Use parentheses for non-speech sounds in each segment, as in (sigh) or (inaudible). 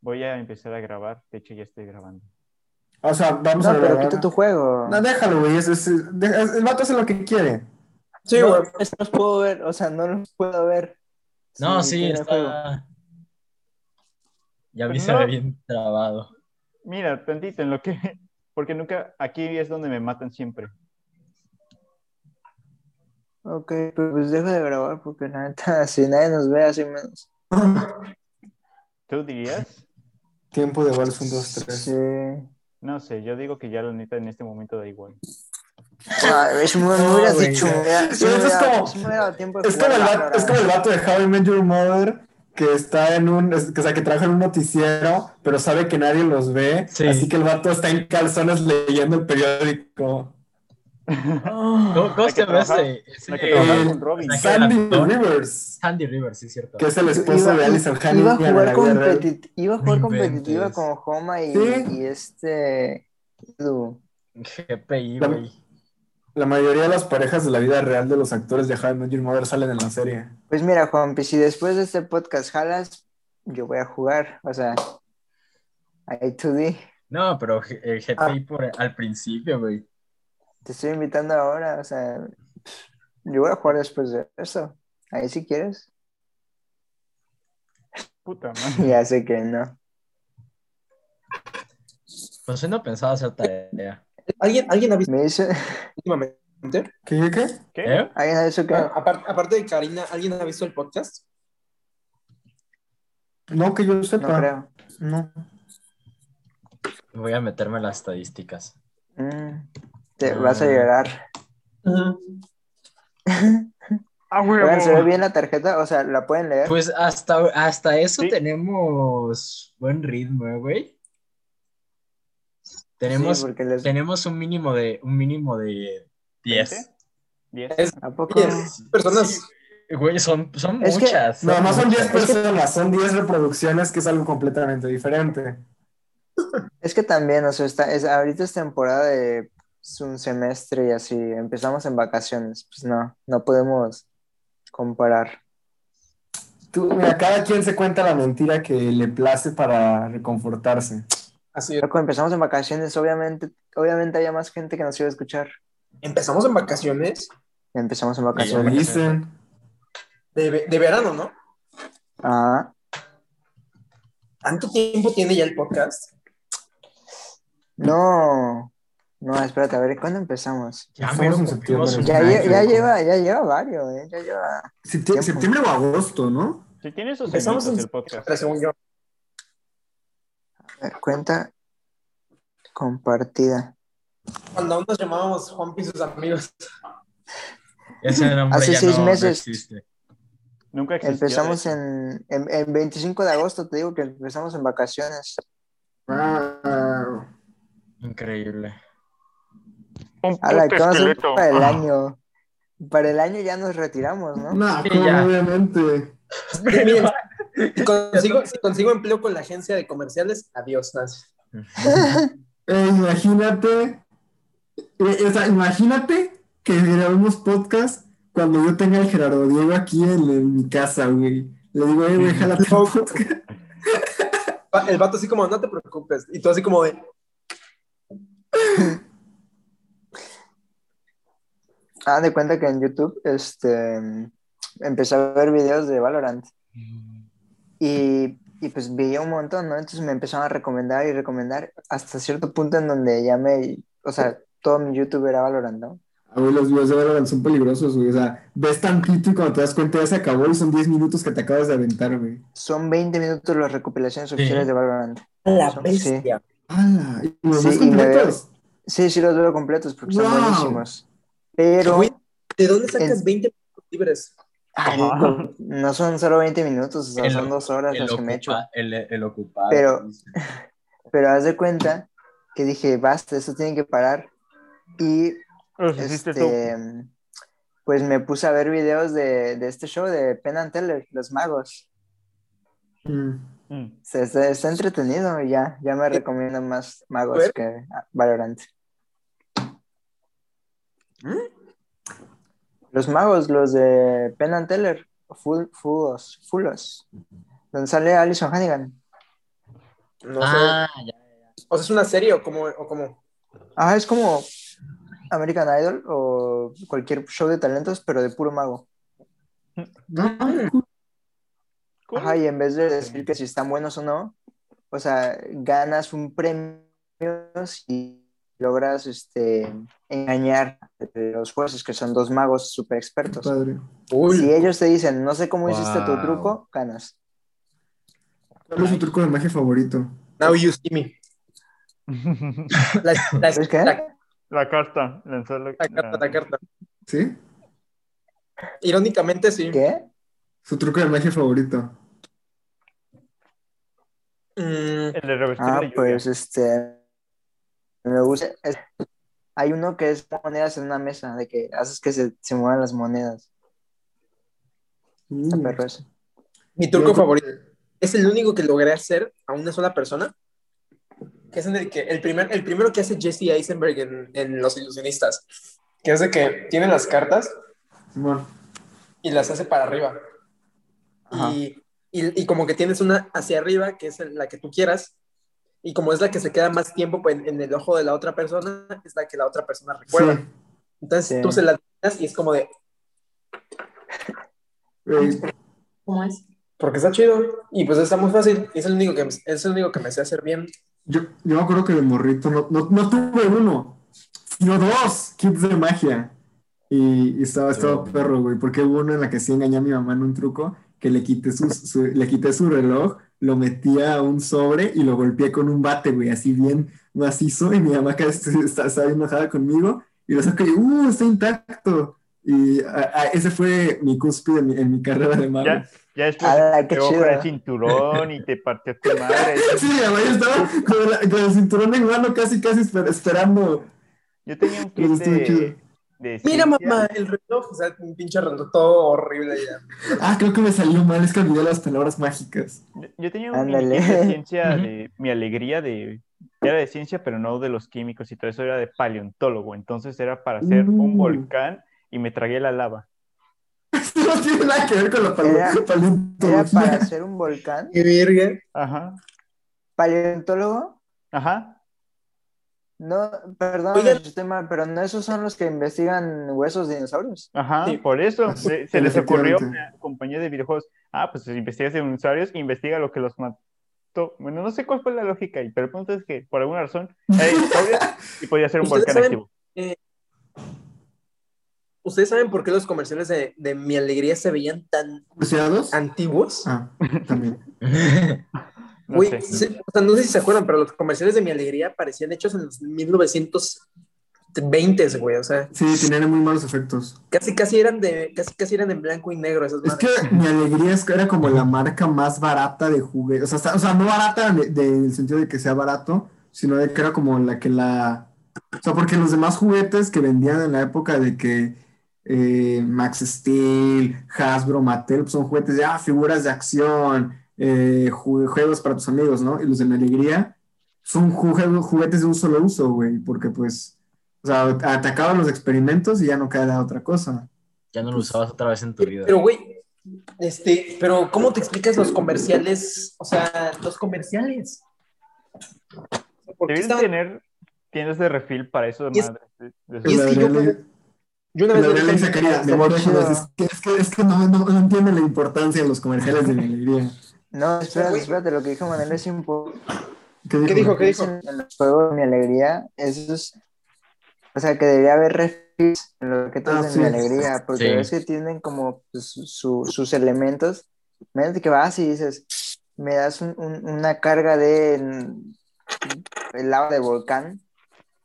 Voy a empezar a grabar, de hecho ya estoy grabando. O sea, vamos No, a pero grabar. quita tu juego. No, déjalo, güey. es- es- de- es- el vato hace lo que quiere. Sí, güey. No, es- no los puedo ver, o sea, no los puedo ver. No, sí, tiene juego. está. Ya vi, Pero se ve no. bien trabado. Mira, tantito en lo que... (laughs) Porque nunca... Aquí es donde me matan siempre. Ok, pero pues deja de grabar porque la neta, (laughs) si nadie nos ve, así menos. ¿Tú dirías? Tiempo de vals, un, dos, tres. Sí. No sé, yo digo que ya la neta en este momento da igual. Ay, eso me me hubieras güey. dicho. me hubiera- Sí, me eso es hubiera- como- eso me hubiera dado tiempo de Es como, el jugar, vato, es como el vato de How I Met Your Mother que está en un, es- que, o sea, que trabaja en un noticiero, pero sabe que nadie los ve, Sí. así que el vato está en calzones leyendo el periódico. Ah. ¿Cómo, cómo La que se llama trabaja- ese? ese- La que trabaja el- con Robin. la que- Sandy ¿no? Rivers, Sandy Rivers, sí, es cierto. que es el esposo Iba- de Alison Hannigan. Iba a en la jugar, vida real. competit- iba a jugar No competitiva inventes. con Homa y, Sí. y este. Edu. GPI, La- Ah. güey. La mayoría de las parejas de la vida real de los actores de How I Met Your Mother salen en la serie. Pues mira, Juanpi, si después de este podcast jalas, yo voy a jugar. O sea, ahí tú di. No, pero G- el Ah. GPI por, al principio, güey. Te estoy invitando ahora. O sea, yo voy a jugar después de eso. Ahí si quieres. (laughs) Puta madre. Ya sé que no. Pues yo no pensaba hacer tarea. ¿Alguien, ¿Alguien ha visto Me dice, últimamente? ¿Qué, qué, qué? ¿Qué? ¿Eh? ¿alguien ha dicho que Ah, apar- aparte de Karina, ¿alguien ha visto el podcast? No, que yo no sepa. creo? No. Voy a meterme en las estadísticas. Mm, te vas a llorar. ¡Ah, (laughs) Oigan, ¿se ve bien la tarjeta? O sea, ¿la pueden leer? Pues hasta, hasta eso Sí. tenemos buen ritmo, eh, güey. Tenemos, Sí, porque les... tenemos un mínimo de un mínimo de 10. Diez. ¿A poco? Oye, personas. Sí, Güey, son, son Es que- muchas. No, no son 10 muchas. personas, son 10 reproducciones, que es algo completamente diferente. Es que también, o sea, está, es, ahorita es temporada de es un semestre y así, empezamos en vacaciones, pues no, no podemos comparar. Tú, mira, cada quien se cuenta la mentira que le place para reconfortarse. Así es. Pero cuando empezamos en vacaciones, obviamente, obviamente había más gente que nos iba a escuchar. Empezamos en vacaciones Empezamos en Eso vacaciones. dicen. de, ve- de verano, ¿no? Ah, ¿Tanto tiempo tiene ya el podcast? no, no, espérate, a ver, ¿cuándo empezamos? Ya Estamos mero en cumplimos septiembre. un Ya, año, lle- ya güey. lleva, ya lleva varios, ¿eh? Ya lleva... Septi- Tiempo. septiembre o agosto, ¿no? Si tiene esos Empezamos añitos en- el podcast. Pero según yo. a ver, Cuenta compartida. Cuando aún nos llamábamos Juan y sus amigos. Ese nombre Hace ya seis no- no meses. existe. Nunca existió. Empezamos de hecho. en, en, en 25 de agosto, te digo que empezamos en vacaciones. Wow. Increíble. A la que vamos a hacer para Ah. el año. Para el año ya nos retiramos, ¿no? No, Sí, como ya. obviamente. Miren, si consigo, si consigo empleo con la agencia de comerciales, adiós. Nancy. Eh, imagínate. eh, o sea, imagínate que grabemos podcast cuando yo tenga el Gerardo Diego aquí en, en mi casa, güey. Le digo, eh, güey, jálate el podcast. Va- El vato así como, no te preocupes. Y tú así como de, Ah, de cuenta que en YouTube este, empecé a ver videos de Valorant y, y pues vi un montón, ¿no? Entonces me empezaron a recomendar y recomendar hasta cierto punto en donde ya me... O sea, todo mi YouTube era Valorant, ¿no? Ah, güey, los videos de Valorant son peligrosos, güey. O sea, ves tantito y cuando te das cuenta ya se acabó y son 10 minutos que te acabas de aventar, güey. Son 20 minutos las recopilaciones oficiales de Valorant. la Sí. bestia. ¡Hala! ¿Y los Sí, ves y me completos? Sí, sí los veo completos porque son Wow. buenísimos. Pero... Güey, ¿De dónde sacas 20 minutos libres? Ay, Ajá. no son solo 20 minutos, o sea, El- son dos horas El, las que me echo. ocupa- el- el ocupado. Pero- Pero haz de cuenta que dije, basta, esto tiene que parar. Y (laughs) Los hiciste tú. este, pues me puse a ver videos de, de este show de Penn and Teller, Los Magos. Mm. Mm. O sea, está, está entretenido y ya, ya me recomiendan más A Magos ver. que ah, Valorant. Los Magos, los de Penn and Teller, Full, Fulos, Fulos, donde sale Alison Hannigan. No sé. ah, ya. O sea, ¿es una serie o como, o como? Ah, es como American Idol o cualquier show de talentos, pero de puro mago. No, ¿Cómo? Ajá, y en vez de decir que si están buenos o no, o sea, ganas un premio si logras este, engañar a los jueces, que son dos magos súper qué expertos. padre. Si ellos te dicen, no sé cómo hiciste tu Wow. truco, ganas. ¿Cuál es su truco de magia favorito? Now you see me. La, la- ¿Sabes qué? la- (laughs) La carta. Lanzar la, la carta, la carta. ¿Sí? Irónicamente, sí. ¿Qué? Su truco de magia favorito. Mm, El de revertir la Ah, lluvia. pues este. Me gusta. es- hay uno que es monedas en una mesa, de que haces que se, se muevan las monedas. Uh, Está perro eso. mi yo truco creo favorito. que- es el único que logré hacer a una sola persona. Que es en el que el, primer, el primero que hace Jesse Eisenberg en, en Los Ilusionistas. Que es de que tiene las cartas Simón. y las hace para arriba. Ajá. Y, y- y como que tienes una hacia arriba, que es la que tú quieras. Y como es la que se queda más tiempo pues, en, en el ojo de la otra persona, es la que la otra persona recuerda. Sí. Entonces Sí. tú se la das y es como de, Güey, ¿cómo es? Porque está chido. Y pues está muy fácil. Es el único que, es el único que me sé hacer bien. Yo, yo me acuerdo que de morrito no, no, no tuve uno, sino dos kits de magia. Y, y estaba, estaba Sí. perro, güey, porque hubo uno en la que sí engañé a mi mamá en un truco, que le quité su, su- le quité su reloj, lo metía a un sobre y lo golpeé con un bate, güey, así bien macizo. Y mi mamá que está, está bien enojada conmigo y lo saco y, ¡uh! Está intacto. Y a- a- ese fue mi cúspide en mi, en mi carrera de mago. Ya, ya después Ala, te Ah, qué pegó chido. con el cinturón y te partió tu madre. (laughs) Sí, güey, estaba con, la- con el cinturón en mano casi, casi esper- esperando. Yo tenía un Pero kit estuvo chido. de, de Mira, ciencia. mamá, el reloj, o sea, un pinche reloj todo horrible ya. Ah, creo que me salió mal, es que olvidé las palabras mágicas. (laughs) Yo- Yo tenía un kit Ándale. de ciencia Ujú. de mi alegría de era de ciencia, pero no de los químicos y todo eso era de paleontólogo. Entonces era para hacer un Mm. volcán y me tragué la lava. Esto no tiene nada que ver con la pal- Era- Era paleontología. para hacer un volcán. Qué virgen. Ajá, Paleontólogo. ajá. No, perdón, Oigan. estoy mal, pero no esos son los que investigan huesos de dinosaurios. Ajá, Sí. por (laughs) eso Así- se, se les ocurrió efectivamente. a compañía de videojuegos. Ah, pues si investigas en usuarios, investiga lo que los mató. Bueno, no sé cuál fue la lógica ahí, pero el punto es que por alguna razón era dinosaurio y podía ser un (laughs) ¿Ustedes volcán saben? activo. ¿Ustedes saben por qué los comerciales de, de Mi Alegría se veían tan ¿Asociados? antiguos? Ah, también. No Güey, sé. se- o sea, no sé si se acuerdan, pero los comerciales de Mi Alegría parecían hechos en los 1920, güey, o sea, Sí, tenían muy malos efectos. casi casi eran de casi casi eran en blanco y negro esas Es madres. que mi alegría es que era como la marca más barata de juguetes. O sea, está- o sea, no barata de- de- en el sentido de que sea barato, sino de que era como la que la. O sea, porque los demás juguetes que vendían en la época de que eh, Max Steel, Hasbro, Mattel, pues son juguetes de ah, figuras de acción, eh, ju- juegos para tus amigos, ¿no? Y los de mi alegría son ju- juguetes de un solo uso, güey, porque pues. O sea, atacaban los experimentos y ya no queda otra cosa. (laughs) Ya no lo usabas otra vez en tu vida. Pero güey, este, pero ¿cómo te explicas los comerciales? O sea, los comerciales. ¿Por qué Debieron estaban- tener tiendas de refil para eso Y es- madre. de- de- Y es que yo, Madre, yo una La vez le verdad le dije a dice mi- Karina, de modo que chido. es que, es que, es que no, no, no entiende la importancia de los comerciales de mi alegría. No, espérate, güey. espérate, lo que dijo Manuel es importante. ¿Qué dijo? ¿Qué dijo? ¿Qué dijo? En en los juegos de mi alegría, esos. O sea, que debería haber refis en los objetos Ah, de sí. mi alegría, porque Sí. ves que tienen como pues, su- sus elementos. Imagínate que vas y dices, me das un- un- una carga de mm, lava de volcán,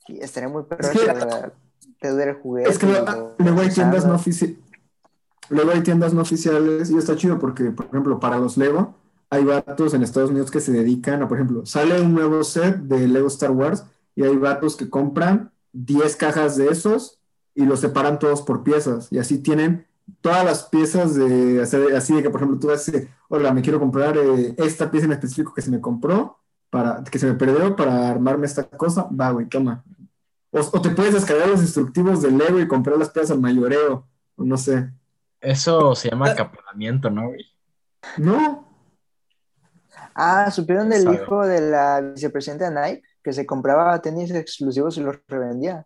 y estaría muy perro Es que- para te dure el juguete. Es que luego, o- luego hay tiendas no usarlo. oficiales. Luego hay tiendas no oficiales y está chido porque, por ejemplo, para los Lego hay vatos en Estados Unidos que se dedican a, por ejemplo, sale un nuevo set de Lego Star Wars y hay vatos que compran 10 cajas de esos y los separan todos por piezas y así tienen todas las piezas de, o sea, de- así de que, por ejemplo, tú vas y dices, hola, me quiero comprar eh, esta pieza en específico que se me compró, para, que se me perdió para armarme esta cosa, va, güey, toma. O, o te puedes descargar los instructivos de Lego y comprar las piezas al mayoreo. o No sé. Eso se llama acaparamiento, ¿no, güey? No. Ah, ¿supieron del Sabe. hijo de la vicepresidenta de Nike? Que se compraba tenis exclusivos y los revendía.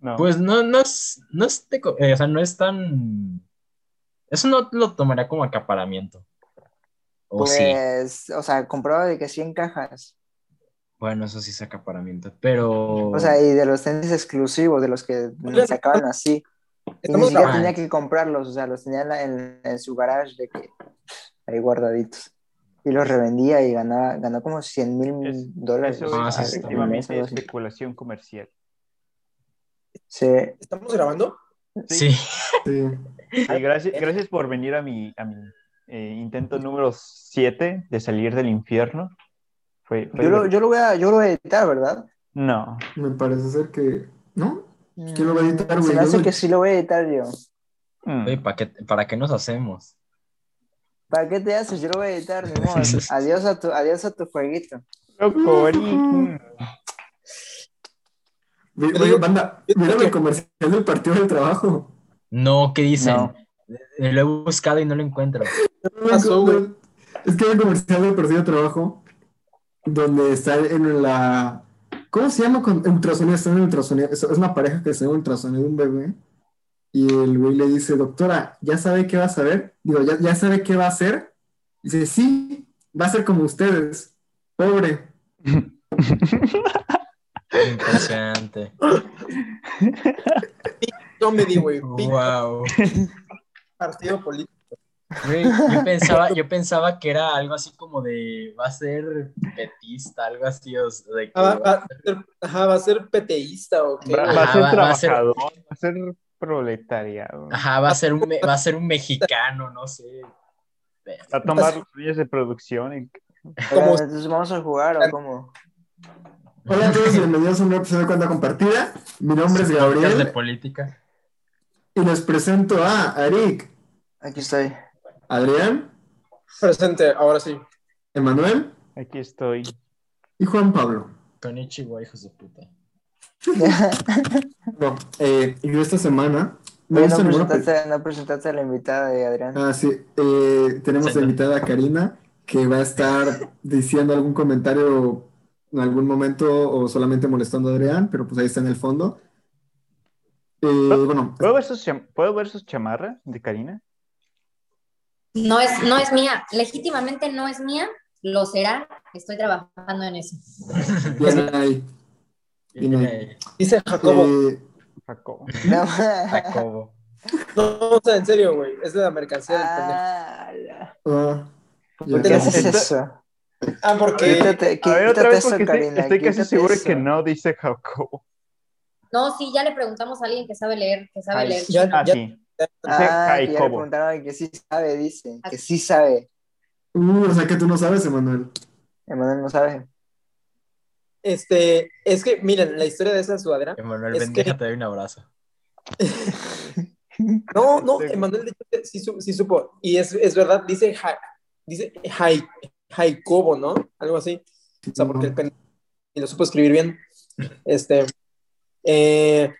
No. Pues no, no es, no es, de co- eh, o sea, no es tan, eso no lo tomaría como acaparamiento. O Oh, sí, Pues, o sea, compraba de que 100 cajas. bueno, eso sí es acaparamiento, pero O sea, y de los tenis exclusivos, de los que Oye, sacaban así. Y ni Estamos siquiera mal. tenía que comprarlos, o sea, los tenía en, la- en- en su garage de que ahí guardaditos. Y los revendía y ganaba, ganó como 100 Es- mil dólares. Eso Ah, es sí, sí. efectivamente algo así. especulación comercial. Sí. ¿Estamos grabando? sí, Sí. Y gracias, gracias por venir a mi, a mi eh, intento número 7 de salir del infierno. Fue, fue Yo lo, divertido. yo lo voy a, yo lo voy a editar, ¿verdad? No, Me parece ser que. ¿No? ¿Quién lo va a editar, Mm, Se güey? me Yo hace soy- que sí lo voy a editar yo. Mm. Oye, ¿para qué, para qué nos hacemos? ¿Para qué te haces? Yo lo voy a editar, ni modo. Adiós a tu, adiós a tu jueguito. (laughs) Loco, Ori. Mm. Ve- Yo Oye, digo- banda, yo digo mira que- el comercial del partido del trabajo. No, ¿qué dicen? No. Eh, Lo he buscado y no lo encuentro. pasó, güey? Es que hay un comercial del partido del trabajo donde está en la. ¿Cómo se llama? Con ultrasonido, está en ultrasonido. Es es una pareja que está en ultrasonido de un bebé. Y el güey le dice, doctora, ¿ya sabe qué va a saber? Digo, ¿ya, ya sabe qué va a hacer? Dice, sí, va a ser como ustedes. Pobre. (laughs) Impresionante. Yo me di, güey. pinche wow. Partido político. Güey, yo pensaba, yo pensaba que era algo así como de va a ser petista, algo así, o sea, de que Ah, va, va- va a ser, ajá, va a ser peteísta o qué. Va, güey? va a ser Ah, va- va a ser- Ah, trabajador, va a ser proletariado. ajá, va a ser un me- va a ser un mexicano, no sé. Va pues a tomar los medios de producción. y- Como- Oigan, Entonces vamos a jugar o cómo? Hola a todos, bienvenidos a un nuevo episodio de Cuenta Compartida. Mi nombre es Podcast de Gabriel política. y les presento a Arik, Aquí estoy. Adrián, Presente, ahora sí. Emanuel Aquí estoy. y Juan Pablo. Con Ichigo, hijos de puta. No, eh, yo esta semana no he Oye, visto no, pues, ninguna película. presentaste, no presentaste a la invitada (laughs) de Adrián. Ah, sí, eh, tenemos Sí, de no. invitada a Karina que va a estar diciendo algún comentario en algún momento o solamente molestando a Adrián, pero pues ahí está en el fondo. Eh, Ah, bueno, ¿Puedo ver, sus cham- ¿Puedo ver sus chamarras de Karina? No es, no es mía, legítimamente no es mía, lo será, estoy trabajando en eso. bien ahí. Bien ahí. Eh, Dice Jacobo. Eh, Jacobo. No. Jacobo. No, o sea, en serio, güey. Es de la mercancía del pendejo. Ah, la- ah, ¿Por ya qué Entonces- (laughs) haces casi. eso? Ah, porque. Quítate, A ver, otra quítate vez, eso, porque estoy, Karina. estoy casi quítate seguro eso. que no dice Jacobo. No, sí, ya le preguntamos a alguien que sabe leer, que sabe Ay, leer. Ya, Ah, ya- sí. Dice Ah, que ya le Jacobo. preguntaron que sí sabe, dice. Que sí sabe. Uh, o sea que tú no sabes, Emanuel. Emanuel no sabe. Este, es que, miren, la historia de esa sudadera. Emanuel, Es ven, que- déjate doy un abrazo. No, no, Sí. Emanuel de hecho, sí, su- sí supo. Y es, es verdad, dice, Ja- dice Jai- Jacobo, ¿no? Algo así. O sea, porque el pendejo y lo supo escribir bien. Este. eh,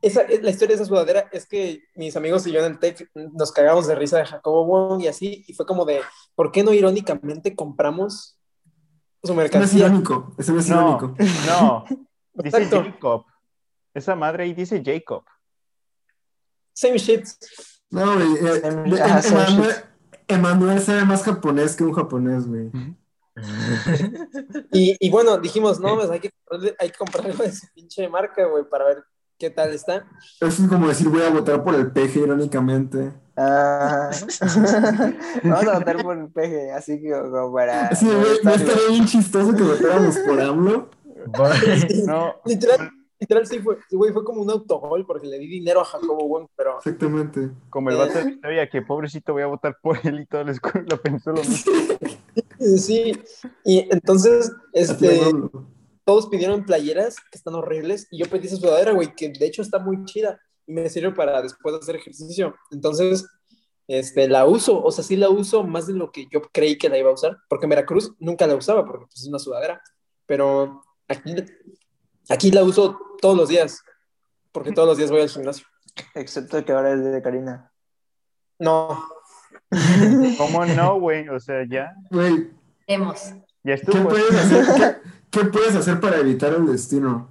esa, es- la historia de esa sudadera es que mis amigos y yo en el tech nos cagamos de risa de Jacobo Wong y así, y fue como de, ¿por qué no irónicamente compramos su Eso no es mercancía? irónico, eso no es No, irónico. no. Dice Exacto. Jacob. Esa madre ahí dice Jacob. Same shit. No, güey. eh, Em- de- ajá, em- son Emanuel, shit. Emanuel sabe más japonés que un japonés, güey. Y, y bueno, dijimos, no, pues hay que, comprarle- (laughs) hay que comprar algo de su pinche marca, güey, para ver qué tal está. Eso es como decir voy a votar por el peje irónicamente. Ah. (laughs) Vamos a votar por el peje, así que como para. (laughs) Sí, güey, no estaría bien chistoso que votáramos por AMLO. (laughs) No, Literal, literal sí fue, sí, güey, fue como un autogol porque le di dinero a Jacobo Wong, pero Exactamente. como el vato de la historia, que pobrecito voy a votar por él y toda la escuela pensó lo mismo. eh, sí. Y entonces, Así este, AMLO. todos pidieron playeras que están horribles y yo pedí esa sudadera, güey, que de hecho está muy chida y me sirve para después hacer ejercicio. Entonces, este, la uso, o sea, sí la uso más de lo que yo creí que la iba a usar, porque en Veracruz nunca la usaba porque pues, es una sudadera, pero aquí, aquí la uso todos los días, porque todos los días voy al gimnasio. Excepto que ahora es de Karina. No, ¿Cómo no, güey? O sea, ya, Güey, Vemos. ya ¿qué estuvo. puedes hacer? ¿Qué, qué puedes hacer para evitar el destino?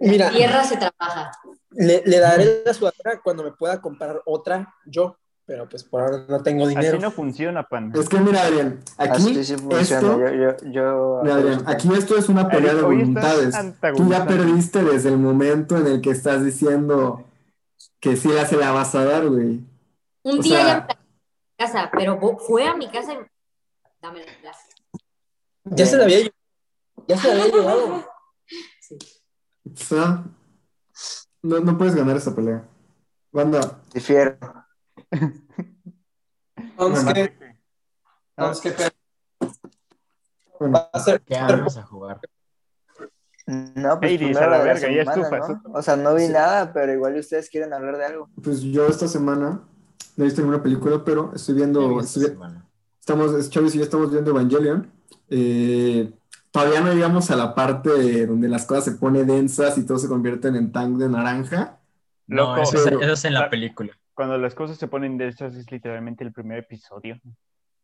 Mira, Tierra se trabaja. le, le daré la sudadera cuando me pueda comprar otra yo, pero pues por ahora no tengo Así dinero. no funciona, panda. Es que mira, Adrián, aquí Así sí funciona. esto, Yo, yo, yo- mira, Adrián, aquí esto es una pelea de Hoy estás voluntades. Tú ya antagonizando. perdiste desde el momento en el que estás diciendo que sí la se la vas a dar, güey. Un O día sea- ya me trajo a mi casa, pero vo- fue a mi casa y dame la plaza. Ya se la había, lle- ya se la había llevado. Sí. O sea, no, no puedes ganar esa pelea. Banda, Difiero. Entonces, Ajá. ¿qué? Entonces, ¿qué pedo? bueno, Va a ser- ¿Qué vamos a jugar? No, pues Ey, dice, primero a la de verga, ya semana, estufas. ¿no? O sea, no vi nada, pero igual ustedes quieren hablar de algo. pues yo esta semana no he visto ninguna película, pero estoy viendo, Esta estoy vi- semana. estamos, Chávez y yo estamos viendo Evangelion. Eh, todavía no llegamos a la parte donde las cosas se ponen densas y todo se convierten en tank de naranja. No, Loco, eso es, pero- eso es en la la- película. cuando las cosas se ponen densas es literalmente el primer episodio.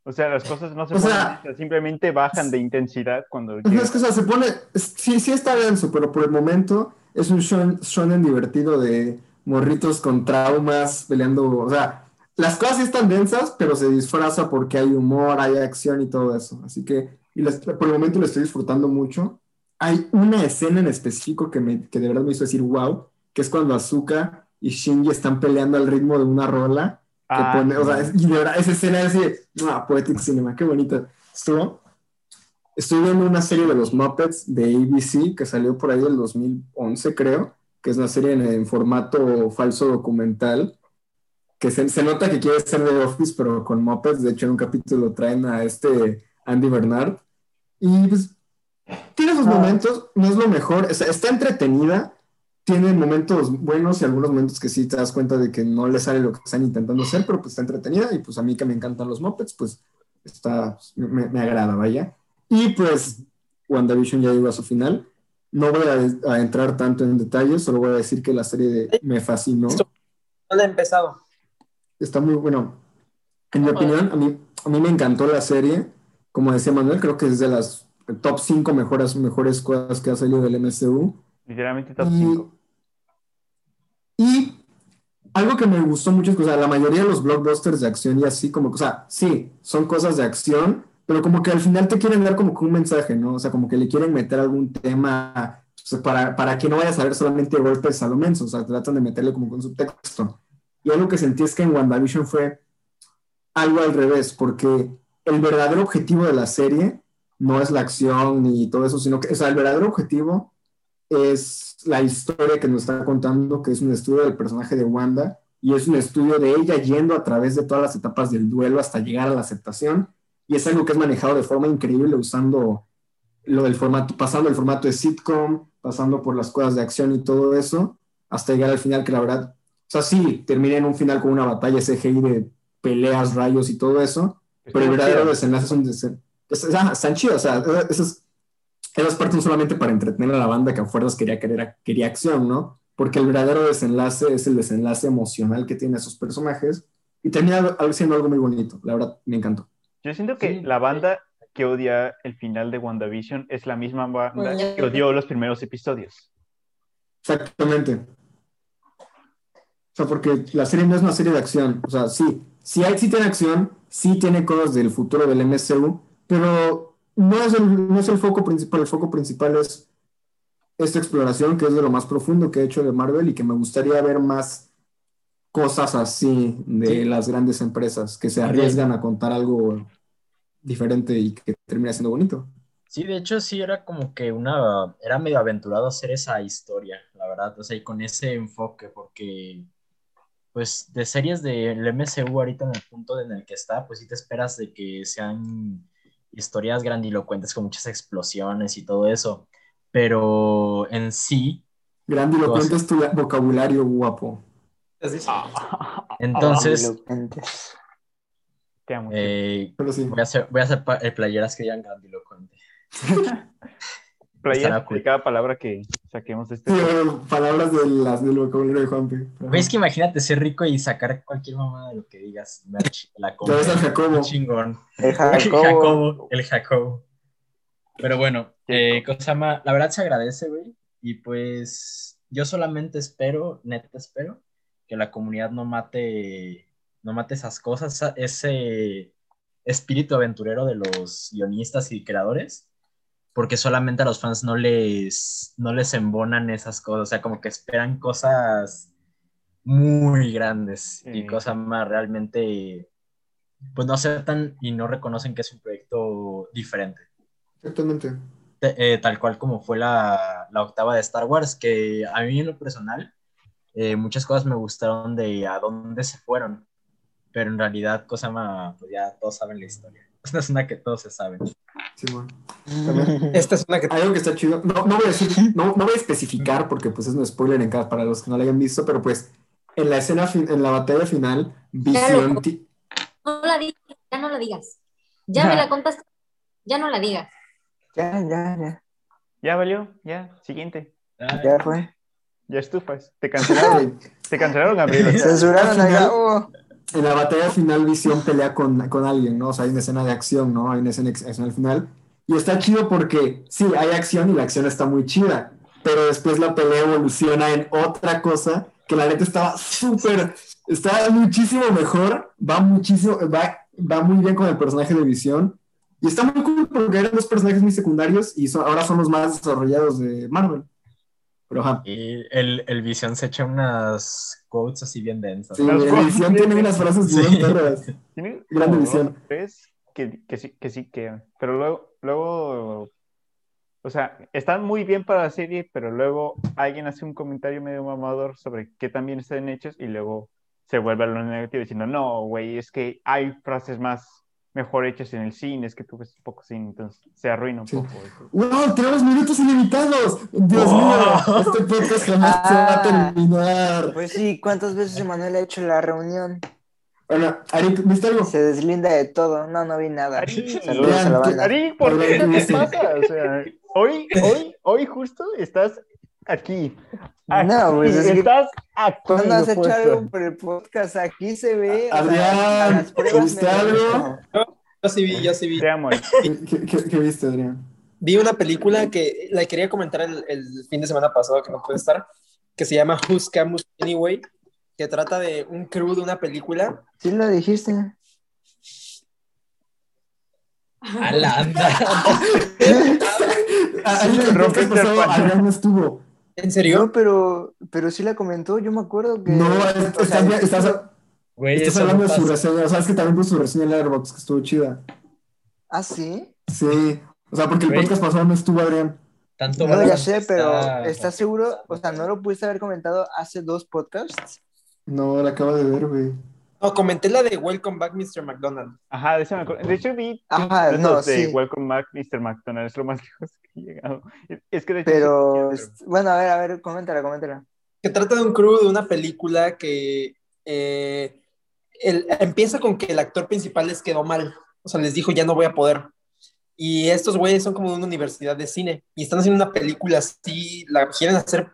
O sea, las cosas no se O ponen sea- densas, simplemente bajan de intensidad cuando Ajá, llegan. es que, o sea, se pone. es- Sí, sí está denso, pero por el momento es un shon- shonen divertido de morritos con traumas peleando. O sea, las cosas sí están densas, pero se disfraza porque hay humor, hay acción y todo eso. Así que, y lo est- por el momento lo estoy disfrutando mucho. Hay una escena en específico que, me, que de verdad me hizo decir wow, que es cuando Azuka y Shinji están peleando al ritmo de una rola que Ah, pone, o sea, es- y de verdad, esa escena así ah, de, ¡mua! Poetic Cinema, qué bonita. Estuvo. Estoy viendo una serie de los Muppets de ABC que salió por ahí del 2011, creo, que es una serie en, en formato falso documental, que se, se nota que quiere ser de Office, pero con Muppets. De hecho, en un capítulo traen a este Andy Bernard. Y pues, tiene sus momentos, no es lo mejor, o sea, está entretenida, tiene momentos buenos y algunos momentos que sí te das cuenta de que no le sale lo que están intentando hacer, pero pues está entretenida y pues a mí que me encantan los mopeds, pues está, me, me agrada, vaya. Y pues WandaVision ya llegó a su final. No voy a, a entrar tanto en detalles, solo voy a decir que la serie de- me fascinó. no la he empezado. Está muy bueno. En mi opinión, a mí, a mí me encantó la serie. Como decía Manuel, creo que es de las top 5 mejores, mejores cosas que ha salido del MCU. Literalmente top Y- 5. Y algo que me gustó mucho es que, o sea, la mayoría de los blockbusters de acción y así, como, que, o sea, sí, son cosas de acción, pero como que al final te quieren dar como que un mensaje, ¿no? O sea, como que le quieren meter algún tema pues, para, para que no vayas a ver solamente golpes a lo menso, o sea, tratan de meterle como con subtexto. Y algo que sentí es que en WandaVision fue algo al revés, porque el verdadero objetivo de la serie no es la acción ni todo eso, sino que, o sea, el verdadero objetivo es la historia que nos está contando, que es un estudio del personaje de Wanda y es un estudio de ella yendo a través de todas las etapas del duelo hasta llegar a la aceptación y es algo que es manejado de forma increíble usando lo del formato, pasando el formato de sitcom, pasando por las cosas de acción y todo eso, hasta llegar al final que la verdad, o sea, sí, termina en un final con una batalla CGI de peleas, rayos y todo eso, pero el verdadero desenlace es un desen- pues, ah, están chidos, o sea, esas, esas partes son solamente para entretener a la banda que a fuerzas quería, querer- quería acción, ¿no? Porque el verdadero desenlace es el desenlace emocional que tienen esos personajes y termina al- siendo algo muy bonito, la verdad, me encantó. Yo siento que Sí. la banda que odia el final de WandaVision es la misma banda Bueno, ya- Pues que odió los primeros episodios. Exactamente. O sea, porque la serie no es una serie de acción, o sea, sí, sí, hay, sí tiene acción, sí tiene cosas del futuro del MCU, pero no es el, no es el foco principal, el foco principal es esta exploración que es de lo más profundo que he hecho de Marvel y que me gustaría ver más cosas así de Sí. las grandes empresas que se arriesgan a contar algo diferente y que termina siendo bonito. Sí, de hecho sí era como que una, era medio aventurado hacer esa historia, la verdad, o sea, y con ese enfoque, porque pues de series del MCU ahorita en el punto en el que está, pues sí te esperas de que sean historias grandilocuentes con muchas explosiones y todo eso, pero en sí, Grandilocuente es tu vocabulario guapo. ¿Has dicho? (laughs) entonces Grandilocuentes. Te amo. eh, Pero sí. voy a hacer, voy a hacer pa- eh, playeras que digan grandilocuente. Playas Estará cool. de cada palabra que saquemos de este. Sí, bueno, palabras de las del vocabulario de Juanpe. Güey, es que imagínate ser rico y sacar cualquier mamada de lo que digas. merch, la Ya ves al compra. Jacobo. Chingón. El El Jacobo. Jacobo, el Jacobo. Pero bueno, eh, Kosama, la verdad se agradece, güey. Y pues yo solamente espero, neta espero, que la comunidad no mate, no mate esas cosas, esa- ese espíritu aventurero de los guionistas y creadores, porque solamente a los fans no les, no les embonan esas cosas, o sea, como que esperan cosas muy grandes Sí. y cosas más realmente pues no aceptan y no reconocen que es un proyecto diferente. Exactamente. Te- eh, tal cual como fue la, la octava de Star Wars, que a mí en lo personal eh, muchas cosas me gustaron de a dónde se fueron, pero en realidad cosa más, pues ya todos saben la historia. (laughs) Es una zona que todos se saben. Sí, bueno. Esta es una que Algo que está chido. No, no voy a decir, no, no voy a especificar porque pues es un spoiler en cada, para los que no lo hayan visto, pero pues en la escena, fin- en la batalla final, Visión, (laughs) ti- No la digas, ya no la digas. Ya me la contaste, ya no la digas. (laughs) Ya, ya, ya. Ya valió, ya, siguiente. Ay, Ya (laughs) fue. Ya estufas. Te cancelaron, te cancelaron, Gabriel. (laughs) o sea, Censuraron al Al final- Gabo. en la batalla final Visión pelea con, con alguien, ¿no? O sea, hay una escena de acción, ¿no? Hay una escena ex- escena al final. Y está chido porque sí, hay acción y la acción está muy chida, pero después la pelea evoluciona en otra cosa que la neta estaba súper, está muchísimo mejor, va muchísimo, va, va muy bien con el personaje de Visión. Y está muy cool porque eran dos personajes muy secundarios y son- ahora son los más desarrollados de Marvel. Pero ajá. Y el, el Visión se echa unas quotes así bien densas. Sí, Las cosas. Visión tiene unas frases Sí. bien perras. Tiene Gran como división. dos, tres que, que sí, que sí quedan. Pero luego, luego, o sea, están muy bien para la serie, pero luego alguien hace un comentario medio mamador sobre qué también están hechos y luego se vuelve a lo negativo diciendo, no, güey, es que hay frases más mejor hechas en el cine, es que tú ves poco cine, entonces se arruina un Sí. poco. eso. ¡Wow! ¡Tenemos minutos ilimitados! ¡Dios mío! Este podcast jamás se va a terminar. Pues sí, ¿cuántas veces Emanuel ha hecho la reunión? Bueno, Arik, ¿viste algo? Se deslinda de todo. No, no vi nada. Ari, Saludos a la banda. Ari, ¿por qué Ahora te sí. pasa? O sea, hoy, hoy, hoy justo estás aquí. Aquí, No, pues, es que- estás aquí. ¿Cuándo has hecho Ah, puesto. algo por el podcast? Aquí se ve. o sea, Adrián, a las pruebas ¿viste me algo? gusta. yo sí vi, yo sí vi. Te amo. Ari. ¿Qué, qué- qué- qué viste, Adrián? Vi una película que la quería comentar el, el fin de semana pasado que no pude estar, que se llama Who's Camus Anyway, que trata de un crew de una película. Sí lo dijiste. A la anda. Ah, Sí, el me podcast rompiste el pasado, paño. Adrián no estuvo. ¿En serio? No, pero, pero sí la comentó. Yo me acuerdo que. No, o es- sea, estás, bien- estás- Güey, estás eso hablando no de su pasa. reseña. O sea, es que también puso su reseña en Letterboxd, que estuvo chida. Ah, sí. Sí. O sea, porque el Güey. podcast pasado no estuvo, Adrián. Tanto No, ya valor sé, está- pero ¿estás seguro? O sea, ¿no lo pudiste haber comentado hace dos podcasts? No, la acabo de ver, güey. No, comenté la de Welcome Back, Mr. McDonald. Ajá, de, ese me acuerdo. De hecho vi Ajá, los no, de sí. Welcome Back, Mr. McDonald, es lo más (laughs) lejos que he llegado. Es- Es que de hecho (laughs) Pero, sí, es- bueno, a ver, a ver, coméntala, coméntala. que trata de un crew de una película que eh, el- empieza con que el actor principal les quedó mal, o sea, les dijo ya no voy a poder. Y estos güeyes son como de una universidad de cine y están haciendo una película así, la quieren hacer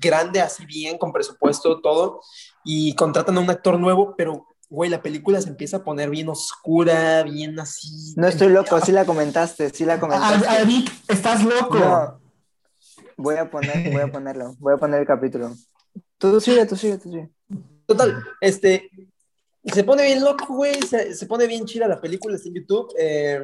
grande, así bien, con presupuesto, todo, y contratan a un actor nuevo, pero, güey, la película se empieza a poner bien oscura, bien así. No estoy loco, sí la comentaste, sí la Ad- comentaste. Arik, estás ah, loco. Ah, No. Voy a poner, voy a ponerlo, voy a poner el capítulo. Tú sigue, tú sigue, tú sigue. Total, este, se pone bien loco, güey, se, se pone bien chida la película, está en YouTube, eh,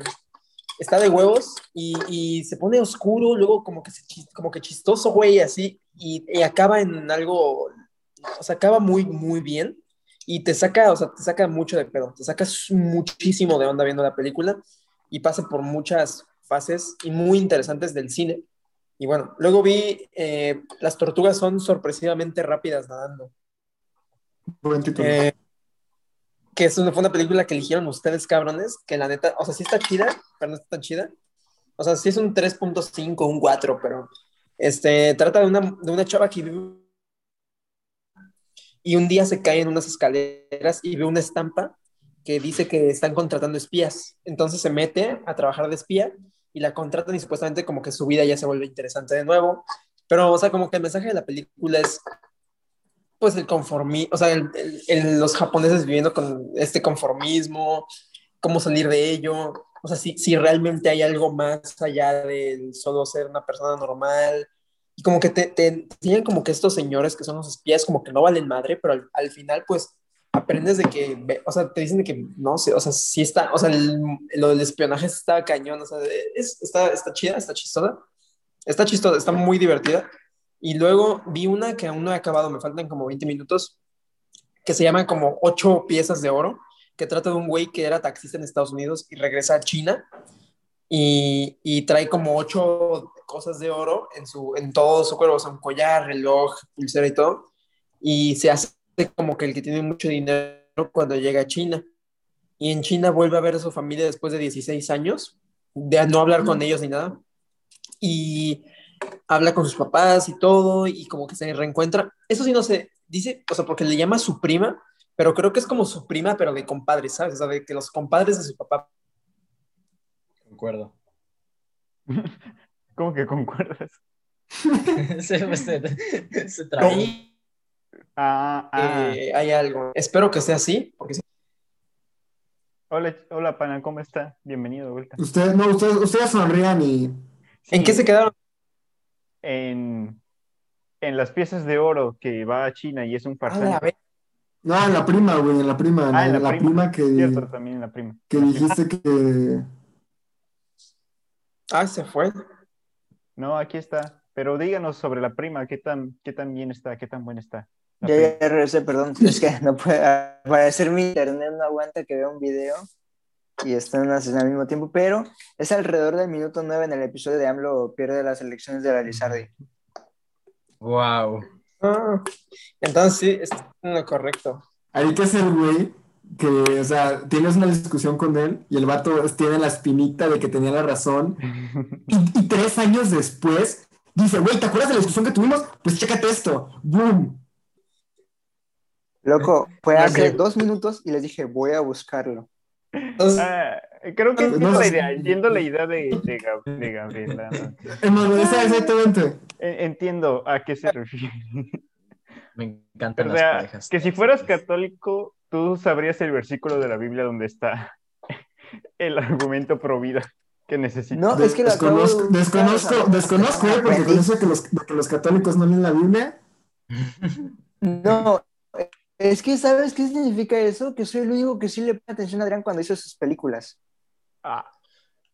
está de huevos y, y se pone oscuro, luego como que, se chis- como que chistoso, güey, así, y, y acaba en algo, o sea, acaba muy, muy bien y te saca, o sea, te saca mucho de pedo, te sacas muchísimo de onda viendo la película y pasa por muchas fases y muy interesantes del cine. Y bueno, luego vi, eh, las tortugas son sorpresivamente rápidas nadando. Buen título. Eh, que es una, fue una película que eligieron ustedes, cabrones, que la neta, o sea, sí está chida, pero no está tan chida. O sea, sí es un 3.5, un 4, pero este, trata de una, de una chava que vive y un día se cae en unas escaleras y ve una estampa que dice que están contratando espías. Entonces se mete a trabajar de espía y la contratan y supuestamente como que su vida ya se vuelve interesante de nuevo. Pero, o sea, como que el mensaje de la película es, pues, el conformismo, o sea, el- el- el- los japoneses viviendo con este conformismo, cómo salir de ello, o sea, si, si realmente hay algo más allá del solo ser una persona normal. Y como que te, te enseñan como que estos señores que son los espías como que no valen madre, pero al, al final, pues, aprendes de que, ve- o sea, te dicen de que no sé, o sea, sí está, o sea, el- lo del espionaje está cañón, o sea, es- está, está chida, está chistosa, está chistosa, está muy divertida. Y luego vi una que aún no he acabado, me faltan como 20 minutos, que se llama como Ocho piezas de oro, que trata de un güey que era taxista en Estados Unidos y regresa a China y, y trae como ocho cosas de oro en, su, en todo su cuerpo, o sea, un collar, reloj, pulsera y todo, y se hace de como que el que tiene mucho dinero cuando llega a China. Y en China vuelve a ver a su familia después de 16 años, de no hablar con ellos ni nada. Y habla con sus papás y todo, y como que se reencuentra. Eso sí, no sé, dice, o sea, porque le llama su prima, pero creo que es como su prima, pero de compadres, ¿sabes? O sea, de que los compadres de su papá. Concuerdo. (laughs) ¿Cómo que concuerdas? se, se, se trabó. Ahí Ah, ah. eh, hay algo. Espero que sea así, porque sí. Hola, hola, pana, ¿cómo está? Bienvenido de vuelta. Ustedes, no, ustedes, ustedes sonrían y. ¿En Sí, qué se quedaron? En, en las piezas de oro que va a China y es un A Ah, la farsante. vez. No, en la prima, güey, en la prima, en Ah, en la, la prima, prima, que, Cierto, también la prima. que dijiste que. Ah, se fue. No, aquí está. Pero díganos sobre la prima, ¿qué tan, qué tan bien está, qué tan buena está? La Yo prima. ya regresé, perdón, (laughs) es que no puede, al parecer mi internet no aguanta que vea un video y están haciendo al mismo tiempo, pero es alrededor del minuto 9 en el episodio de AMLO pierde las elecciones de la Lizardi. Wow. Ah, entonces sí, es lo correcto. Hay que ser, güey, que, o sea, tienes una discusión con él y el vato es- tiene la espinita de que tenía la razón. (laughs) Y, y tres años después dice, güey, ¿te acuerdas de la discusión que tuvimos? Pues chécate esto. ¡Boom! Loco, fue Ok. hace dos minutos y les dije, voy a buscarlo. Entonces, Ah, creo que entiendo No, la sí. idea, entiendo la idea de, de, Gab- de Gabriela. ¿no? Emanuel, esa- exactamente. E- Entiendo a qué se refiere. Me encantan O las sea, parejas. que si fueras católico, tú sabrías el versículo de la Biblia donde está (laughs) el argumento pro vida que necesitas. No, es que lo acabo de desconozco, buscar, desconozco, o sea, desconozco, güey, porque aprendí. con eso de que los, de que los católicos no leen la Biblia. No, es que ¿sabes qué significa eso? Que soy el único que sí le pone atención a Adrián cuando hizo sus películas. Ah,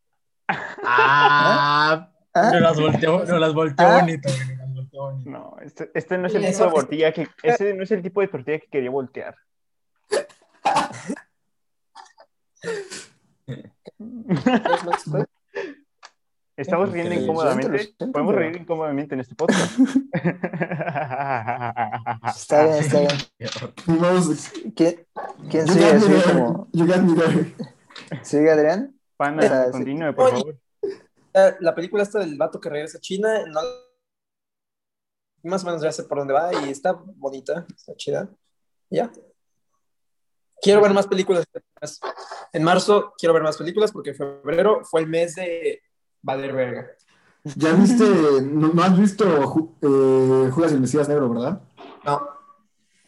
(laughs) Ah, ¿Ah? no las volteó, no las volteó ¿Ah? bonito. no las volteó bonito. no, este, este no es el Y tipo de eso- tortilla que, ese no es el tipo de tortilla que quería voltear. ¿puedes más después? Estamos riendo Increíble. Lo incómodamente. siento, lo siento, Podemos pero- reír incómodamente en este podcast. (laughs) Ah, Está bien, está bien. Y vamos, ¿Quién, quién you got me sigue? ¿Sigue, there, como, you got me there. ¿Sigue Adrián? Pana, Esa- continúe, por Oye. favor. La- Eh, la película esta del vato que regresa a China, no- más o menos ya sé por dónde va y está bonita, está chida. Ya. Quiero ver más películas. En marzo quiero ver más películas porque febrero fue el mes de valer verga. Ya viste, no, no has visto Ju- eh, Judas y el Mesías Negro, ¿verdad? No.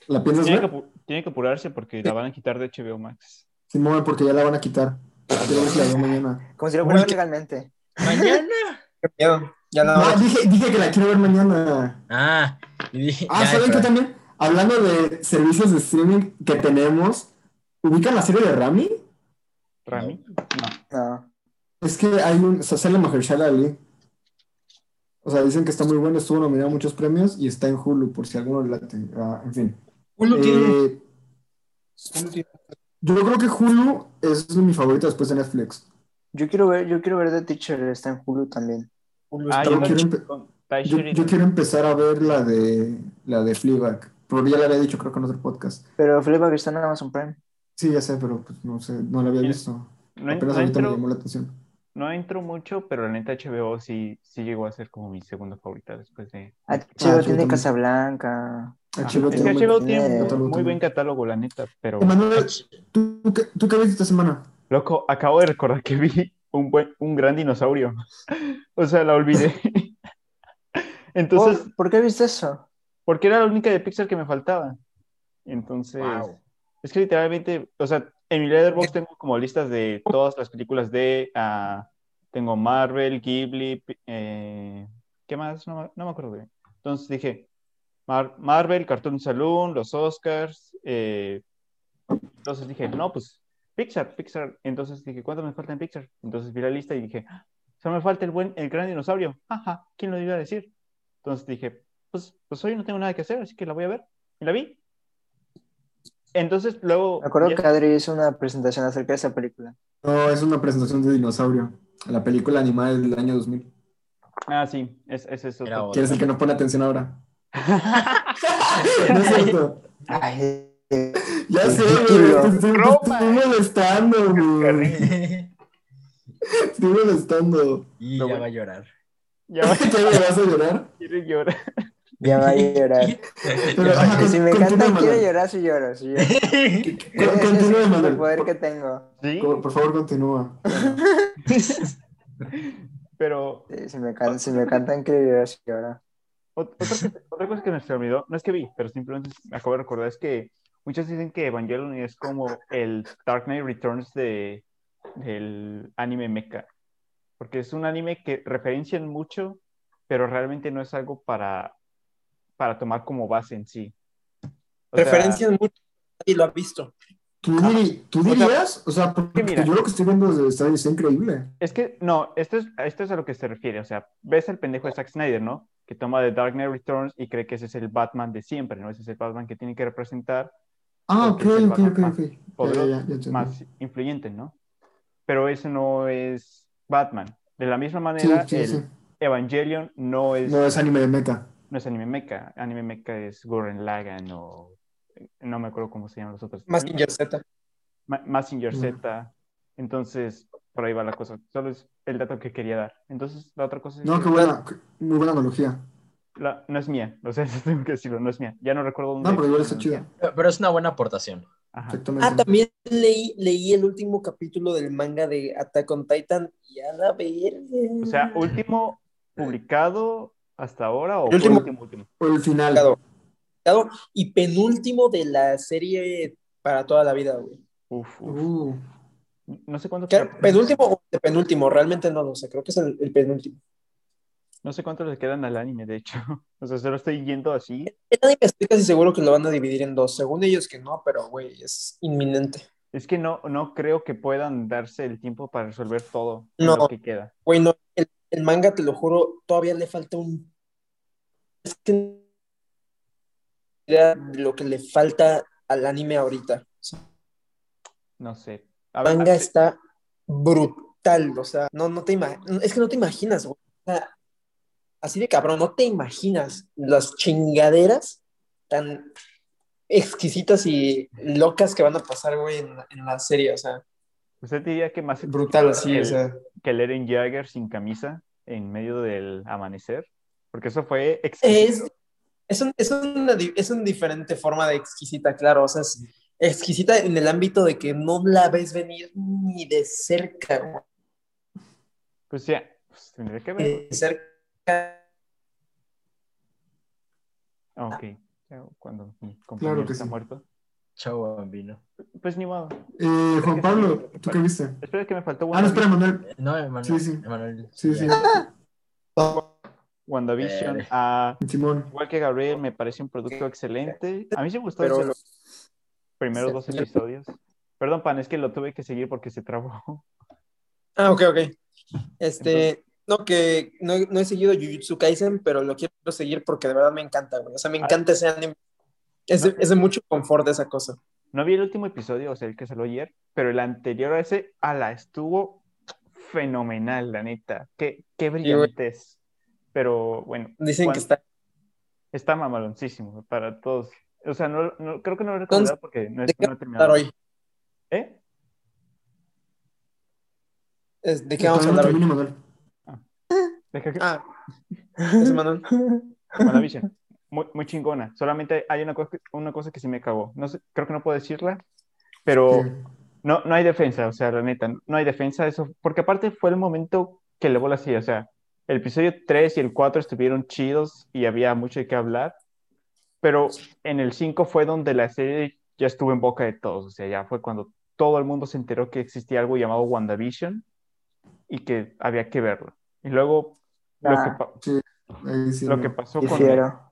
¿La piensas Tiene ver? que, apu- tiene que apurarse porque la van a quitar de HBO Max. Simón, porque ya la van a quitar. Yo la veo mañana. Como si lo fuera Uy, qué- legalmente. Mañana. Qué miedo. Ya no. No, dije, dije que la quiero ver mañana. Ah, y dije. Ah, ya, ¿saben pero- qué también? Hablando de servicios de streaming que tenemos, ¿ubican la serie de Rami? Rami. No. Es que hay un. O sea, sale Mahershala Ali. O sea, dicen que está muy bueno, estuvo nominado a muchos premios y está en Hulu, por si alguno le late. Ah, en fin. Hulu Mm. tiene- Eh, Hulu tiene- yo creo que Hulu es mi favorita después de Netflix. Yo quiero ver, yo quiero ver The Teacher, está en Hulu también. Hulu Ah, está- yo Yo quiero, empe- también con Tai Yo, Sheridan. yo quiero empezar a ver la de la de Fleabag, pero ya la había dicho creo que en otro podcast. Pero Fleabag está en Amazon Prime. Sí, ya sé, pero pues no sé, no la había Mira, visto. No, en- Apenas no ahorita me llamó entro, la atención. no entro mucho, pero la neta HBO sí, sí llegó a ser como mi segunda favorita después de... HBO Ah, yo Ah, tiene también. Casablanca. Ah, HBO es que tiene HBO muy- tiene tiene- muy, catálogo muy también. buen catálogo, la neta, pero... Emanuel, ¿tú, tú qué, tú qué viste esta semana? Loco, acabo de recordar que vi un, buen, un gran dinosaurio. (laughs) O sea, la (laughs) olvidé. Entonces, Oh, ¿Por qué viste eso? porque era la única de Pixar que me faltaba. Entonces, Wow. es que literalmente, o sea, en mi Letterboxd tengo como listas de todas las películas de, ah, tengo Marvel, Ghibli, pi- eh, ¿qué más? No, me- no me acuerdo bien. Entonces dije, Mar- Marvel, Cartoon Saloon, los Oscars. eh, entonces dije, no, pues Pixar, Pixar. Entonces dije, ¿cuánto me falta en Pixar? Entonces vi la lista y dije, ¡Ah! solo me falta el buen, el gran dinosaurio. Ajá, ¿quién lo iba a decir? Entonces dije, pues, pues hoy no tengo nada que hacer, así que la voy a ver. Y la vi. Entonces luego... Me acuerdo ya- que Adri hizo una presentación acerca de esa película. No, es una presentación de dinosaurio. La película animada del año 2000. Ah, sí, es, es eso. Era ¿Quién es el que no pone (laughs) atención ahora? No es cierto. Ay, Ya sé, Ridículo. güey. te estoy- Te estoy eh. molestando, güey. Te estoy molestando. (laughs) y Lo ya bueno. va a llorar. Ya (laughs) ¿Qué vas a llorar? quiere (laughs) llorar. ya va a (laughs) llorar. Pero, ajá, Que si me continúa, encanta, quiero Manuel. llorar, si lloro. Si (laughs) lloro. Con- Ese es Continúa, el Manuel. superpoder que tengo. Sí, Por, por favor, continúa. pero Sí, si, me can- si me cantan, quiero llorar, si lloro. Ot- Otra, cosa- otra cosa que me se olvidó, no es que vi, pero simplemente me acabo de recordar, es que muchos dicen que Evangelion es como el Dark Knight Returns de, del anime mecha, porque es un anime que referencian mucho, pero realmente no es algo para, para tomar como base en sí. O sea, Referencias mucho y lo ha visto. ¿Tú, diri- tú Ah, O sea, dirías? O sea, porque mira. yo lo que estoy viendo desde el estadio está increíble. Es que, no, esto es, a esto es a lo que se refiere. O sea, ves al pendejo de Zack Snyder, ¿no? Que toma The Dark Knight Returns y cree que ese es el Batman de siempre, ¿no? Ese es el Batman que tiene que representar Ah, ok, Porque es el ok, ok, Batman ok. Ya, poderoso, ya, ya, ya entendí. más influyente, ¿no? Pero ese no es Batman. De la misma manera, Sí, sí, el sí. Evangelion no es, No no. es anime de mecha. es anime mecha. Anime mecha es Gurren Lagann o... No me acuerdo cómo se llaman los otros. Más que Z. Ma- Mazinger Ujú. Z. Entonces, por ahí va la cosa. Solo es el dato que quería dar. Entonces, la otra cosa es No, que qué buena, qué- muy buena analogía. la- no es mía. (laughs) O sea, tengo que decirlo, no es mía. Ya no recuerdo dónde. No, pero igual está chida. Pero es una buena aportación. Ajá. Ah, Exactamente. también leí, leí el último capítulo del manga de Attack on Titan y a la verga. O sea, último publicado hasta ahora o El último. último, último. Por el final. Claro. Claro, y penúltimo de la serie para toda la vida, güey. Uf, uf. Uh, No sé cuánto. ¿Qué- ¿Penúltimo o de penúltimo? Realmente no lo sé, creo que es el, el penúltimo. No sé cuánto le quedan al anime, de hecho. (laughs) O sea, solo estoy yendo así. El anime estoy casi seguro que lo van a dividir en dos, según ellos que no, pero güey, es inminente. Es que no, no creo que puedan darse el tiempo para resolver todo No. lo que queda. Güey, no, el, el manga, te lo juro, todavía le falta un... Es que... Lo que le falta al anime ahorita. O sea, No sé. A El ver, manga a- está brutal, o sea, no, no te ima- es que no te imaginas, güey. O sea, así de cabrón, no te imaginas las chingaderas tan exquisitas y locas que van a pasar, güey, en, en la serie, o sea, ¿Usted diría que más brutal así, o el- sea. que el Eren Jagger sin camisa en medio del amanecer? Porque eso fue exquisito. Es, es, un- es una, di- es una diferente forma de exquisita, claro. O sea, es exquisita en el ámbito de que no la ves venir ni de cerca, güey, Pues ya, pues tendría que ni ver. de cerca. Ah, Ok. Ya, Cuando mi compañero Claro que está sí. muerto. Chau, bambino. Pues ni modo. eh, Juan Pablo, ¿tú qué viste? Espera que me faltó Ah, no, espera, Manuel. No, Emanuel. Sí, sí. Emanuel, Sí, sí. WandaVision. Eh. Ah, Simón. igual que Gabriel, me parece un producto excelente. A mí sí me gustó Pero ese- lo- primeros Sí. dos episodios. Perdón, Pan, es que lo tuve que seguir porque se trabó. (laughs) Ah, ok, ok. Este, no, que no, he- no he seguido Jujutsu Kaisen, pero lo quiero seguir porque de verdad me encanta, güey. O sea, me encanta ese anime. Es de, es de mucho confort esa cosa. No vi el último episodio, o sea, el que salió ayer, pero el anterior a ese, ala, estuvo fenomenal, la neta. Qué, qué güey. brillantez. Pero bueno, Dicen Juan, que está. está mamaloncísimo para todos. O sea, no, no- creo que no lo he recomendado porque no, es- ¿de qué no he hablar terminado. hoy? ¿Eh? Es- ¿De qué vamos a Todavía no hablar hoy? termina, Manuel. Deja que- Ah, ese Manuel. WandaVision. Muy, muy chingona. Solamente hay una cosa, que- una cosa que sí me cagó. No sé, creo que no puedo decirla, pero Sí. No, no hay defensa, o sea, la neta, no hay defensa. Eso, porque aparte fue el momento que elevó la silla, o sea, el episodio 3 y el 4 estuvieron chidos y había mucho de qué hablar, pero en el 5 fue donde la serie ya estuvo en boca de todos, o sea, ya fue cuando todo el mundo se enteró que existía algo llamado WandaVision y que había que verlo. Y luego lo, Ah, que, pa- sí, ahí sí lo no. que pasó Yo con, fiero.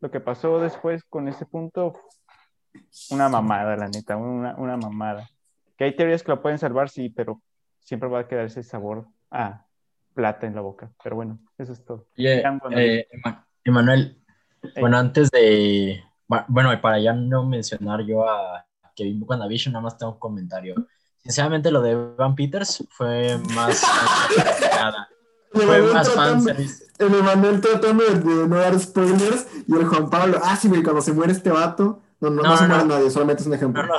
lo que pasó después con ese punto, una mamada, la neta, una, una mamada. Que hay teorías que lo pueden salvar, sí, pero siempre va a quedar ese sabor a plata en la boca. Pero bueno, eso es todo. Oye, Tan bueno. eh, Ema- Emanuel, Ey. bueno, antes de. ba- Bueno, y para ya no mencionar yo a Kevin WandaVision, nada más tengo un comentario. Sinceramente, lo de Van Peters fue (laughs) más. nada, El fue Emanuel más tratando- fanservice. el Emanuel tratando de, de no dar spoilers y el Juan Pablo, ah, sí, güey, cuando se muere este vato, no, no, No, no se no, muere no. nadie, solamente es un No, ejemplo. no,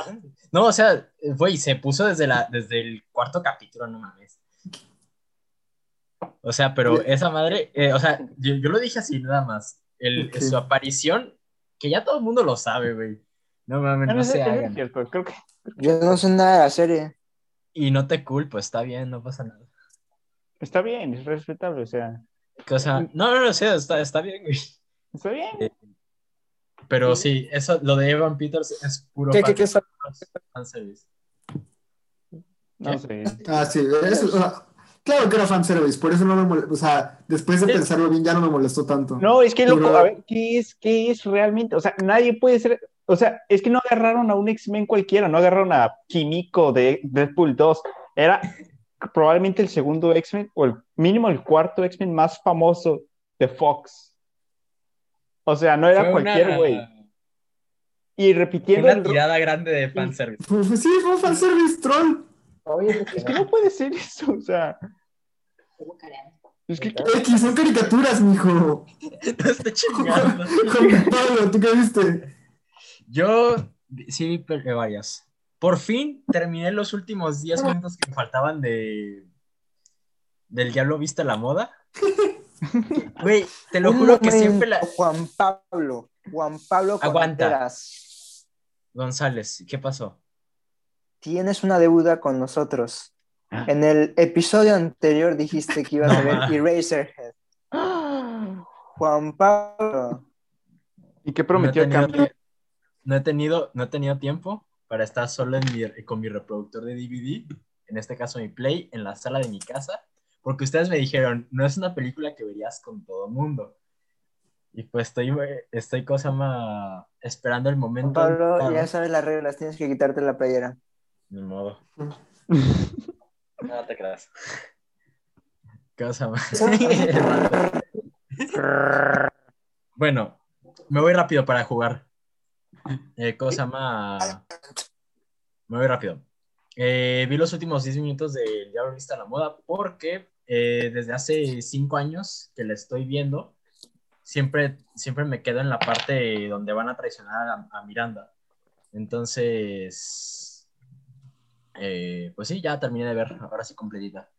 no, o sea, güey, se puso desde, la, desde el cuarto capítulo, no mames. O sea, pero esa madre, eh, o sea, yo, yo lo dije así nada más. El, Ok. Su aparición, que ya todo el mundo lo sabe, güey. No mames, No, no, no sé, se eso es hagan. cierto, creo que Yo no sé nada de la serie. Y no te culpo, está bien, no pasa nada. está bien, es respetable, o sea, Que, O sea, no, no, no, o sea, está, está bien, güey. está bien. Pero sí, eso, lo de Evan Peters es puro ¿Qué, qué, qué es- fanservice. No sé. Ah, sí, eso, o sea, claro que era fanservice, por eso no me molestó, o sea, después de Sí. pensarlo bien ya no me molestó tanto. No, es que Pero- loco, a ver, ¿qué es, qué es realmente? O sea, nadie puede ser, o sea, es que no agarraron a un X-Men cualquiera, no agarraron a Químico de Deadpool 2, era probablemente el segundo X-Men, o el mínimo el cuarto X-Men más famoso de Fox. O sea, no era Fue cualquier una- güey. Y repitieron Una el... ro- tirada grande de (laughs) fanservice. Fue- fue- sí, fue un fanservice troll. Oye, Es que no puede ser eso, o sea, es que... X, son caricaturas, mijo. No estoy chingando. Juan Pablo, ¿tú qué viste? Yo sí vi pe- varias. Por fin terminé los últimos 10 minutos que me faltaban de. Del Diablo Viste la Moda. Güey, te lo Un juro que momento, siempre la. Juan Pablo. Juan Pablo Aguanta. Contreras, González, ¿qué pasó? Tienes una deuda con nosotros. Ah. En el episodio anterior dijiste que ibas No, a ver ma. Eraserhead. Juan Pablo. ¡Ah! ¿Y qué prometió no he a tenido, cambio? tie- no he tenido, no he tenido tiempo para estar solo en mi- con mi reproductor de DVD, en este caso mi Play, en la sala de mi casa, porque ustedes me dijeron, no es una película que verías con todo el mundo. Y pues estoy, eh, estoy cosa más, esperando el Juan momento. Pablo, indicado. ya sabes las reglas, tienes que quitarte la playera. Ni modo. No te creas. Cosa más. bueno, me voy rápido para jugar. Eh, cosa más. Me voy rápido. Eh, vi los últimos 10 minutos de Diablo Vista a la Moda porque eh, desde hace 5 años que la estoy viendo, siempre, siempre me quedo en la parte donde van a traicionar a- a Miranda. Entonces, eh, pues sí, ya terminé de ver, ahora sí completita.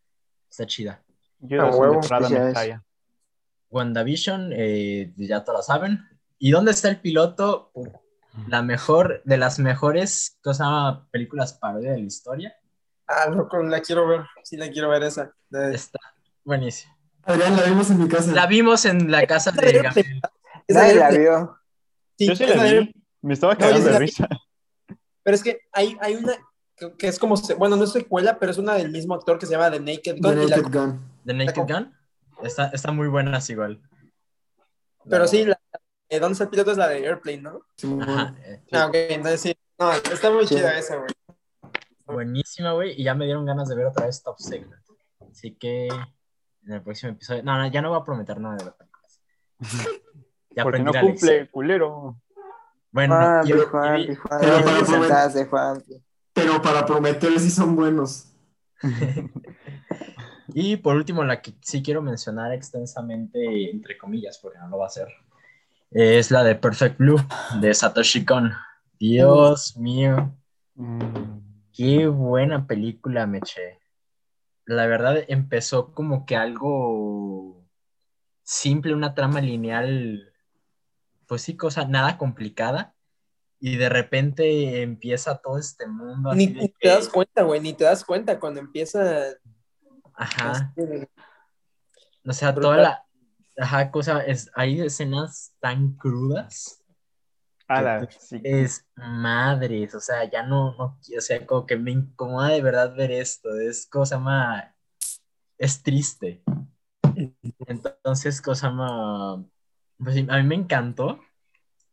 Está chida. Yo A de su huevo, temporada me felicidades. falla. WandaVision, eh, ya todos la saben. ¿Y dónde está el piloto? La mejor, de las mejores, cosa, películas parodia de la historia. Ah, loco, la quiero ver. Sí, la quiero ver esa. De- Está buenísimo. Adrián, la vimos en mi casa. La vimos en la casa de Gabriel. esa Nadie de- la vio. sí, Yo sí la esa de- vi, me estaba yo cagando sí de la vi. risa. Pero es que hay, hay una que, que es como, se- bueno, no es secuela, pero es una del mismo actor que se llama The Naked The Gun. y la- Naked Gun. The Naked Gun. Está, está muy buena, es igual. pero sí, la, eh, ¿dónde está el piloto? Es la de Airplane, ¿no? Simón. Ajá, eh, Ah, ok, entonces sí. No, está muy Sí. chida esa, güey. Buenísima, güey. Y ya me dieron ganas de ver otra vez Top Secret. Así que en el próximo episodio. No, no, ya no voy a prometer nada de las películas. (laughs) Ya Porque no aprendí la lección. cumple, Ah, pues, culero. Bueno, Juanpi, y- y- Juanpi, Pero para Juanpi, probar- sentadas de Juanpi. Pero para prometer sí son buenos. y por último, la que sí quiero mencionar extensamente, entre comillas, porque no lo va a hacer, es la de Perfect Blue de Satoshi Kon. Dios mío, Mm. qué buena película me eché. La verdad, empezó como que algo simple, una trama lineal, pues sí, cosa nada complicada. y de repente empieza todo este mundo así Ni, de ni que- te das cuenta, güey, ni te das cuenta cuando empieza. Ajá. este, O sea, Pero toda está- la. Ajá, cosa. Es, hay escenas tan crudas. A la, sí. Es madres. O sea, ya no, no. qui- O sea, como que me incomoda de verdad ver esto. Es cosa más. Es triste. Entonces, cosa más. Pues sí, a mí me encantó.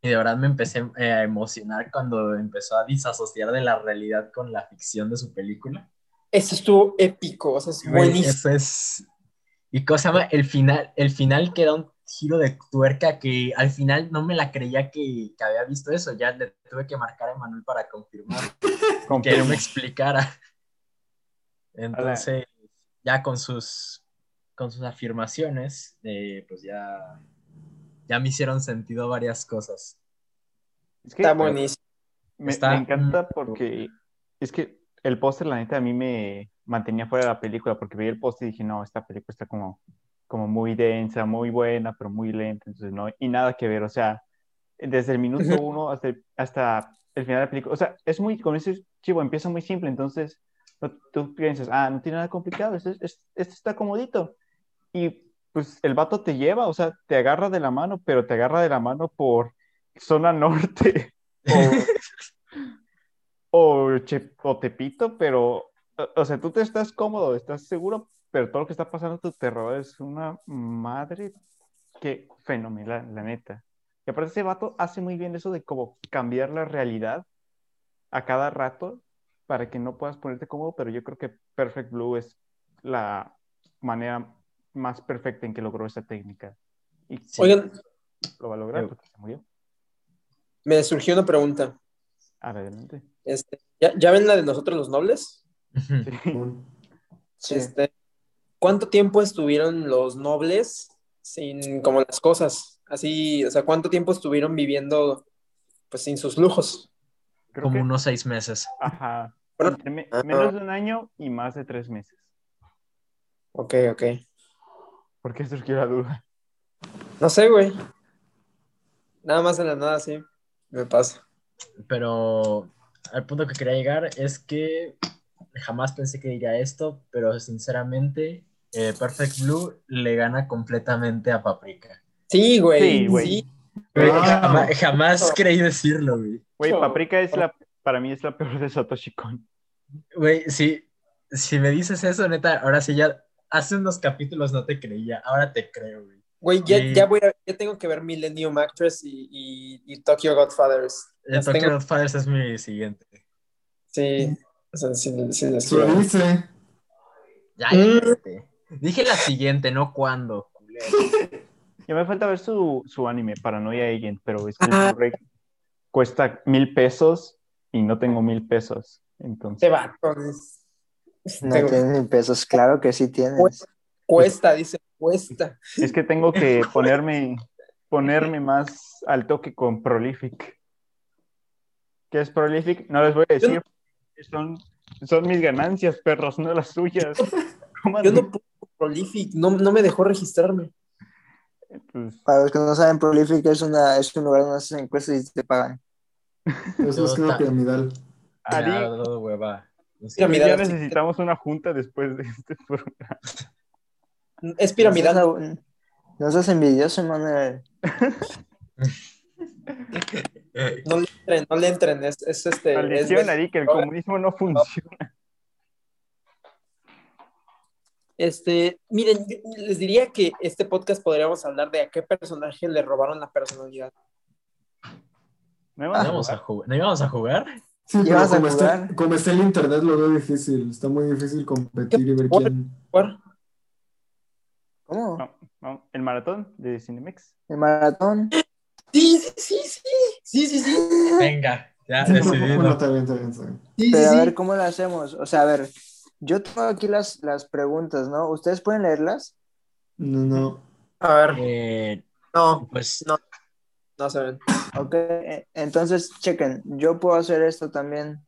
Y de verdad me empecé eh, a emocionar cuando empezó a disasociar de la realidad con la ficción de su película. Eso estuvo épico, o sea, es Güey, buenísimo. Eso es. Y cosa más, el final, el final que da un giro de tuerca que al final no me la creía que, que había visto eso. Ya le tuve que marcar a Emanuel para confirmar que él me explicara. Entonces, ya con sus con sus afirmaciones, eh, pues ya, ya me hicieron sentido varias cosas. Es que tá Está buenísimo. me, Está- me encanta porque es que el póster, la neta, a mí me mantenía fuera de la película porque veía el póster y dije, no, esta película está como, como muy densa, muy buena, pero muy lenta, entonces no, y nada que ver, o sea, desde el minuto uno hasta el, hasta el final de la película, o sea, es muy, como dices, chivo, empieza muy simple, entonces no- tú piensas, ah, no tiene nada complicado, esto, es- es- esto está comodito, y pues el vato te lleva, o sea, te agarra de la mano, pero te agarra de la mano por zona (laughs) norte. O, o, Che- o Tepito, pero, o, o sea, tú te estás cómodo, estás seguro, pero todo lo que está pasando a tu terror es una madre que fenomenal, la neta. Y aparte ese vato hace muy bien eso de como cambiar la realidad a cada rato para que no puedas ponerte cómodo, pero yo creo que Perfect Blue es la manera más perfecta en que logró esa técnica. Y Sí. Oigan, lo va a lograr porque se murió. me surgió una pregunta. Adelante. (laughs) Este, ¿ya, ya ven la de nosotros los nobles? Ujú. Este, ¿Cuánto tiempo estuvieron los nobles sin como las cosas? Así, o sea, ¿cuánto tiempo estuvieron viviendo pues sin sus lujos? Creo Como que- unos seis meses. Ajá. Bueno, ah, Entre me- menos de un año y más de tres meses. Ok, ok. ¿Por qué surgió la duda? No sé, güey. Nada más de la nada, sí. Me pasa. pero al punto que quería llegar es que jamás pensé que diría esto, pero sinceramente eh, Perfect Blue le gana completamente a Paprika. Sí, güey. Sí, güey. Güey, Wow. jama- jamás creí decirlo, güey. Güey, Yo- Paprika es la, para mí es la peor de Satoshi Kon. Güey, si, si me dices eso, neta, ahora sí ya hace unos capítulos no te creía, ahora te creo, güey. Güey, ya, Sí. ya voy a- ya tengo que ver Millennium Actress y, y- y Tokyo Godfathers. El Las Tokyo tengo- Godfathers es mi siguiente. Sí. O sea, sí, sí las quiero ver. Suavice. Ya, Mm. cállate. Dije la siguiente, no cuándo. culero. Ya me falta ver su, su anime, Paranoia Agent, pero es que el Ah. Blu-ray cuesta mil pesos y no tengo mil pesos. Este Entonces, vato. No Tengo- tienes ni pesos, claro que sí tienes. Cuesta, dice, cuesta. es que tengo que (laughs) ponerme, ponerme más al toque con Prolific. ¿Qué es Prolific? No les voy a decir. Son, son mis ganancias, perros, no las (laughs) suyas. Ah, Yo no puse prolific, no, no me dejó registrarme. Pues, Para los que no saben, Prolific es, una, es un lugar donde haces encuestas y te pagan. Es más que una piramidal. Ari, Ya, todo hueva. No sé. Mira, mira. Ah, Pues ya sí. necesitamos una junta después de este (laughs) programa. Es piramidal. No seas- No seas envidioso, Manuel. Eh, No le entren, no le entren. Es, es este. es- Maldición, Ari, que el ahora- comunismo no funciona. este, miren, yo les diría que este podcast podríamos hablar de a qué personaje le robaron la personalidad. No ¿No hemos- íbamos a jugar? ¿No íbamos a jugar? Sí, ¿Y pero vas a como está, jugar? como está el internet lo veo difícil. Está muy difícil competir y ver quién. ¿Por? No. ¿Cómo? no, Ah, el maratón de Cinemex. ¿El maratón? Sí, sí, sí, sí. Sí, sí, sí. Venga, ya Sí, pero- bueno, decidido. está bien, está bien, está bien. sí, Pero a sí. ver, ¿cómo lo hacemos? O sea, a ver, yo tengo aquí las, las preguntas, ¿no? ¿Ustedes pueden leerlas? No, no. A ver, Eh, no, pues no se ven. Ok, eh, entonces chequen, yo puedo hacer esto también,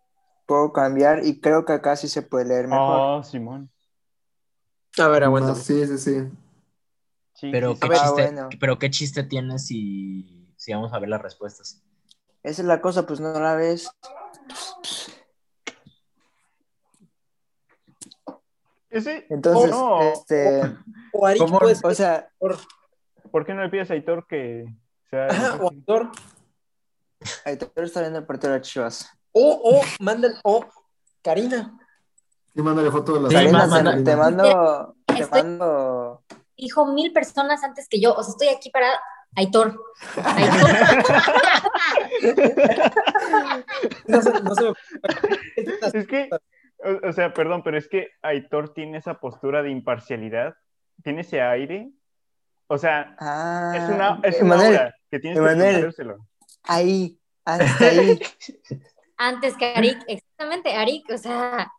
puedo cambiar y creo que acá sí se puede leer mejor. Oh, Simón. A ver, aguanta. No, Ah, sí, sí, sí. Sí, Pero sí, qué sí. ver, chiste, bueno. pero qué chiste tiene si, si vamos a ver las respuestas. Esa es la cosa, pues no la ves. Ese- Entonces, oh, no. este, O Ari, ¿Cómo? puedes o sea, ¿Por qué no le pides a Aitor que (laughs) sea... Ajá, o actor. Aitor está viendo el partido de las Chivas. O, o, mandan, o, Karina. Sí, mándale foto de las Sí, Karina, ma- manda- te, te mando, te Estoy- mando, Dijo mil personas antes que yo. O sea, estoy aquí para Aitor. Aitor. No se, no se me... Es que, o, o sea, perdón, pero es que Aitor tiene esa postura de imparcialidad, tiene ese aire. O sea, ah, es una, es una Emanuel, aura que tienes Emanuel. que ponérselo. ahí, hasta ahí. Antes que Arik. Exactamente, Arik. O sea,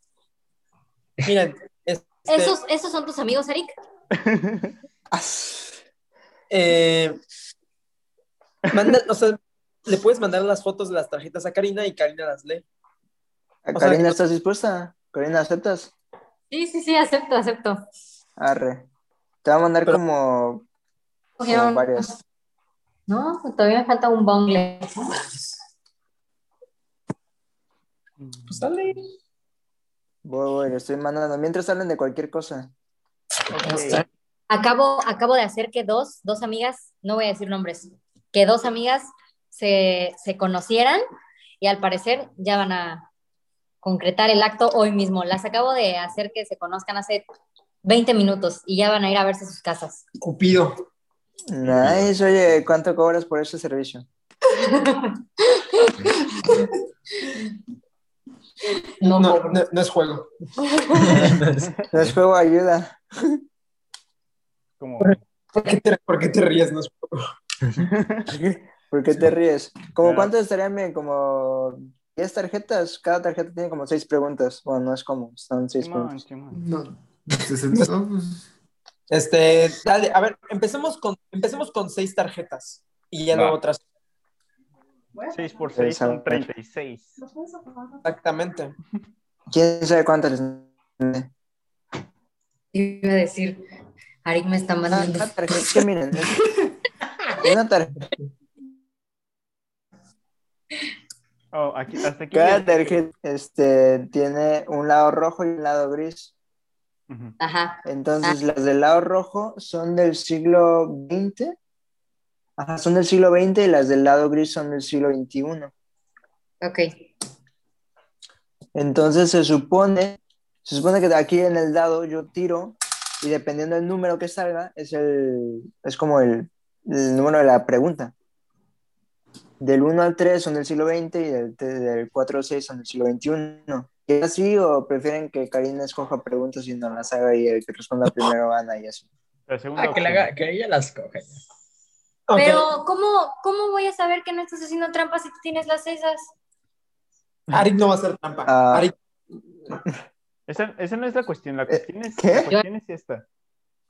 (laughs) Miren, este, ¿esos, esos son tus amigos, Arik. eh, manda- o sea, le puedes mandar las fotos de las tarjetas a Karina y Karina las lee. O sea, Karina, que- ¿estás dispuesta? Karina, ¿aceptas? Sí, sí, sí, acepto, acepto. Arre. Te va a mandar Pero- como, como Cogieron- varias. No, todavía me falta un bongle. Pues dale. Voy, voy, le estoy mandando. Mientras hablen de cualquier cosa. Ok. Acabo, acabo de hacer que dos, dos amigas, no voy a decir nombres, que dos amigas se, se conocieran y al parecer ya van a concretar el acto hoy mismo. Las acabo de hacer que se conozcan hace 20 minutos y ya van a ir a verse a sus casas. Cupido. Nice, oye, ¿cuánto cobras por ese servicio? No, no, no, no es juego. (laughs) No es juego, ayuda. Como, ¿Por qué te, por qué te ríes? No es juego. ¿Por qué te ríes? ¿Como Claro. cuánto estarían bien? Como 10 tarjetas. Cada tarjeta tiene como 6 preguntas. Bueno, no es como, son 6 Simón, preguntas. Simón. No. 60, no, pues, Este, dale, a ver, empecemos con, empecemos con seis tarjetas y ya Va. luego otras. 6 por 6 son Exacto. 36. Exactamente. ¿Quién sabe cuántas les Iba a decir, Arik me está Una, mandando. una Ah, tarjeta, es que miren, es- una tarjeta, Oh, aquí, hasta aquí. cada tarjeta este, tiene un lado rojo y un lado gris. Ujú. Ajá, Entonces, las del lado rojo son del siglo XX. Ajá, son del siglo XX y las del lado gris son del siglo XXI. ok. Entonces se supone, se supone que aquí en el dado yo tiro y dependiendo del número que salga es el es como el, el número de la pregunta. Del 1 al 3 son del siglo XX y del, del 4 al 6 son del siglo XXI. ¿Es así o prefieren que Karina escoja preguntas y no las haga y el que responda primero gana y así? La segunda Ah, que, la, opción. haga- que ella las coge. Ok, Pero, ¿cómo, ¿cómo voy a saber que no estás haciendo trampas si tú tienes las esas? Arik no va a hacer trampa. Ah. Arik, Esa, esa no es la cuestión, la cuestión es, ¿qué? la cuestión es esta.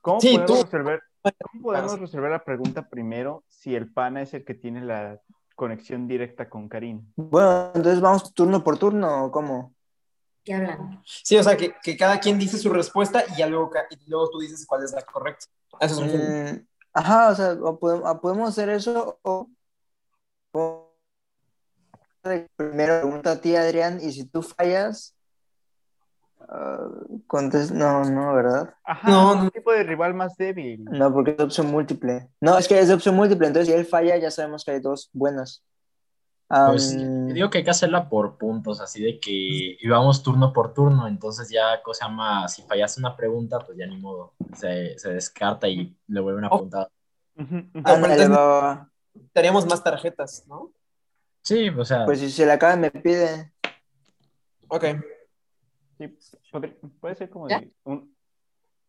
¿Cómo, Sí, podemos tú. resolver, ¿Cómo podemos resolver la pregunta primero si el pana es el que tiene la conexión directa con Karina? Bueno, entonces vamos turno por turno o cómo? ¿Qué hablan? sí, o sea, que, que cada quien dice su respuesta y ya luego, ca- y luego tú dices cuál es la correcta. Eso es un juego. Mm, ajá, o sea, o podemos, o podemos hacer eso o, o- primero pregunta a ti, Adrián, y si tú fallas, ah, contest- no, no, ¿verdad? Ajá, No, ¿qué no. tipo de rival más débil? No, porque es de opción múltiple. No, es que es de opción múltiple, entonces si él falla ya sabemos que hay dos buenas. Am, Pues yo digo que hay que hacerla por puntos, así de que íbamos turno por turno, entonces ya, cosa más, si fallas una pregunta, pues ya ni modo, se, se descarta y le vuelve una Oh. puntada. Ujú, ujú. Ah, ándale, entonces- va, va, va. Necesitaríamos más tarjetas, ¿no? Sí, o sea, Pues si se le acaba me pide. Ok. Sí, podri- puede ser como ¿Ya? de un-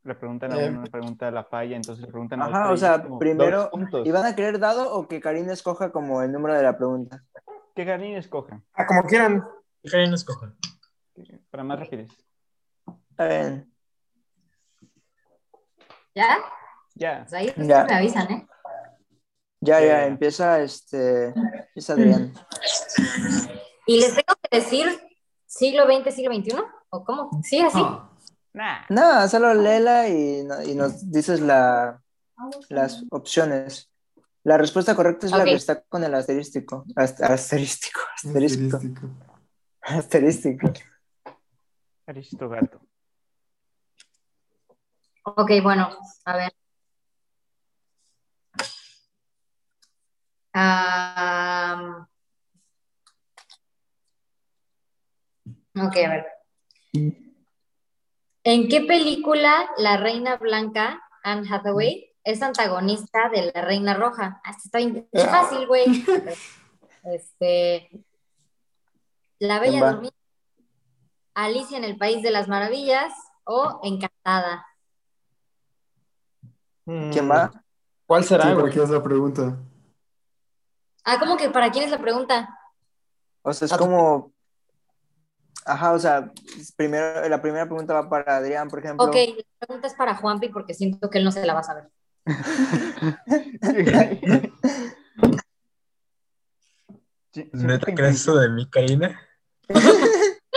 le preguntan a Eh, uno, le preguntan a la falla, entonces le preguntan a Ajá, otra y o sea, es como primero- dos puntos. ¿Y van a querer dado o que Karina escoja como el número de la pregunta? Que Karina escoja, Ah, como quieran. ¿qué nos coge? para más rapidez. Está bien. ¿Ya? Ya, Pues ahí ustedes Ya. me avisan, ¿eh? Ya, Ya, ya, ya. empieza este, mm. empieza Adrián. Y les tengo que decir siglo XX, siglo XXI, o cómo, sí, así. ah, nah. No, solo léela y, no- y nos dices la, las opciones. La respuesta correcta es la Ok. que está con el asterístico. Ast- asterístico, (laughs) asterístico, Asterístico. asterístico. Aristogato. Ok, bueno, a ver. Am. ok, a ver. ¿En qué película la reina blanca, Anne Hathaway, es antagonista de la reina roja? Ah, está bien es fácil, güey. Este, la Bella va? Dormida, Alicia en el País de las Maravillas o Encantada. Mm. ¿Quién va? Mm. ¿Cuál será, Sí, ¿por güey? qué es la pregunta? Ah, ¿cómo que para quién es la pregunta? O sea, es Ah, como. Ajá, o sea, es primero, la primera pregunta va para Adrián, por ejemplo. Ok, la pregunta es para Juanpi porque siento que él no se la va a saber. Sí, siento ¿Neta que crees eso de mí, Karina?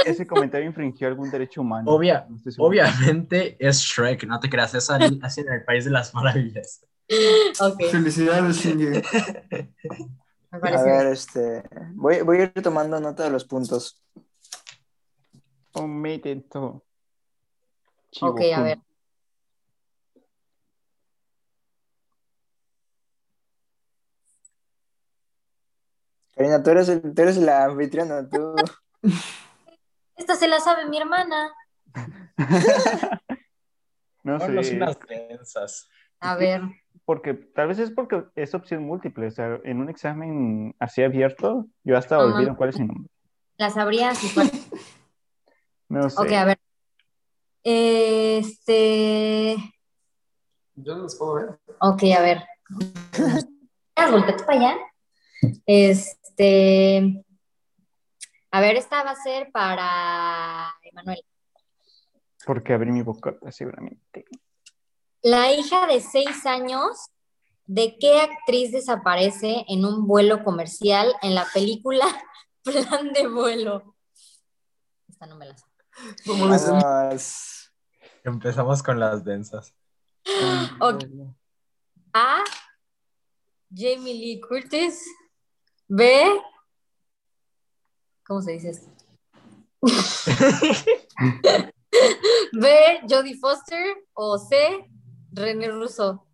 Ese comentario infringió algún derecho humano. Obvia- No estoy seguro. Obviamente es Shrek, no te creas, es Ali- es en el País de las Maravillas. (laughs) Ok, Felicidades, Shinji. me A parece. bien. ver, este. Voy, voy a ir tomando nota de los puntos. Omite todo. Chivo, Ok, a pum. ver. Karina, tú eres, el- tú eres la anfitriona, (laughs) tú. Esta se la sabe mi hermana. No Son sé, unas tensas. A ver, porque tal vez es porque es opción múltiple. O sea, en un examen así abierto, yo hasta No, olvido no. cuál es mi nombre. la sabría (laughs) si fuera. No sé. Ok, a ver. Este. Yo no los puedo ver. Ok, a ver. (laughs) Ah, voltea tú para allá. Este. A ver, esta va a ser para Emanuel. Porque abrí mi bocota, seguramente. La hija de seis años, ¿de qué actriz desaparece en un vuelo comercial en la película (laughs) Plan de Vuelo? Esta no me la sé. Pues, Vamos. Empezamos con las densas. Ok. A. Jamie Lee Curtis. B. ¿Cómo se dice esto? B. Jodie Foster. O C. René Russo.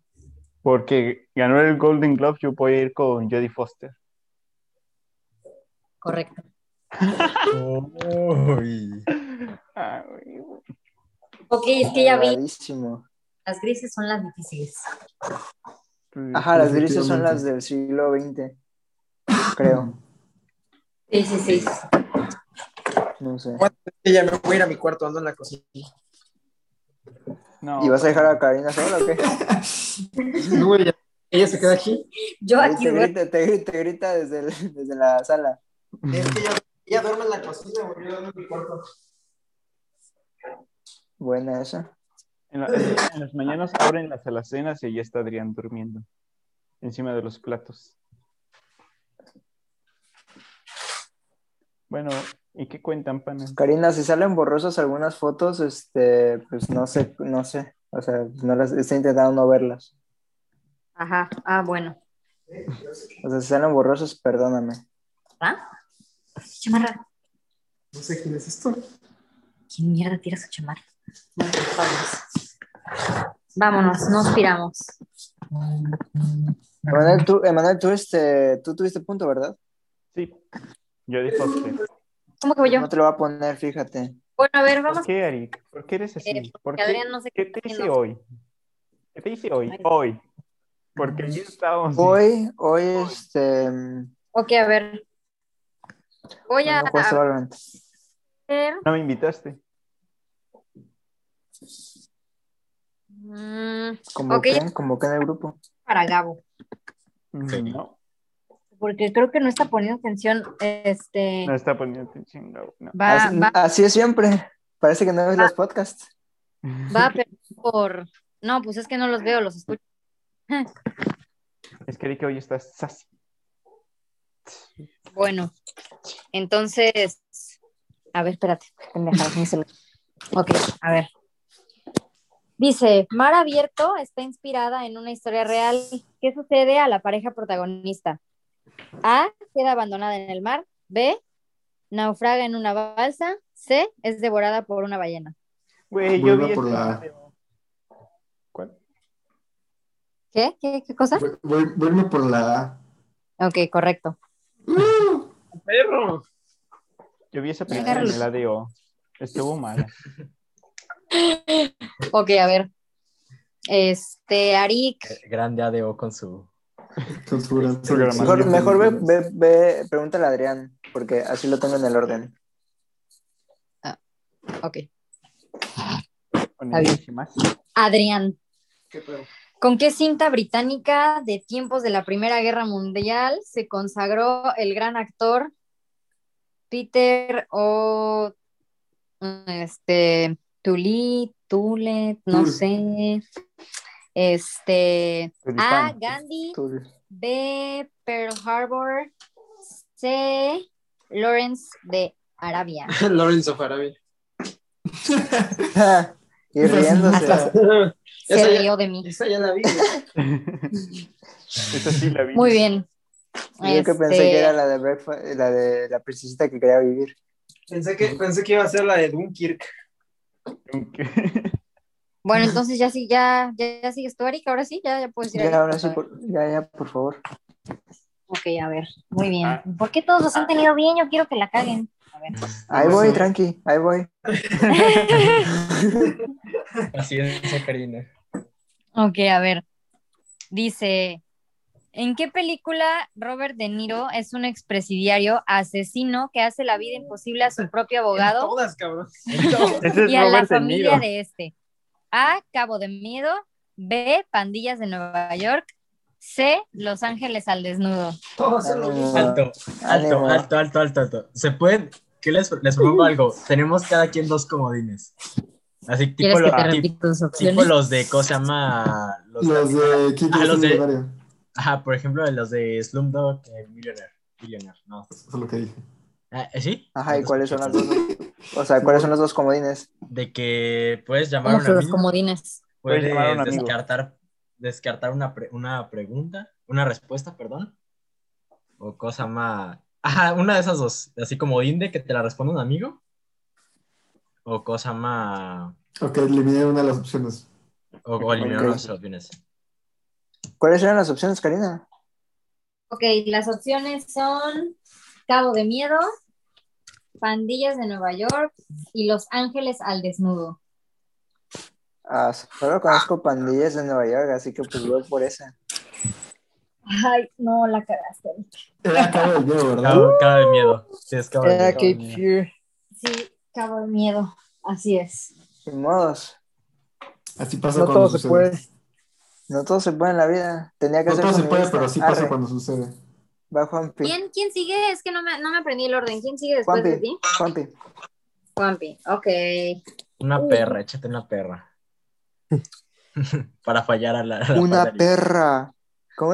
Porque ganó el Golden Globe, yo voy a ir con Jodie Foster. Correcto. Uy. Ah, güey. Ok, es que ya vi. Rarísimo. Las grises son las difíciles. Pues, Ajá, las grises son Definitivamente. las del siglo XX. Creo, Sí, sí, sí. no sé. Ella me voy a ir a mi cuarto, ando en la cocina. no. ¿Y vas a dejar a Karina sola o qué? No, güey, ya- ella se queda aquí. (laughs) Yo Ahí aquí te voy. grita, te grita, te grita desde, el- desde la sala. (laughs) Es que ella, ella duerme en la cocina, güey, yo duermo en mi cuarto. Buena esa. En, la- en las mañanas abren las alacenas y ahí está Adrián durmiendo. Encima de los platos. Bueno, ¿y qué cuentan, pana? Karina, si salen borrosas algunas fotos, este, pues no sé, no sé. O sea, no las, estoy intentando no verlas. Ajá. Ah, bueno. O sea, si salen borrosas, perdóname. ¿Va? Su chamarra. No sé quién es esto. ¿Quién mierda tira su chamarra? Bueno, Vámonos. Vámonos, nos piramos. Emanuel, tú, Emanuel, tú, este, tú tuviste punto, ¿verdad? Sí, yo dije Pues ¿Cómo que voy yo? No te lo va a poner, fíjate. Bueno, a ver, ¿Por vamos. qué, Ari? ¿Por qué eres así? Eh, ¿Por porque qué, Adrián no sé qué te hice no- hoy? ¿Qué te hice hoy? Hoy. Porque ayer estábamos. Hoy, hoy, este, Ok, a ver. Voy a no pues, pues, jugaste Valorant. hacer. No me invitaste. mm, Convoqué, convoqué en el grupo. para Gabo. Sí. Mm, No, Porque creo que no está poniendo atención. Este. no está poniendo atención. Gabo, no. Ah, Va, así, va, así es siempre. Parece que no ves los podcasts. va, pero por. No, pues es que no los veo, los escucho. (laughs) Es que Ari que hoy estás sassy. Bueno, entonces. A ver, espérate. pendeja, déjame hacerlo. Ok, a ver. Dice, Mar Abierto está inspirada en una historia real. ¿Qué sucede a la pareja protagonista? A, queda abandonada en el mar. B, naufraga en una balsa. C, es devorada por una ballena. Güey, yo Vuelve vi por este la- video. ¿Cuál? ¿Qué? ¿Qué, qué cosa? Vu- vu- Vuelve por la A. Ok, correcto. ¡Uh! Perro. Yo vi esa Mira, película en Carlos. el ADO. Estuvo mal. Ok, a ver. Este, Arik, Grande ADO con su. Con su Programación. gran selección de Mejor, mejor ve, películas. ve, ve- pregúntale a Adrián, porque así lo tengo en el orden. (laughs) ok. Con Está bien. más. Adrián, Qué (laughs) perro. ¿con qué cinta británica de tiempos de la Primera Guerra Mundial se consagró el gran actor Peter o este Tully, Tule, no Tul. sé. Este, A, Tulipán. Gandhi, Tú- B, Pearl Harbor, C, Lawrence de Arabia. Lorenzo Farabi. y riéndose. Se (laughs) Esa ya- rió de mí. Esa ya la vi. (laughs) Esa sí la vi. Muy bien. Yo que pensé Este, que era la de Breakfast, la de la princesita que quería vivir. Pensé (laughs) que, pensé que iba a ser la de Dunkirk. (laughs) (laughs) Bueno, entonces ya sí, ya, ya, ya sigues tú, Arik, ahora sí, ya, ya puedes ir. Ya, Arik. ahora sí, por- ya, ya, por favor. Ok, a ver, muy bien. Ah. ¿Por qué todos los han tenido bien? Yo quiero que (laughs) la caguen. A ver. Ahí voy, tranqui, ahí voy. Paciencia, (laughs) Karina. Ok, a ver. Dice, ¿en qué película Robert De Niro es un expresidiario asesino que hace la vida imposible a su propio En abogado Todas, cabrón. Ese es y a la Robert De Niro. familia de este? A, Cabo de Miedo, B, Pandillas de Nueva York, C, Los Ángeles al Desnudo. Todas son lo mismo. Ánimo, Alto, alto, ánimo. alto, alto, alto, alto. ¿Se pueden? ¿Qué les, les propongo algo? Tenemos cada quien dos comodines. Así tipo, ¿Quieres que lo- te tip- repita tus tipo opciones? los de, ¿cómo se llama? Los, Los de Kiki Ah, los de- Solidario. Ajá, por ejemplo, los de Slumdog eh, Millionaire. Millionaire, no. Eso es lo que dije. Ah, ¿eh, ¿Sí? Ajá, ¿y cuáles son las pues, dos? O sea, ¿cuáles son los dos comodines? De que puedes llamar a Como un los amigo, comodines. Puedes llamar a un puedes amigo. descartar, descartar una, pre- una pregunta, una respuesta, perdón, o cosa más... Ajá, una de esas dos, así como Inde, que te la responde un amigo, o cosa más... Ok, eliminé una de las opciones. O, o eliminar Ok. las opciones. ¿Cuáles eran las opciones, Karina? Ok, las opciones son Cabo de Miedo, Pandillas de Nueva York y Los Ángeles al Desnudo. Ah, solo conozco pandillas de Nueva York, así que pues voy por esa. Ay, no, la cagaste. Era Cabo de Miedo, ¿verdad? Cabo, cabo de miedo. Sí, es cabo de Era miedo. Cape Fear. Sí, Cabo de Miedo. Así es. Sin modos. Así pasa No cuando todo se sucede. puede. No todo se puede en la vida. Tenía que No ser todo se puede, feminista. pero sí pasa Arre, cuando sucede. Va Juanpi. ¿Quién, quién sigue? Es que no me, no me aprendí el orden. ¿Quién sigue después de Juanpi, ti? Juanpi. (laughs) Juanpi. Ok. Uh. Una perra, échate una perra. (laughs) Para fallar a la... a la Una pantalla. perra. ¿Cómo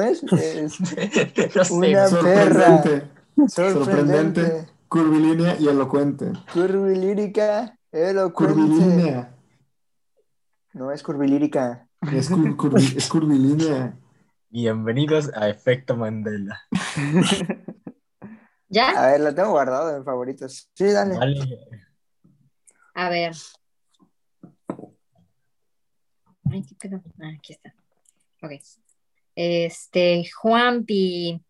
(laughs) es? Es (laughs) no sé, Una güey. Sorprendente, sorprendente. curvilínea y elocuente. Curvilírica. Elocuente. Curvilínea. No es curvilírica. Es, cur- curvi- es curvilínea. Bienvenidos a Efecto Mandela. ¿Ya? A ver, la tengo guardado en favoritos. Sí, dale. Vale. A ver. Ay, qué pedo. Ah, aquí está. Ok. Este, Juanpi.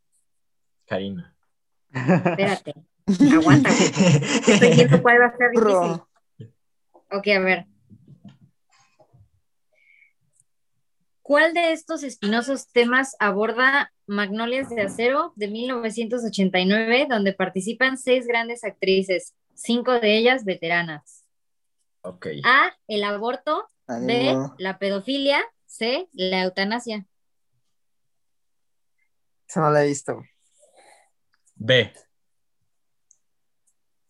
(laughs) Karina. (laughs) Espérate. Aguanta. güey. Estoy viendo cuál va a ser difícil. Pro. Ok, a ver. ¿Cuál de estos espinosos temas aborda Magnolias de Acero de 1989, donde participan seis grandes actrices, cinco de ellas veteranas? ok. A, el aborto, B, Ánimo. la pedofilia, C, la eutanasia. Esa no la he visto. B.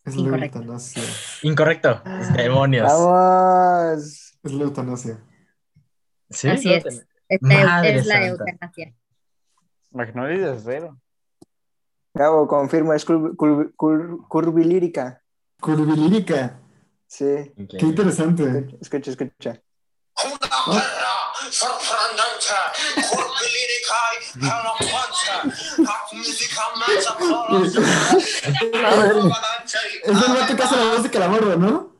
Es la Incorrecto. eutanasia. Incorrecto. Ah, Demonios. Vamos. Es la eutanasia. ¿Sí? Así ¿No? es. Es la, Madre es la santa. eutanasia. Magnolia de cero. Gabo, confirmo, es curv- curv- curv- curvilírica. Curvilírica. Sí. Qué Increíble. Eh, interesante. Escucha, escucha. ¡Sorprendente! Curvilírica y elocuente. Haz música mansa con los extravagantes. Es el vato que hace la voz de Calamardo, ¿no?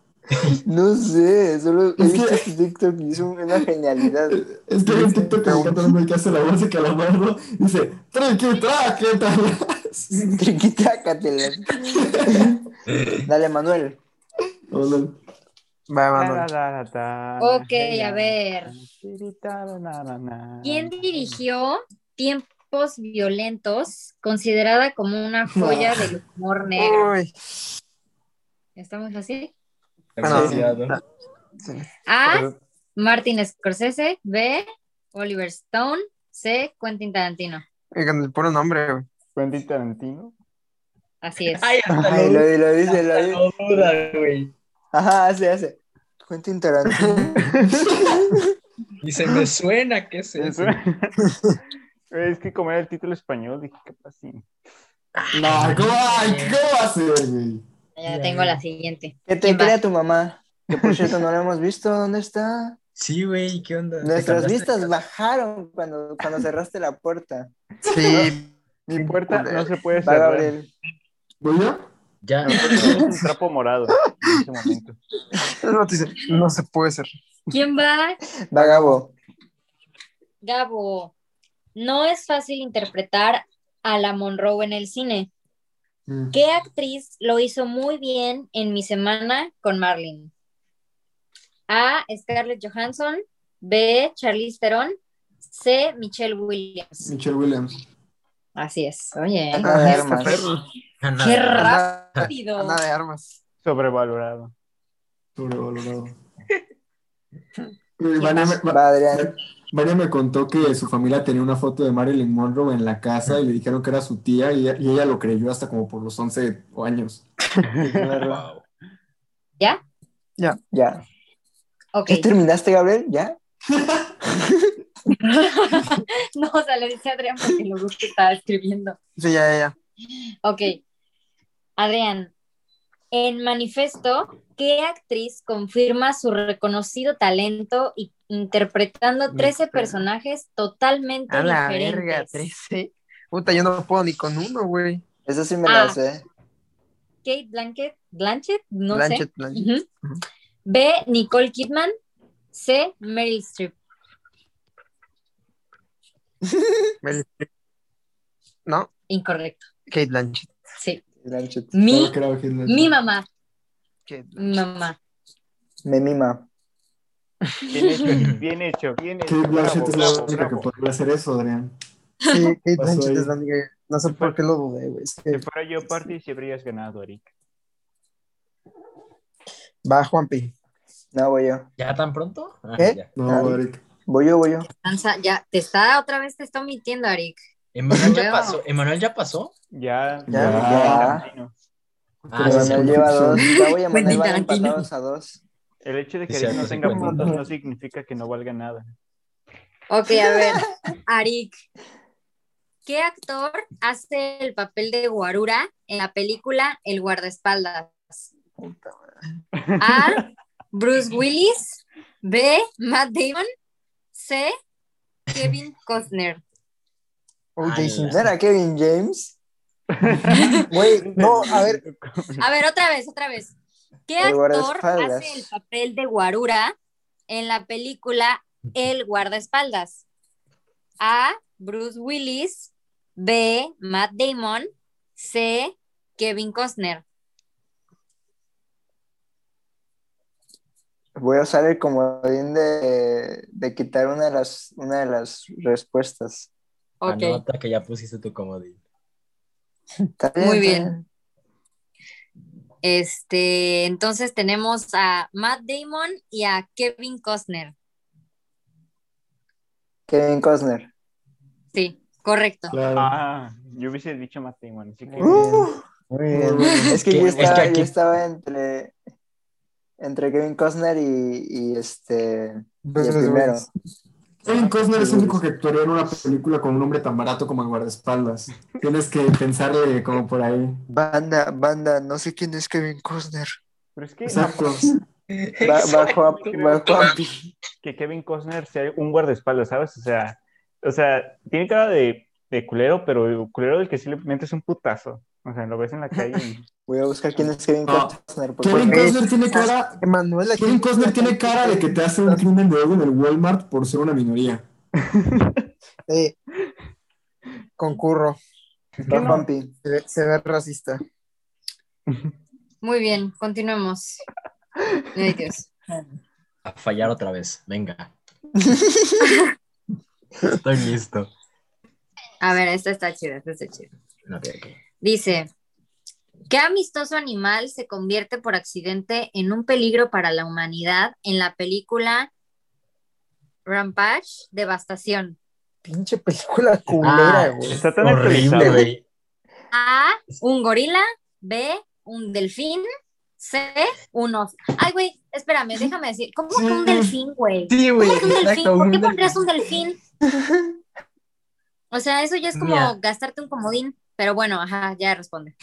No sé, solo he Es que- visto este TikTok y es un- una (laughs) genialidad. Es que hay un TikTok que me encanta el hombre que hace la voz de Calamardo. Dice, triqui, traque, tal. (laughs) Triquitácatela. (laughs) Dale, Manuel. No, no. Ah, Ta, Va, Manuel. ta, ta, ta, Ok, hey, a na, ver. na, na, na, na. ¿Quién dirigió Tiempos Violentos, considerada como una joya del humor negro? Uy, ¿Está muy fácil? Bueno, Demasiado. A. Pero- Martin Scorsese. B. Oliver Stone. C. Quentin Tarantino. con el puro nombre, güey. Quentin Tarantino. Así es. Ay, hasta Ay, lo, lo, lo dice, lo hasta (laughs) dice. lo duda, güey. Ajá, hace, hace. Quentin (laughs) Tarantino. Y se me suena que es eso. (laughs) (laughs) es que como era el título español, dije capaz sí. No, ¿cómo, ay, ¿cómo va a ser, güey? Ya tengo la siguiente. Que te ¿Quién va? crea tu mamá. Que por cierto no lo hemos visto. ¿Dónde está? Sí, güey, ¿qué onda? ¿Te Nuestras cambiaste? vistas bajaron cuando, cuando cerraste la (laughs) puerta. Sí. Mi puerta no se puede Va, cerrar. Gabriel. ¿Voy yo? Ya, Mi puerta es un trapo morado en ese momento. El vato dice, No se puede ser. ¿Quién va? Va, Gabo. Gabo, no es fácil interpretar a la Monroe en el cine. Mm. ¿Qué actriz lo hizo muy bien en Mi Semana con Marlene? A. Scarlett Johansson. B. Charlize Theron. C. Michelle Williams. Michelle Williams. Así es. Oye, Ana de Armas. Ana, qué Ana, rápido. Ana de armas. Sobrevalorado. Sobrevalorado. Güey, Vania me- Va- Va, Adrián. Vania me contó que su familia tenía una foto de Marilyn Monroe en la casa y le dijeron que era su tía y, y ella lo creyó hasta como por los 11 años. Wow. Ya. Ok. Este- ¿Ya terminaste, Gabriel? ¿Ya? (laughs) no, o sea, le dice a Adrián porque lo que estaba escribiendo. Sí, ya, ya, ya. Ok. Adrián, en Manifesto, ¿qué actriz confirma su reconocido talento y interpretando 13 personajes totalmente A la diferentes? verga, 13. Puta, yo no puedo ni con uno, güey. Eso sí me Ah. la sé. Kate Blanchett, Blanchett, no Blanchett, sé. Blanchett. Ujú. B. Nicole Kidman. C. Meryl Streep. (laughs) Meryl Streep. No, Incorrecto. Kate Blanchett. Sí. Blanchett. Mi, Claro que era Hitler. mi mamá. Kate Mi mamá. Me mima. Bien hecho, bien hecho, bien hecho. Kate Blanchett Bravo, es la bravo, única que bravo. podría hacer eso, Adrián. (laughs) Sí, Kate Pasó Blanchett ahí. es la única. No sé por qué lo dudé, güey. Es Si que fuera yo party, si habrías ganado, Eric. va Juanpi. No, voy yo. ¿Ya tan pronto? Ah, ¿Eh? ya. No, Ah. Eric. Voy yo, voy yo. Danza, ya, te está otra vez, te está mintiendo, Arik. ¿Emanuel ya Veo. pasó? ¿Emanuel ya pasó? Ya, Ya, ya. Tarantino. Ah, Pero sí, Manuel sí. lleva dos. Gabo y Manuel Quentin van Tarantino. empatados a dos. El hecho de que Sí, Eric no cierto, sí, tenga cuenta. puntos no significa que no valga nada. Ok, a ver, Arik. ¿Qué actor hace el papel de Guarura en la película El guardaespaldas? A. Bruce Willis. B. Matt Damon. C. Kevin Costner. Oh, Ala. Jason. ¿No era Kevin James? Güey, no, a ver. A ver, otra vez, otra vez. ¿Qué El actor guardaespaldas. hace el papel de Guarura en la película El guardaespaldas? A. Bruce Willis. B. Matt Damon. C. Kevin Costner. Voy a usar el comodín de, de quitar una de las, una de las respuestas. Ok. Anota Ah, que ya pusiste tu comodín. Está Muy está bien. Este, entonces tenemos a Matt Damon y a Kevin Costner. Kevin Costner. Sí, correcto. Claro. Ah, yo hubiese dicho Matt Damon, así que... Uh, Muy eh, bien. Es que Que- yo es que estaba, aquí- yo estaba entre, entre Kevin Costner y, y este. Y el primero. Kevin Costner es el único que actuaría en una película con un hombre tan barato como el guardaespaldas. Tienes que pensarle como por ahí. Banda, banda, no sé quién es Kevin Costner. Pero es que Exacto. ba- bajo, a- bajo a- que Kevin Costner sea un guardaespaldas, ¿sabes? O sea, o sea, tiene cara de, de culero, pero culero del que simplemente es un putazo. O sea, lo ves en la calle y... Voy a buscar quién es Kevin No. Costner. porque- Kevin Costner tiene cara. Emanuel, aquí- Kevin Costner tiene cara de que te hace un crimen de odio en el Walmart por ser una minoría. Sí. Concurro. Va, Pampi. Se ve, se ve racista. Muy bien, continuemos. Ay, Dios. A fallar otra vez, venga. Estoy listo. A ver, esta está chida, esta está chida. Ok, ok. Dice, ¿qué amistoso animal se convierte por accidente en un peligro para la humanidad en la película Rampage, Devastación? Pinche película culera, Ah, güey. Está tan Horrible, actualizado. güey. A, un gorila, B, un delfín, C, un oso. Ay, güey, espérame, déjame decir, ¿cómo que un delfín, güey? Sí, güey. ¿Cómo que un delfín? exacto, ¿Por un qué delfín. pondrías un delfín? O sea, eso ya es como Mira. gastarte un comodín, pero bueno, ajá, ya responde.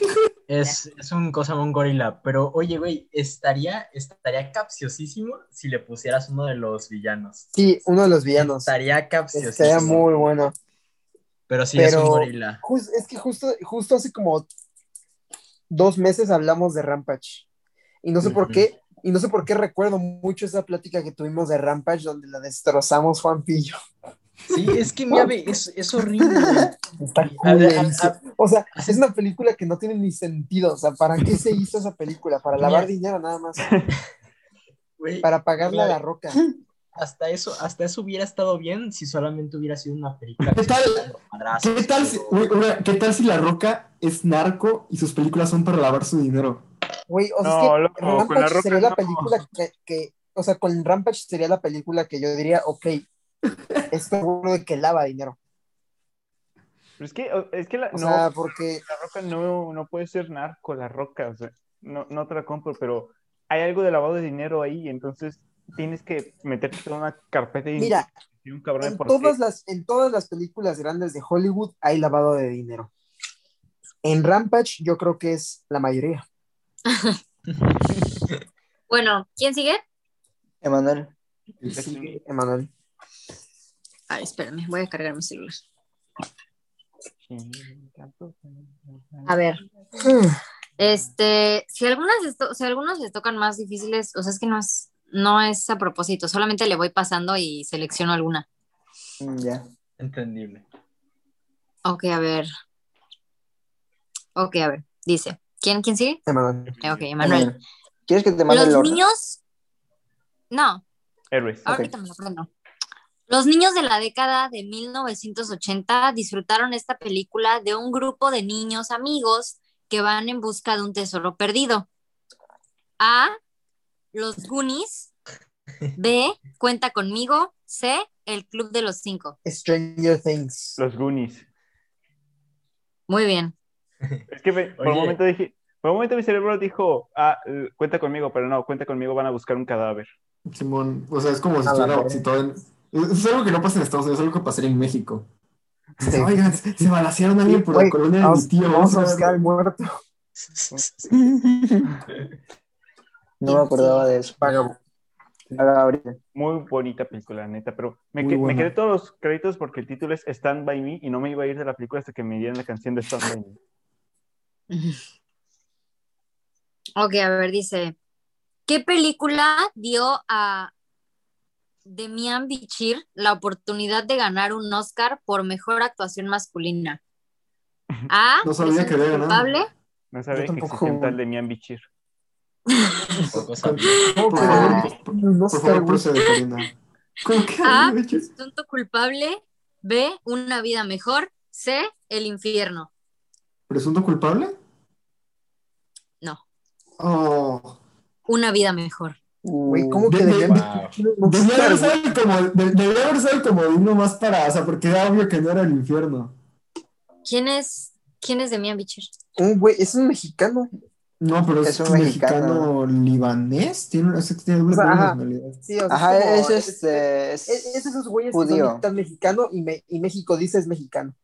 Es, es un cosa un gorila, pero oye, güey, estaría, estaría capciosísimo si le pusieras uno de los villanos. Sí, uno de los villanos. Estaría capciosísimo. Estaría muy bueno. Pero sí es pero- un gorila. Jus- es que justo, justo hace como dos meses hablamos de Rampage. Y no sé por Ujú. qué, y no sé por qué recuerdo mucho esa plática que tuvimos de Rampage donde la destrozamos Juan Pillo. Sí, es que mira, ve, es, es horrible. Está A ver, cool. a- a- O sea, es una película que no tiene ni sentido. O sea, ¿para qué se hizo esa película? Para lavar dinero nada más. güey, Para pagarle a la roca. hasta eso, hasta eso hubiera estado bien si solamente hubiera sido una película. ¿Qué tal- Madrazos, ¿Qué tal si, pero- uy, una- ¿qué tal si La Roca es narco y sus películas son para lavar su dinero? Güey, o sea, es No, que loco, con Rampage la roca sería la no. película que, que- o sea, con Rampage sería la película que yo diría, ok, es seguro de que lava dinero. Pero es que, o- es que la, O no, sea, porque la roca no, no puede ser narco, la roca, o sea, no, no te la compro, pero hay algo de lavado de dinero ahí, entonces tienes que meterte en una carpeta y Mira, y un cabrón de en por todas, qué. las, en todas las películas grandes de Hollywood hay lavado de dinero. En Rampage yo creo que es la mayoría. Bueno, ¿quién sigue? Emanuel. Sí, Emanuel. Ay, Ah, espérame, voy a cargar mi celular. A ver, este, si algunas esto- si algunos les tocan más difíciles, o sea, es que no es, no es a propósito, solamente le voy pasando y selecciono alguna. Mm, Ya. Entendible. Ok, a ver. Ok, a ver, dice. ¿Quién, quién sigue? Emanuel. Eh, Ok, Emanuel. Emanuel. ¿Quieres que te mande el Los orden? niños. No, Héroes. Ahorita me lo prendo. Los niños de la década de 1980 disfrutaron esta película de un grupo de niños amigos que van en busca de un tesoro perdido. A. Los Goonies. B. Cuenta conmigo. C. El Club de los Cinco. Stranger Things. Los Goonies. Muy bien. Es que me- por un Oye. momento dije, por un momento mi cerebro dijo, ah, eh, cuenta conmigo, pero no, cuenta conmigo, van a buscar un cadáver. Simón, o sea, es como si A la estuviera verga. oxitado en- Es algo que no pasa en Estados Unidos, es algo que pasaría en México. Sí. Oigan, se balacearon a alguien por Güey, la colonia de Vamos, mi tío. vamos vamos a a buscar al muerto. (laughs) No me acordaba de eso. Vagabundo. Ahora ahorita. Muy bonita película, neta, pero me, Muy que- me buena. quedé todos los créditos porque el título es Stand By Me y no me iba a ir de la película hasta que me dieran la canción de Stand By Me. Ok, a ver, dice. ¿Qué película dio a Demian Bichir la oportunidad de ganar un Oscar por mejor actuación masculina? A. No sabía Presunto que había ganado. culpable. No sabía que tampoco. existía un tal de Mian Bichir. Tampoco sabía. ¿Cómo Por que favor, no? por- Un por Oscar, favor, güey. procede, Corina. ¿Con qué Ah. había hecho eso? Presunto culpable. B. Una vida mejor. C. El infierno. ¿Presunto culpable? No. Oh. Una vida mejor. Güey, ¿cómo que De- de- debían Wow. de- un Debía Oscar, haber güey? sido el como- de- debía haber sido el comodín nomás para, o sea, porque era obvio que no era el infierno. ¿Quién es, quién es Demian Bichir? Un güey, es un mexicano. No, pero es, Es un mexicano. mexicano libanés. Tiene, es que tiene alguna O sea, ajá. nacionalidad. Sí, o sea, Mm. Ajá, como- es este. Es, Es, es esos güeyes que Judío. son mitad mexicano y, me- y México dice es (laughs) mexicano.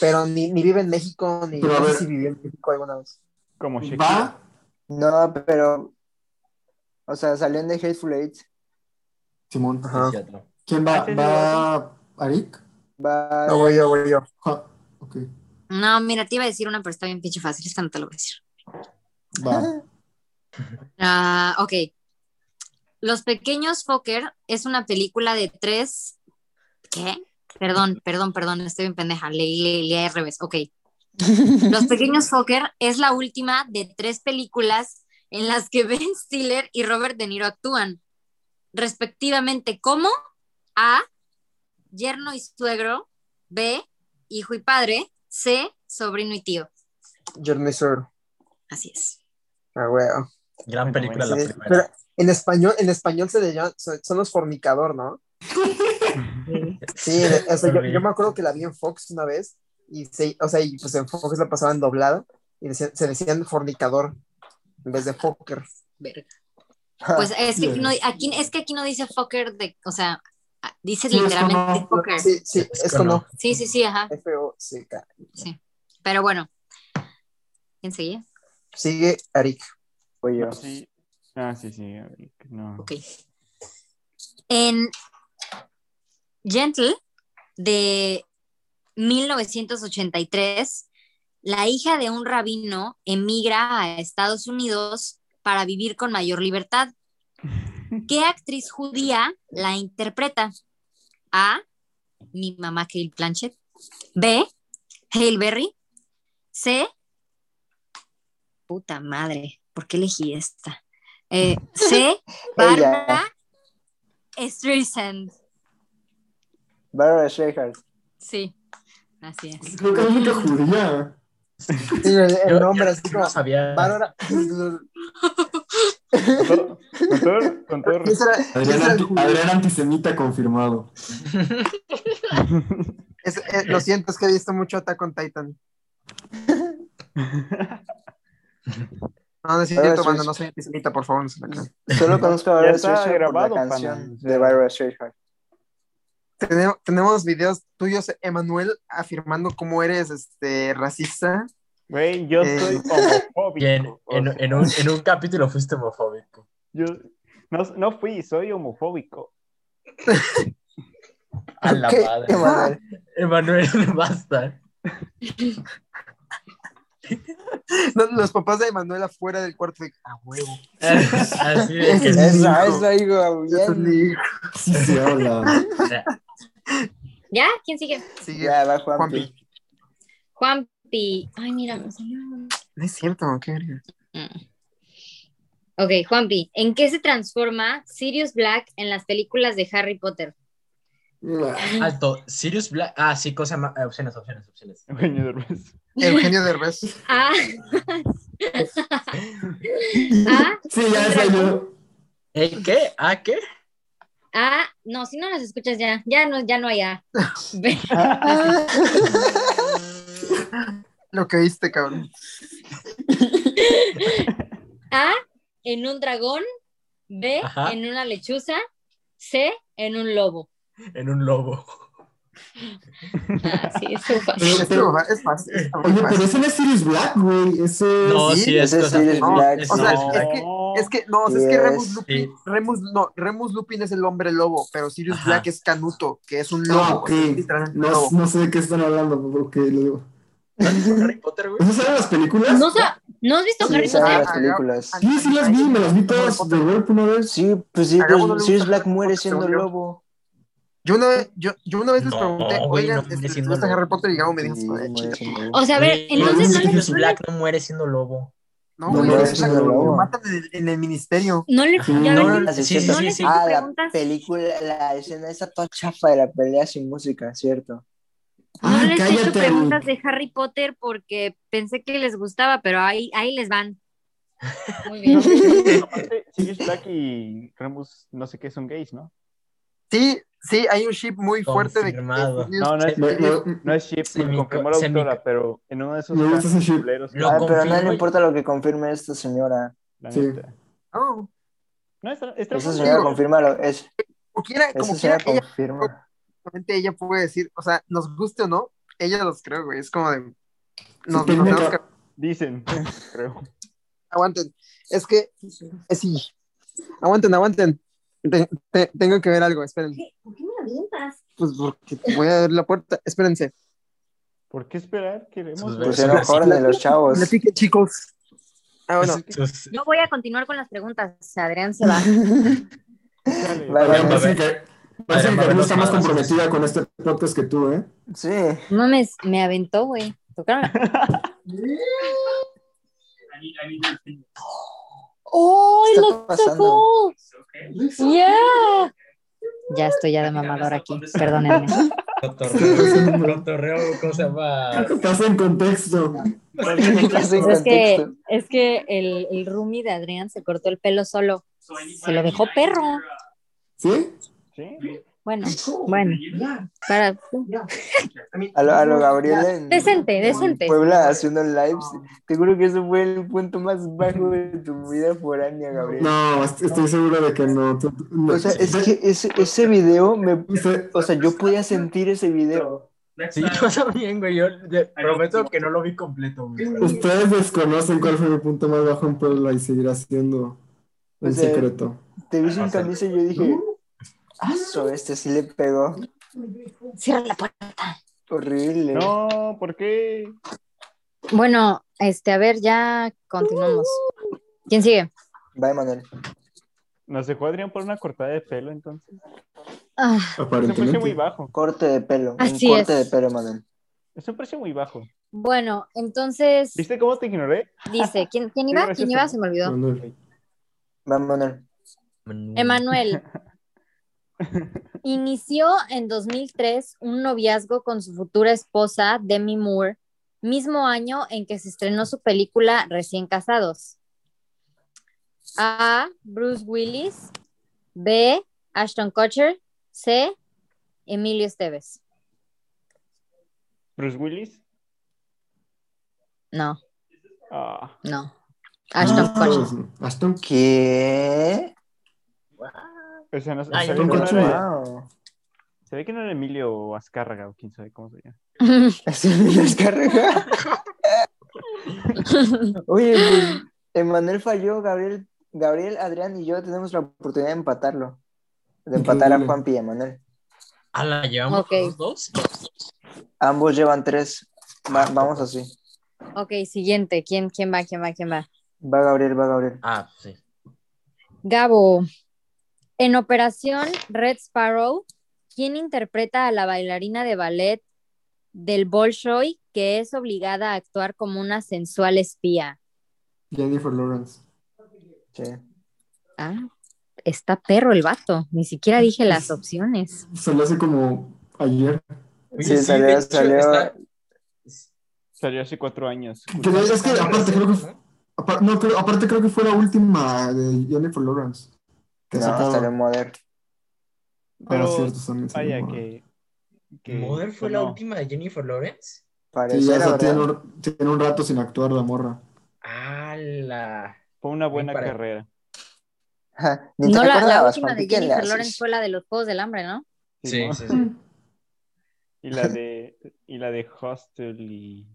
Pero ni, ni vive en México, ni Pero a no sé ver. si vivió en México alguna vez. Como Shakira. Va, No, pero. O sea, salieron de Hateful Eight. Simón. Ajá. Cierto. ¿Quién va? Antes de ¿Va Arik? Va... No, voy yo, voy yo. Ja, ok. No, mira, te iba a decir una, pero está bien pinche fácil. Esta no te lo voy a decir. (laughs) Va. Ah, ok. Los Pequeños Fokker es una película de tres. ¿Qué? Perdón, perdón, perdón, estoy bien pendeja. Leí, leí, leí al revés. Ok. Los Pequeños Fokker es la última de tres películas en las que Ben Stiller y Robert De Niro actúan, respectivamente como A. Yerno y suegro, B. Hijo y padre, C. Sobrino y tío. Journey Sur. Así es. Ah, huevo. Gran Bueno, película la Sí, primera. pero en español, en español se le llaman, son, son los fornicador, ¿no? Sí, de- o sea, yo, yo me acuerdo que la vi en Fox una vez y se, o sea, y pues en Fox la pasaban doblada y decían- se decían fornicador en vez de Fokker. Verga. Pues es que, no, aquí, es que aquí no dice fucker, de, o sea, a- dice Sí, es literalmente como- fucker. Sí, sí, Es es que con no. no. Sí, sí, sí, ajá. F O C K. Pero bueno. ¿Quién seguía? Sigue Arik. Voy yo. Sí. Ah, sí, sí. a ver, No. Ok. En Gentle de 1983, la hija de un rabino emigra a Estados Unidos para vivir con mayor libertad. ¿Qué actriz judía la interpreta? A. Mi mamá Kate Blanchett. B. Hale Berry. C. Puta madre, ¿por qué elegí esta? Eh, C. Barbara Streisand. Barbara Streisand. Sí, así es. Creo que es la única judía. Sí, el, el Yo- nombre yo así no como sabía. Bárbara. Con todo, con todo, con (laughs) todo Ese era- Adrián, ese era el anti- judío. Adrián antisemita confirmado. Es- eh, lo siento, es que he visto mucho Attack on Titan. No, no es Ahora cierto, sí, mano, sí. no soy antisemita, por favor, no se la crean. Solo conozco a (laughs) Ya Barbara está Streisand por la grabado, pana, canción o sea. de Barbara Streisand. Tenemos, tenemos videos tuyos, Emanuel, afirmando cómo eres este, racista. Güey, yo Eh. (laughs) soy homofóbico. Y en, o en, sea, en un, en un capítulo fuiste homofóbico. yo no, no fui, soy homofóbico. (laughs) A la ¿Qué? madre. Emanuel. Emanuel, (laughs) basta. (laughs) No, Los papás de Emanuel afuera del cuarto. de- A huevo. Así de que Esa, esa, hijo, bien. Sí se habla. ¿Ya? ¿Quién sigue? Sigue Ya, va Juan Juanpi. Pi. Juanpi. Ay, mira, me salió. No es cierto, qué verga. Mm. Ok, Juanpi. ¿En qué se transforma Sirius Black en las películas de Harry Potter? Eh, Alto, Sirius Black. Ah, sí, cosa más. eh, opciones, opciones, opciones. Eugenio Derbez. Eugenio Derbez. A. A. Sí, ya es yo. ¿Eh, ¿Qué? ¿Ah, qué? A. No, si no las escuchas ya. Ya no, ya no hay A. B. Lo que viste, cabrón. A. En un dragón. B. Ajá. En una lechuza. C. En un lobo. En un lobo. Ah, sí, es súper fácil. Es, como- es Eh, fácil. es como Oye, pero fácil. ese no es Sirius Black, güey. Ese es- No, sí, es ese es cosa. Sirius no, Black, es o sea, Sirius Black. es que, es que, no, o sea, es que Yes. Remus Lupin, Sí. Remus, no, Remus Lupin es el hombre lobo, pero Sirius Ajá. Black es Canuto, que es un lobo. Ah, o sea, ok. es literalmente un No, lobo. no sé de qué están hablando, porque lo digo. Harry Potter, güey. ¿No saben las películas? ¿No, sa- ¿No has visto Sí, Harry esa Potter? de Ah, las películas. ah, Sí, sí las vi, me las vi todas de golpe una vez. Sí, pues sí, Hagamos pues, un- Sirius Black muere porque se siendo murió. lobo. Yo una vez, yo, yo una vez les No, pregunté, güey, oigan, no, este, es ¿les un gusta lobo. Harry Potter? Y llegamos me Sí, dijeron, "Joder, muere chica". siendo lobo. O sea, a ver, entonces no Sirius les- Black no muere siendo lobo. no, No, güey, no, lo es un matan- lobo. lo matan en el, en el ministerio. No le, ya No, ven, no, no, sí, sí, no sí, les sí. hice Ah, la preguntas, película, la escena esa toda chafa de la pelea sin música, ¿cierto? no Ah, les he hecho cállate. preguntas de Harry Potter porque pensé que les gustaba, pero ahí, ahí les van. Muy bien. (laughs) Aparte, Sirius Black y Remus, no sé qué, son gays, ¿no? Sí, sí, hay un ship muy fuerte de que Confirmado. Sirius- No, no es, Me- me- no es ship, Semi- lo confirmó la semi- autora, pero en uno de esos Me gusta ese ship. culeros, Lo Ah, pero no confirmo. le importa lo que confirme esta señora. la Sí. neta. no, No, está, está Esa muy señora bien. confirma lo es. como quiera, Esa como señora quiera, ella, confirma. realmente ella puede decir, o sea, nos guste o no, ella los creo, güey, es como de, nos, nos Tengo- tenemos que Dicen, (laughs) creo. aguanten. Es que, eh, sí, Aguanten, aguanten. Te- te- tengo que ver algo, esperen. ¿Por qué me lo avientas? Pues porque voy a abrir la puerta. Espérense. ¿Por qué esperar? Queremos Sus ver. besos. pues Pusieron jóvenes los Pues, chavos. Platiquen, chicos. Ah, bueno. Sus- Yo voy a continuar con las preguntas. Adrián se va. Dale. Vale, Adrián, vale. parece que, parece que Adrián, Carlos vamos está más más. comprometida con este podcast que tú, ¿eh? Sí. (laughs) No me, me aventó, güey. Tocaron (laughs) la- ¡Oh, ¿Qué está lo tocó! ¡Yeah! Ya estoy ya de mamador aquí, perdónenme. Cotorreo, cotorreo, ¿cómo se llama? Estás en contexto. (laughs) Sin Pues es que, contexto. es que el, el roomie de Adrián se cortó el pelo solo. Se lo dejó perro. ¿Sí? ¿Sí? Bueno, bueno. Para... (laughs) A lo, a lo Gabriel en Decente, decente. Puebla haciendo lives. Te juro que ese fue el punto más bajo de tu vida foránea, Gabriel. No, est- estoy seguro de que no. Tú- no. O sea, es que ese, ese video me. Usted- O sea, yo podía sentir ese video. Sí, yo también, güey. Yo te prometo que no lo vi completo, güey. ustedes desconocen cuál fue mi punto más bajo en Puebla y seguirá siendo O un sea, secreto. Te vi O sin sea, camisa y yo dije. Ah, so, este sí le pegó. Cierra la puerta. Horrible. No, ¿por qué? Bueno, este, a ver, ya continuamos. ¿Quién sigue? Va, Emanuel. Nos dejó Adrián por una cortada de pelo, entonces. Ah, Es un precio muy Aparentemente. bajo. Corte de pelo. Así un corte es. de pelo, Emanuel. Es un precio muy bajo. bueno, entonces ¿Viste cómo te ignoré? dice, ¿quién, quién iba? ¿Quién iba? Se me olvidó. Manuel. Va, Emanuel. Emanuel. Inició en 2003 un noviazgo con su futura esposa, Demi Moore, mismo año en que se estrenó su película Recién Casados. A. Bruce Willis. B. Ashton Kutcher. C. Emilio Esteves. Bruce Willis. No, Ah, no. Ashton Ah, Kutcher. Ashton. ¿Qué? o sea, no, Ay, se, ve un que no coche. era, (laughs) Wow. se ve que no era Emilio Azcárraga o quién sabe cómo se llama. Es Emilio Azcárraga. Oye, pues, Emanuel falló, Gabriel, Gabriel, Adrián y yo tenemos la oportunidad de empatarlo. De empatar a Increíble. Juanpi y Emanuel. Ah, la llevamos Ok. los dos. Ambos llevan tres. Va- vamos así. (laughs) ok, siguiente. ¿Quién, ¿Quién va? ¿Quién va? ¿Quién va? Va Gabriel, va Gabriel. Ah, sí. Gabo, en Operación Red Sparrow, ¿quién interpreta a la bailarina de ballet del Bolshoi que es obligada a actuar como una sensual espía? Jennifer Lawrence. Sí. Ah, está perro el vato, ni siquiera dije las Pues, opciones. Salió hace como ayer. Oye, Sí, sí, salió- de hecho, salió- está- Salió hace cuatro años. Que no, es que aparte creo que, apar- no, creo- aparte creo que fue la última de Jennifer Lawrence. Que No, sacaba. salió Mother. Ah, Pero, cierto, también salió Vaya, Mother. que. que pues ¿Mother fue la no. última de Jennifer Lawrence? Sí, Parece, ya o sea, ¿verdad? tiene, un, tiene un rato sin actuar la morra. Ah, la. Fue una buena Para- carrera. Ja, (laughs) Ni te No, la, la acordabas, última de Juanpi, ¿qué le Jennifer haces? Lawrence fue la de los Juegos del Hambre, ¿no? Sí, ¿no? sí, sí. Y la de. Y la de Hostel y.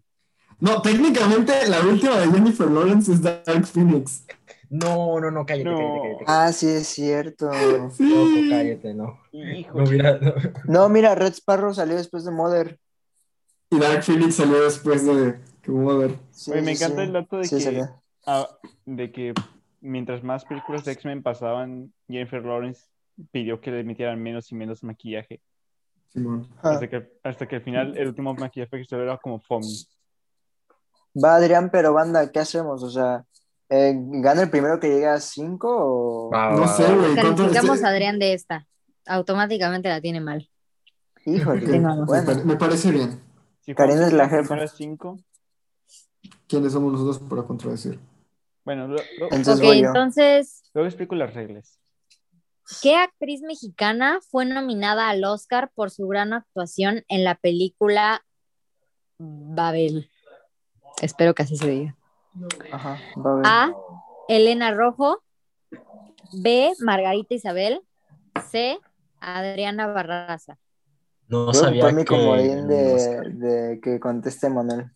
No, técnicamente la última de Jennifer Lawrence es Dark Phoenix. No, no, no, cállate, No. cállate, cállate. Ah, sí, es cierto. Loco, cállate, no. No Hijo. hubiera. no. No, mira, Red Sparrow salió después de Mother. Y Dark Phoenix salió después de que hubo a ver. Sí, Oye, me sí, encanta sí. el dato de Sí, que. salió. Ah, de que mientras más películas de X-Men pasaban, Jennifer Lawrence pidió que le metieran menos y menos maquillaje. Simón. Ah. Hasta que, hasta que al final el último maquillaje que se ve era como foamy. Va Adrián, pero banda, ¿qué hacemos? O sea, eh, ¿gana el primero que llega a 5 o...? Va, No Ah, va, sé, va. güey. ¿cuánto- Calificamos eh, este- a Adrián de esta. Automáticamente la tiene mal. Híjole, Ok, Tengo- me, bueno, pare- me parece bien. Si Karina Juan es la Pablo jefa. era cinco, ¿Quiénes somos nosotros para contradecir? bueno, lo- lo- entonces Ok, voy yo. entonces, luego explico las reglas. ¿Qué actriz mexicana fue nominada al Oscar por su gran actuación en la película Babel? Espero que así se diga. Ajá, va a ver. A. Elena Rojo. B. Margarita Isabel. C. Adriana Barraza. No Voy a sabía ocupar mi que. comodín de, no sé. de que conteste Emanuel.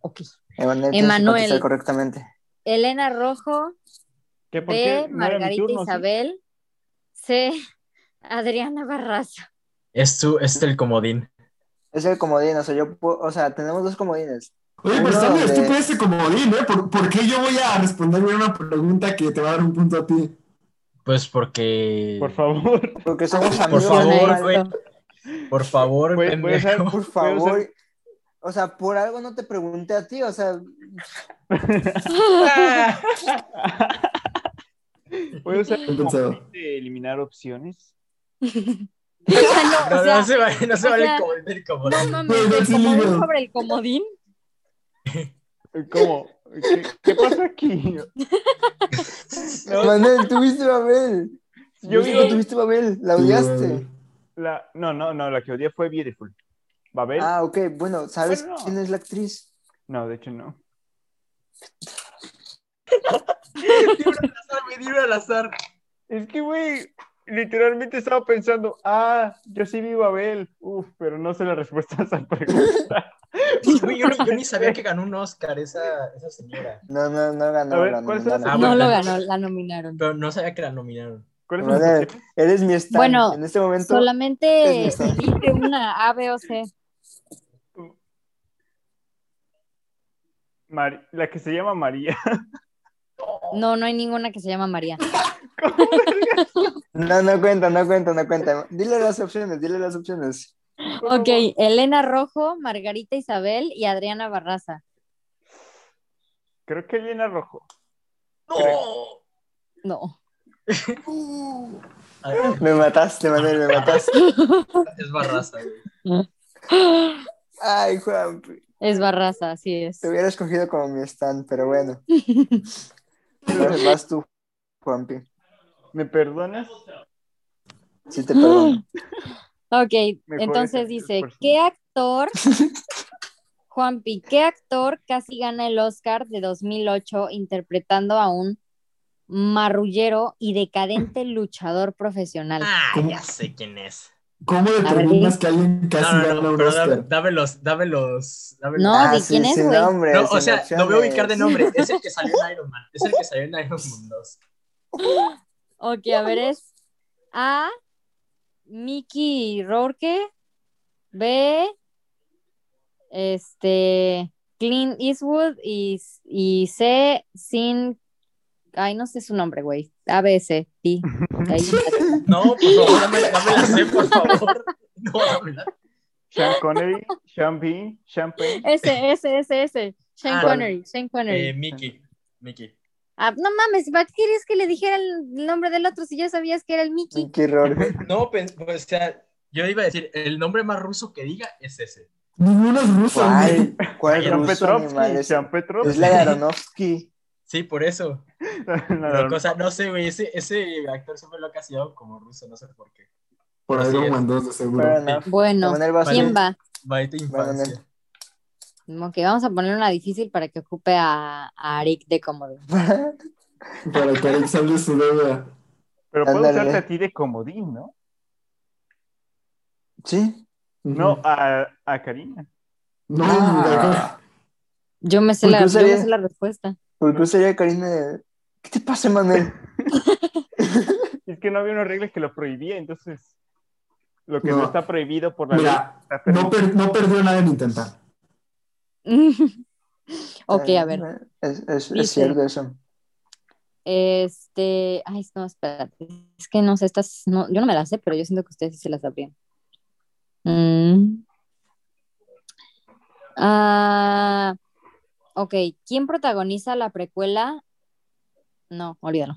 Ok. Emanuel, tienes que Emanuel. contestar correctamente. Elena Rojo. ¿Qué, por qué? B. ¿No era mi Margarita turno, sí? Isabel. C. Adriana Barraza. Es, tu, es el comodín. Es el comodín, o sea, yo puedo- o sea, tenemos dos comodines. Oye, pero Uno está muy de- estúpido ese comodín, ¿eh? ¿Por, por qué yo voy a responderme una pregunta que te va a dar un punto a ti? Pues porque. Por favor. (laughs) Porque somos Por amigos. favor, Maldo. güey. Por favor, Voy- voy a (laughs) usar- pendejo. Por Voy a usar- favor. O sea, por algo no te pregunté a ti, o sea, Voy a usar He pensado. de eliminar opciones. O sea, Ah, no, o No, sea, no se vale, no se o vale sea, el comodín del no comodín. mames, Güey, el sí comodín ligo. sobre el comodín. ¿Cómo? ¿Qué, qué pasa aquí? No, Manuel, tuviste Babel. yo Yo digo digo, tuviste Babel, la odiaste. la... No, no, no, la que odié fue Beautiful. ¿Babel? Ah, ok, bueno, ¿sabes Bueno. quién es la actriz? No, de hecho (laughs) no. Me dio al azar. Es que, güey, literalmente estaba pensando, ah, yo sí vi Babel. Uf, pero no sé la respuesta a esa pregunta. Güey, Yo, no- yo ni sabía que ganó un Oscar esa, esa señora. No, no, no ganó. A ver, la ¿cuáles son las- nominaron. Ah, no bueno, lo también. ganó, la nominaron. Pero no sabía que la nominaron. ¿Cuáles son las Manuel, opciones? eres mi stand. Ah, Bueno, en este momento. Solamente Es mi estado. dije una A, B o C. Mari- La que se llama María. (laughs) No, no hay ninguna que se llama María. No, no cuenta, no cuenta, no cuenta. Dile las opciones, dile las opciones. Ok, Elena Rojo, Margarita Isabel y Adriana Barraza. Creo que Elena Rojo. ¡No! No. A ver, Me mataste, Manuel, me mataste. Es barraza, güey. Ay, Juan, te Es Barraza, así es. hubiera escogido como mi stand, pero (laughs) bueno. Entonces vas tú, Juanpi. ¿Me perdonas? Sí Ah, te perdono. (gasps) Ok, Mejor entonces ese, dice, por favor. ¿qué actor, (laughs) Juanpi, qué actor casi gana el Oscar de 2008 interpretando a un marrullero y decadente luchador profesional? Ah, ¿Cómo? ya sé quién es. ¿Cómo determinas que alguien No, casi no, gana no, un pero dame, Oscar? dame los, dame los, dame No, los- ¿de quién es, Ah, sin güey? nombre, No, o sin sea, lo voy a ubicar de opciones. nombre. Es el que salió en Iron Man. Es el que salió en Iron Man 2. Ok, a ver, es A, Mickey Rourke, B, este, Clint Eastwood y, y C, Sin, ay, no sé su nombre, güey, A, B, C, D. Ahí. No, por favor, dame, dame la C, por favor. (laughs) No, dame la- Sean Connery, Sean Bean, Champagne. Ese, ese, ese, ese, Shane Ah, Connery, Shane Connery. Eh, Mickey. Mickey. Ah, no mames, ¿para qué querías que le dijera el nombre del otro si ya sabías que era el Mickey? Mm. Qué (laughs) error. No, pues, pues, o sea, yo iba a decir, el nombre más ruso que diga es ese. Ninguno es ruso, güey. ¿Cuál? ¿Cuál Sean ruso animal Petrovsky, es? Sean Es Petrovsky. (laughs) la de Aronofsky. Sí, por eso. Pero, cosa, no sé, güey, ese, ese actor siempre lo ha casillado como ruso, no sé por qué. Por Así algo es. mandó, de seguro. Fair enough. Bueno, Manuel, vas ¿quién tú. va? Maldita infancia. Ok, vamos a poner una difícil para que ocupe a, a Arik de cómodo. Para que Alex hable su deuda. Pero puedo Ándale. usarte a ti de comodín, ¿no? (laughs) Sí. No, a, a Karina. No, Ah. Yo me sé, Porque la, yo yo me sabía- sé la respuesta. (laughs) Porque sería Karina de... ¿Qué te pasa, Manuel? Es que no había una regla que lo prohibía, entonces lo que no, No. está prohibido por la ley mira, está no, permitido. per- no perdió nada en intentar. ok, Eh, a ver. Es, es- es Dice. cierto eso. Este, ay, no, espérate. Es que no sé, estas, no, yo no me las sé, pero yo siento que ustedes sí se las sabrían. Mm. Ah, ok, ¿quién protagoniza la precuela? No, olvídalo,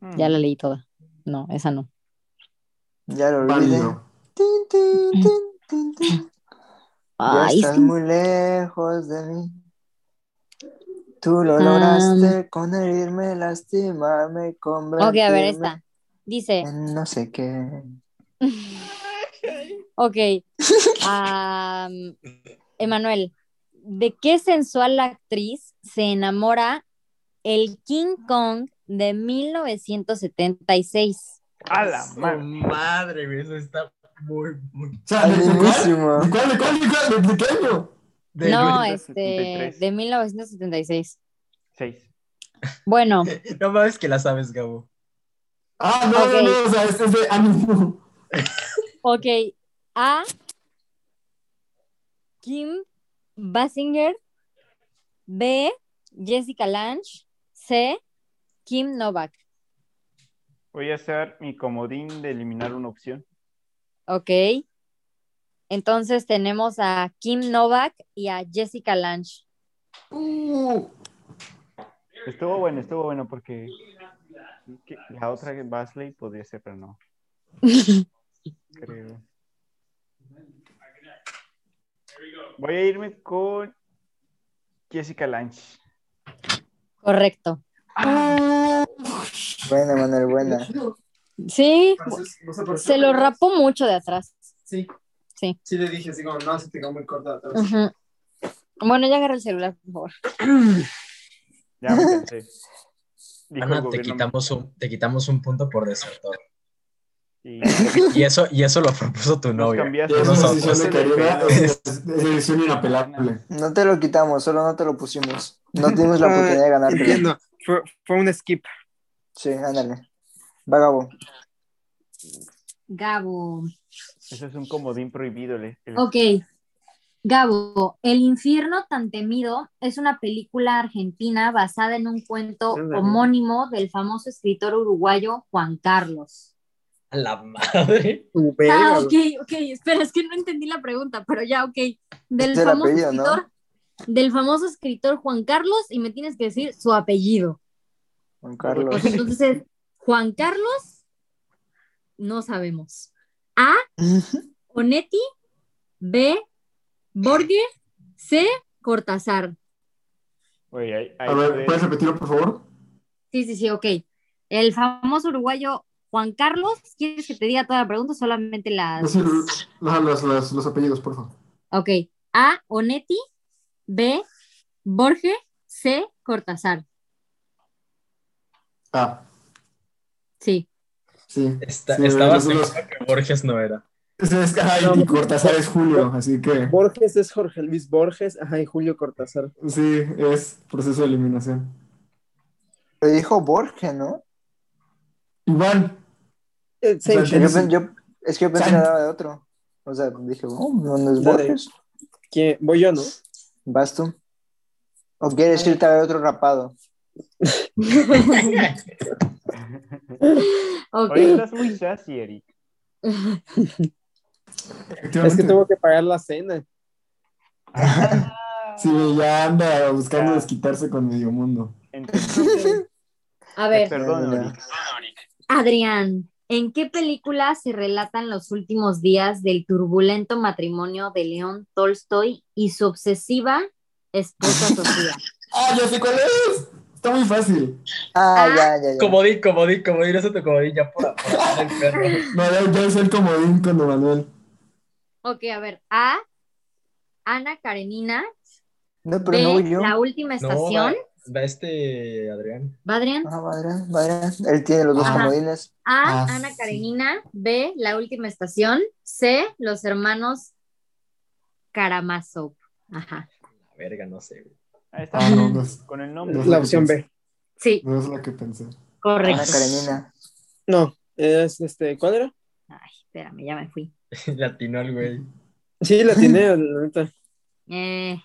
Hmm. ya la leí toda. No, esa no. Ya lo olvidé. Válido. Tin, tin, tin, tin, tin. Ya Ay, es estás que- muy lejos de mí. Tú lo lograste con herirme, lastimarme, Ok, convertirme. a ver, esta. Dice, en no sé qué. (laughs) ok, am, Emanuel, ¿de qué sensual actriz se enamora el King Kong de 1976? A la Su madre. madre, güey, eso está muy, muy... O sea, ¿de de cuál? Buenísimo. ¿De cuál? ¿De cuál? ¿De cuál? ¿De qué año? De- no, 1973. este, de 1976. Seis. Bueno, No mames que la sabes, Gabo. Ah, no, Ok. no, no, o sea, este es de ánimo. ok. A. Kim Basinger. B. Jessica Lange. C. Kim Novak. Voy a hacer mi comodín de eliminar una opción. Ok. Entonces tenemos a Kim Novak y a Jessica (laughs) Lange. Uh, Estuvo bueno, estuvo bueno porque que- la otra que Basley podría ser, pero no. Creo. Voy a irme con Jessica Lange. Correcto. Buena, Manuel, buena. Sí, No sé por qué. se lo rapó mucho de atrás. Sí. Sí. Sí le dije así como, no, se te quedó muy corta atrás. Ujú. Bueno, ya agarra el celular, por favor. Ya me cansé. Dijo el Ana, Ah, te gobierno quitamos, un, te quitamos un punto por desertor. y Y eso, y eso lo propuso tu nos novio. cambiaste. y es una Nosotros. decisión de carrera, es una decisión inapelable. No te lo quitamos, solo no te lo pusimos. No tuvimos la Ah, oportunidad de ganarte. Ah, Entiendo. Fue, fue un skip. Sí, ándale. Vagabo. Gabo. Eso es un comodín prohibido. le- el- Ok. Gabo, El infierno tan temido es una película argentina basada en un cuento Ándale. homónimo del famoso escritor uruguayo Juan Carlos. A la madre. Ah, ok, ok, espera, es que no entendí la pregunta, pero ya, ok. Del Es el famoso Este apellido, ¿no? escritor, del famoso escritor Juan Carlos, y me tienes que decir su apellido. Juan Carlos. Porque entonces, Juan Carlos, no sabemos. A, Onetti, B, Borges, C, Cortázar. Oye, ahí- ahí A ver, pues, puedes- ¿puedes repetirlo, por favor? Sí, sí, sí, ok. El famoso uruguayo Juan Carlos, ¿quieres que te diga toda la pregunta? Solamente las... Decir no, los, los, los apellidos, por favor. Ok. A, Onetti, B, Borges, C, Cortázar. Ah, Sí. sí. Está, Sí, estaba los- los- seguro que Borges no era. Es, es, ay, y Cortázar es Julio, así que Borges es Jorge Luis Borges, ajá, y Julio Cortázar. sí, es proceso de eliminación. Lo dijo Borges, ¿no? Iván, Eh, sí, Vale. Yo pen- yo- es que yo pensé que Sanz. era de otro. O sea, dije, oh, ¿dónde es Dale. Borges? ¿quién? voy yo, ¿no? ¿Vas tú? ¿O quieres irte a ver otro rapado? Ok. (laughs) Oye, estás muy sassy, Eric. Es que efectivamente. tuvo que pagar la cena. Sí, ya anda buscando desquitarse con medio mundo. Entonces, A ver, Perdón, Eric. Adrián, ¿en qué película se relatan los últimos días del turbulento matrimonio de León Tolstoy y su obsesiva esposa Sofía? ¡Ah, ya sé cuál es! Está muy fácil. Ah, Ah. ya, ya, ya. Comodín, comodín, comodín. Eso te comodín ya por, por el perro. Pues, No, ya, ya es el comodín con Don Manuel. Ok, a ver, A, Ana Karenina, No, pero B, no voy yo. La No, Última Estación, va, va este Adrián. ¿va Adrián? Ah, madre, madre. Él tiene los dos Ajá. comodines. A, Ah, Ana sí. Karenina, B, La Última Estación, C, Los Hermanos Karamazov. Ajá, La verga, no sé. güey. (laughs) Ahí está. Ah, no, no es, Con el no nombre. es la La que opción pensé. B. sí, No es la que pensé. correcto. Ana Karenina. No, es este, ¿cuál era? Ay, espérame, ya me fui. Latino al güey. (laughs) Sí, la tiene, la neta. Eh,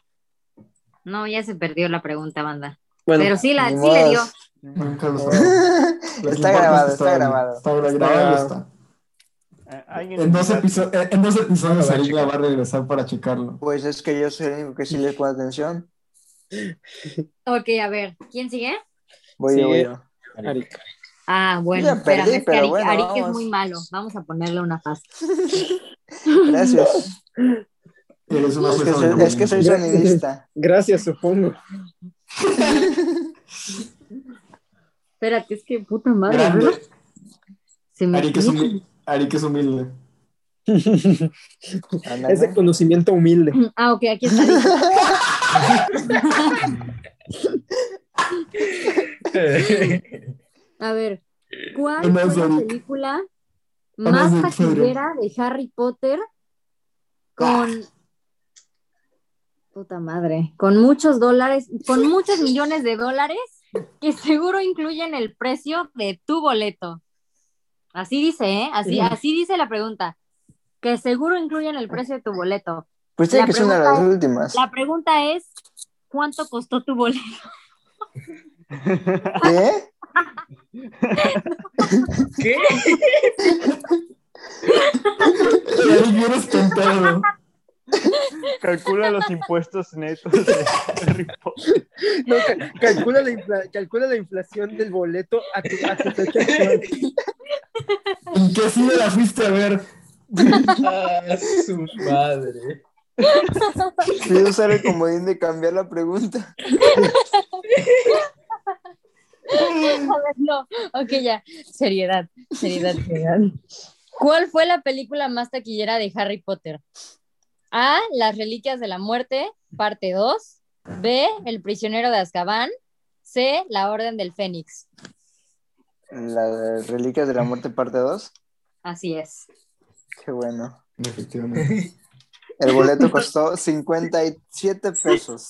no, ya se perdió la pregunta, banda. Bueno, Pero sí, la, Ni sí modos. le dio. Nunca (laughs) lo sabía. Lo que está importa es grabado, que está grabado. Está grabado, Está grabado. está. Eh, alguien En dos, está- episo- eh, en dos episodios Lo voy a Ariel la va a checar. regresar para checarlo. Pues es que yo soy el único que sí les pongo atención. Ok, a ver, ¿quién sigue? Voy yo, Sigue. voy yo. Ari. Ah, bueno, Ya espérame, perdí, es que pero Ari, bueno, Ari que es vamos. muy malo. Vamos a ponerle una paz. Gracias. Eres una Es que jueza soy, de es que soy Gracias. sonidista. Gracias, supongo. Espérate, es que puta madre, ¿verdad? Grande. Se me Ari que, es olvida. humilde. Ari que es (laughs) humilde. Ándale. Es de conocimiento humilde. Ah, ok, aquí está. dice. A ver, ¿cuál Una fue la Sonic. película Una más Sonic, taquillera de Harry Potter con Ah. puta madre, con muchos dólares, con muchos millones de dólares que seguro incluyen el precio de tu boleto. Así dice, ¿eh? Así, así dice la pregunta. Que seguro incluyen el precio de tu boleto. Pues tiene La que ser una de las pregunta últimas. La pregunta es, ¿cuánto costó tu boleto? ¿Qué? ¿Qué? Ahí vienes tentado. Calcula los impuestos netos de Harry Potter. No, ca- calcula, la infla- calcula la inflación del boleto a tu, a tu fecha actual. ¿En qué cine la fuiste a ver? Ah, su madre. Quiero usar el comodín de cambiar la pregunta. A ver, (laughs) no. Ok, ya. Seriedad, seriedad, seriedad. ¿Cuál fue la película más taquillera de Harry Potter? A. Las Reliquias de la Muerte, parte 2. B. El Prisionero de Azkaban. C. La Orden del Fénix. Las Reliquias de la Muerte, parte 2. Así es. Qué bueno. Efectivamente. El boleto costó 57 pesos.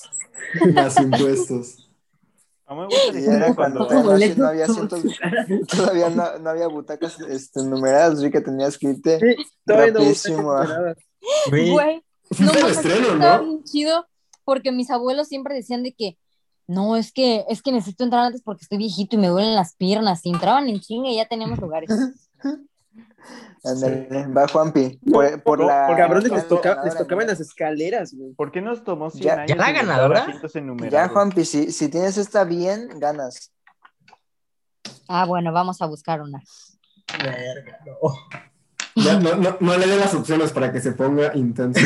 (laughs) Más impuestos. A mí me gusta Y decir (laughs) era cuando- cuando todavía no, había cientos- (laughs) todavía no, no había butacas este, numeradas, así que tenías que irte Sí, todavía no buscas Rapidísimo. nada. Güey, Güey, no Fuiste al mames, estreno, estaba ¿no? bien chido porque mis abuelos siempre decían de que no, es que es que necesito entrar antes porque estoy viejito y me duelen las piernas. Y entraban en chinga y ya teníamos lugares. Ándale, va Juanpi. Por, por no, la. porque Cabrón, la les, toca- ganadora, les tocaban Ah, ¿no? las escaleras, güey. ¿Por qué nos tomó 100 Ya- años? ¿Ya la en llegar a ganadora? cientos Ya, enumerados? Juanpi, si, si tienes esta bien, ganas. Ah, bueno, vamos a buscar una. verga, no. (laughs) Ya, no, no, no le dé las opciones para que se ponga intenso.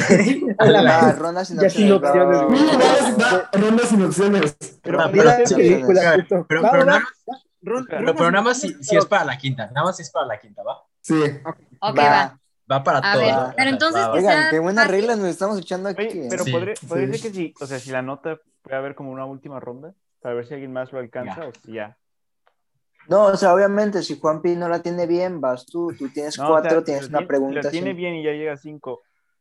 A la Ah, madre. ronda sin Ya sin opciones, No. güey. (laughs) Va, Ronda sin opciones. Pero, No, mira, Mira, Ah, pero- sí, película, puto. pero- Va, va, pero nada va. más- Ron- pero- Ron- pero nada más si, si es para la quinta, nada más si es para la quinta, ¿va? Sí. Ok, Va. va. Va para A todos. ver, ¿va? pero Ajá, entonces va, va. que Oigan, sea qué buenas fácil. reglas nos estamos echando aquí. oye, ¿eh? pero Sí, podría, podría sí. ser que si, o sea, si la nota puede haber como una última ronda, para ver si alguien más lo alcanza Ya. o si ya. No, o sea, obviamente, si Juanpi no la tiene bien, vas tú. Tú tienes No, o cuatro, sea, tienes lo una tiene- pregunta. Lo tiene sí. bien y ya llega a 5,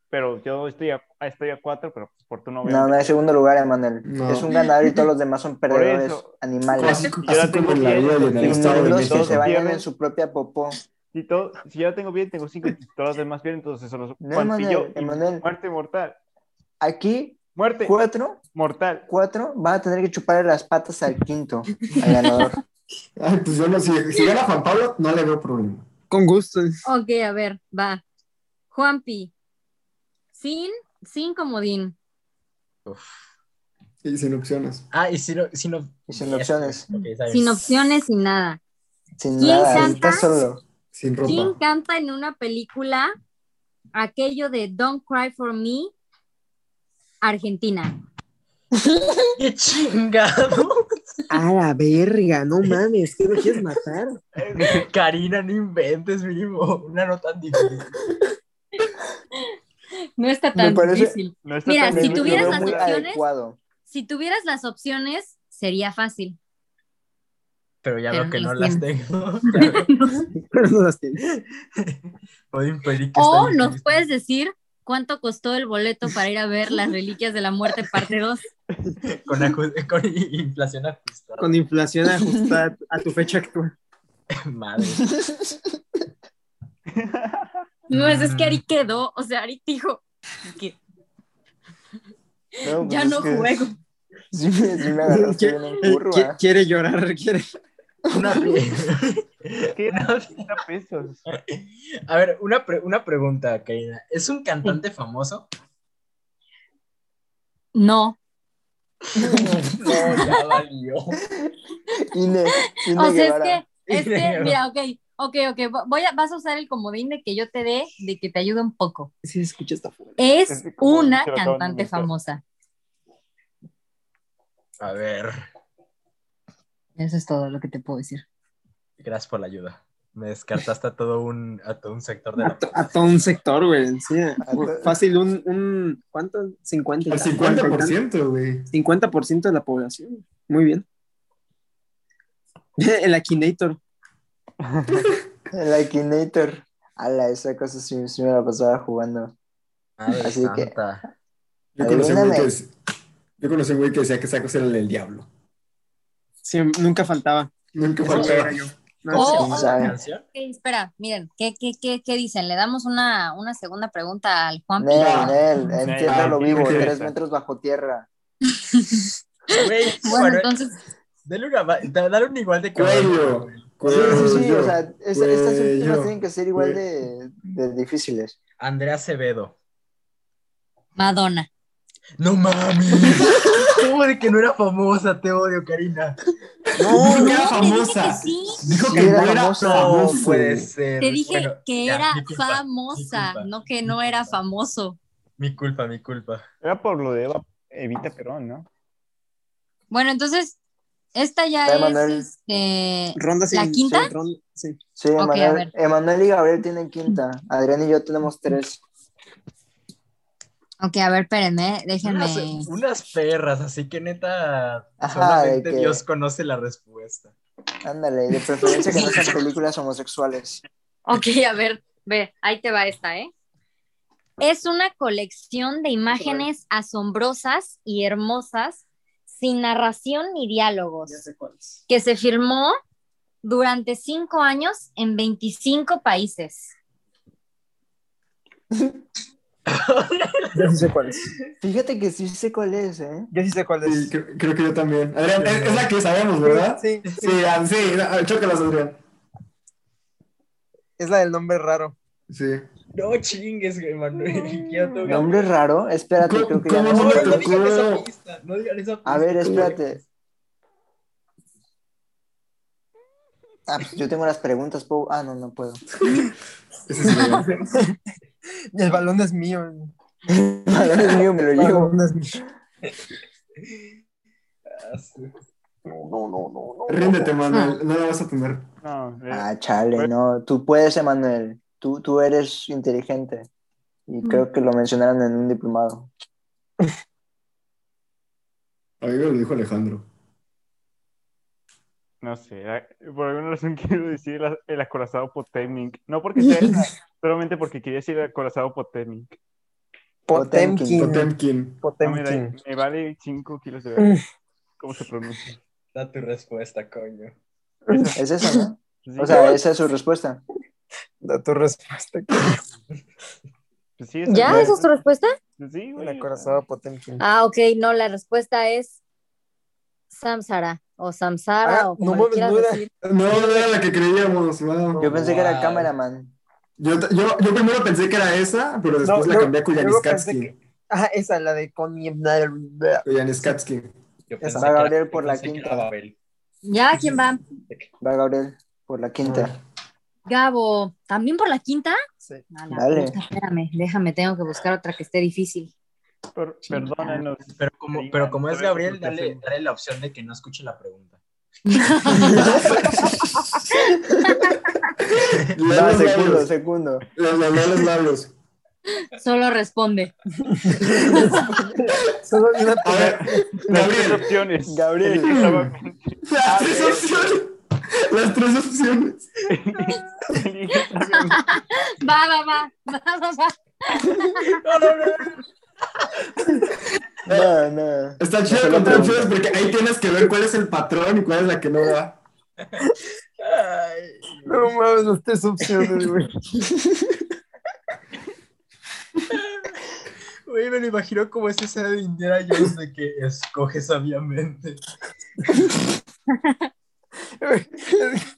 pero yo estoy a, estoy a 4, pero pues, por tu no No, no hay segundo lugar, Emanuel. No. Es un ganador y todos los demás son Por perdedores, eso. animales. Así- Yo la así como tengo en la 10, vida y en el entonces, Estado de todos Ignorenlos que México. se vayan pierden. en su propia popó. Si, todo, si yo la tengo bien, tengo 5, todos los demás pierden, entonces solo No, Juanpi y yo, Emanuel, y Emanuel. muerte mortal. Aquí, Muerte cuatro, mortal. cuatro van a tener que chuparle las patas al quinto, al ganador. Ay, pues yo no, si, si gana Juan Pablo, no le veo problema. Con gusto. Ok, a ver, va. Juanpi, sin, sin comodín. Y sin opciones. Ah, y sin, sin, op- Y sin opciones. Ok, está bien. Sin opciones, sin nada. Sin ¿Quién nada, canta? estás solo. Sin ¿Quién ropa. canta en una película aquello de Don't Cry for Me, Argentina? ¡Qué (laughs) chingado! A la verga, no mames, ¿qué lo quieres matar? (laughs) Karina, no inventes, mínimo. Una no tan difícil. No está Me tan parece- difícil. No está Mira, tan si Lo- bien, lo tuvieras pero veo las muy bueno. opciones- adecuado. Si tuvieras las opciones, sería (laughs) fácil. Pero ya Pero veo que no no las las tengo. (laughs) Ya veo. Pero no las tienes. Puedo impedir que O está nos difícil. puedes decir cuánto costó el boleto para ir a ver Las Reliquias de la Muerte, parte 2. Con, aju- con inflación ajustada. Con inflación ajustada a tu fecha actual. (laughs) Madre. (laughs) No, pues es que Ari quedó, o sea, Ari dijo que No, ya pues no es que juego. (laughs) Sí, me, sí me agarraste ¿Qué- bien en Eh, curva. qui- Quiere llorar, (laughs) quiere. Mm, Una pre- ¿Qué? (laughs) No. 30 pesos. (laughs) A ver, una, pre- una pregunta, Karina. ¿Es un cantante famoso? (laughs) No, No, ya valió. Ine, Ine (laughs) o sea, Guevara. es que, es que, Guevara. mira, ok, ok, ok, voy a, vas a usar el comodín de que yo te dé, de que te ayude un poco. Sí, se escucha esta fuera. Es Es que como una se lo acaban de cantante inventar. famosa. A ver, (laughs) Eso es todo lo que te puedo decir. gracias por la ayuda. Me descartaste a todo un, a todo un (laughs) sector de la... A todo un sector, güey. Sí, to- fácil, un, un. ¿Cuánto? 50. y Al tanto, 50%, güey. 50% de la población. Muy bien. (laughs) El Akinator. El Akinator. Ala, esa cosa sí, sí me la pasaba jugando. Madre Así que- santa. Yo conocí, a un güey que, Adivíname. es- yo conocí a un güey que decía que esa cosa era el del diablo. Sí, nunca faltaba. Nunca Eso sí faltaba. era yo. No, Oh, sí. ¿Quién sabe? ¿Canción? Ok, espera, miren, ¿qué, qué, qué, qué dicen? Le damos una, una segunda pregunta al Juan. Nel, Nel, Nel, entiéndalo ¿qué vivo, es tres eso? metros bajo tierra. Güey, Bueno, bueno, entonces, dale, una, va- da- dale un igual de cabrón. Cuello. Sí, Cuello. sí, sí, o sea, es- estas Güey, últimas Pues, yo. pues. tienen que ser igual de, de difíciles. Andrea Acevedo. Madonna. (laughs) No mames. ¿Cómo de que no era famosa? Te odio, Karina. Dijo que era te dije que famosa. sí. Dijo Sí, que no era pues. era famosa. No famoso. puede ser. Te dije Bueno, que ya, era mi culpa, famosa, culpa. no que no Mi era culpa. famoso. Mi culpa, mi culpa. Era por lo de Eva- Evita Perón, ¿no? Bueno, entonces, esta ya Ay, es Manuel. este, Ronda sin, ¿La quinta? sí, ronda, sí. Sí, a Emanuel, ver. Emanuel y Gabriel tienen quinta. Adrián y yo tenemos tres. Ok, a ver, espérenme, ¿eh? déjenme. Unas, unas perras, así que neta, Ajá, solamente de que- Dios conoce la respuesta. Ándale, de preferencia que (laughs) no sean películas homosexuales. Ok, a ver, ve, ahí te va esta, ¿eh? Es una colección de imágenes asombrosas y hermosas, sin narración ni diálogos, que se firmó durante cinco años en 25 países. Yo sí sé cuál es. Fíjate que sí sé cuál es, ¿eh? Yo sí sé cuál es. Sí, creo, creo que yo también. Adrián, es, es la que sabemos, ¿verdad? Sí, Sí, sí, ah, sí ah, chócalas, Adrián. es la del nombre raro. Sí. No chingues, güey, Manuel. Nombre raro, espérate, ¿Cómo- creo que ya cómo me no No, me no, acordé. no digan esa tocó? pista. No digan esa pista. A ver, espérate. Ah, pues yo tengo las preguntas, Pau. Ah, no, no puedo. (laughs) Ese sí lo (laughs) veo. El balón es mío. Madre es mío, me lo El llevo. balón es mío. Ah, sí. Oh. Ríndete, Ah. Manuel. No la vas a tener. No, eh, Ah, chale, no. Tú puedes, Emanuel. Tú, tú eres inteligente. Y Mm. creo que lo mencionaron en un diplomado. A mí me lo dijo Alejandro. no sé. ah, Por alguna razón (laughs) quiero decir la- el acorazado Potemkin. No porque sea esa, (laughs) solamente porque quería decir el acorazado Potemkin. Potemkin. Potemkin. No, Ah, mira, Potemkin. me vale 5 kilos Mm. de verga. ¿Cómo se pronuncia? Da tu respuesta, coño. Esa- Es esa, ¿no? Pues sí, O sea, esa es su respuesta. Da tu respuesta. pues sí, esa- ¿Ya? ¿Esa es tu respuesta? Sí, güey. El acorazado Potemkin. Ah, ok, no, la respuesta es Samsara o Samsara Ah, o como no le mames, quieras no era. decir. No, no era la que creíamos. wow. Yo pensé que era Wow. cameraman. Yo, yo, yo primero pensé que era esa, pero después No, la yo- cambié a luego pensé Kuyaniskatsky. Ah, esa, la de Connie. Kuyaniskatsky. Yo pensé Va Gabriel por la pensé que era quinta. Babel. Ya, ¿quién va? Va Gabriel por la quinta. Gabo, ¿también por la quinta? Sí. A la Dale. puta, espérame, déjame, tengo que buscar otra que esté difícil. Per- (laughs) perdónanos. Pero como, Karina, pero como no es sabemos Gabriel, lo que dale, hacemos. dale la opción de que no escuche la pregunta. Va, Leer los segundo, labios. segundo. Le- le- Leer los labios. Solo responde. Solo (laughs) una A Las ver, tres Gabriel. opciones. Gabriel. Elige (laughs) suavemente. Las (laughs) tres opciones. Las tres opciones. Elige suavemente. Va, va, va, (laughs) va, va, va. No, no. Está chido Solo encontrar pregunta. opciones porque ahí tienes que ver cuál es el patrón y cuál es la que no da. No mames, las tres opciones, güey. (laughs) Güey, me lo imagino como esa escena de Indiana Jones de que escoge sabiamente. (laughs)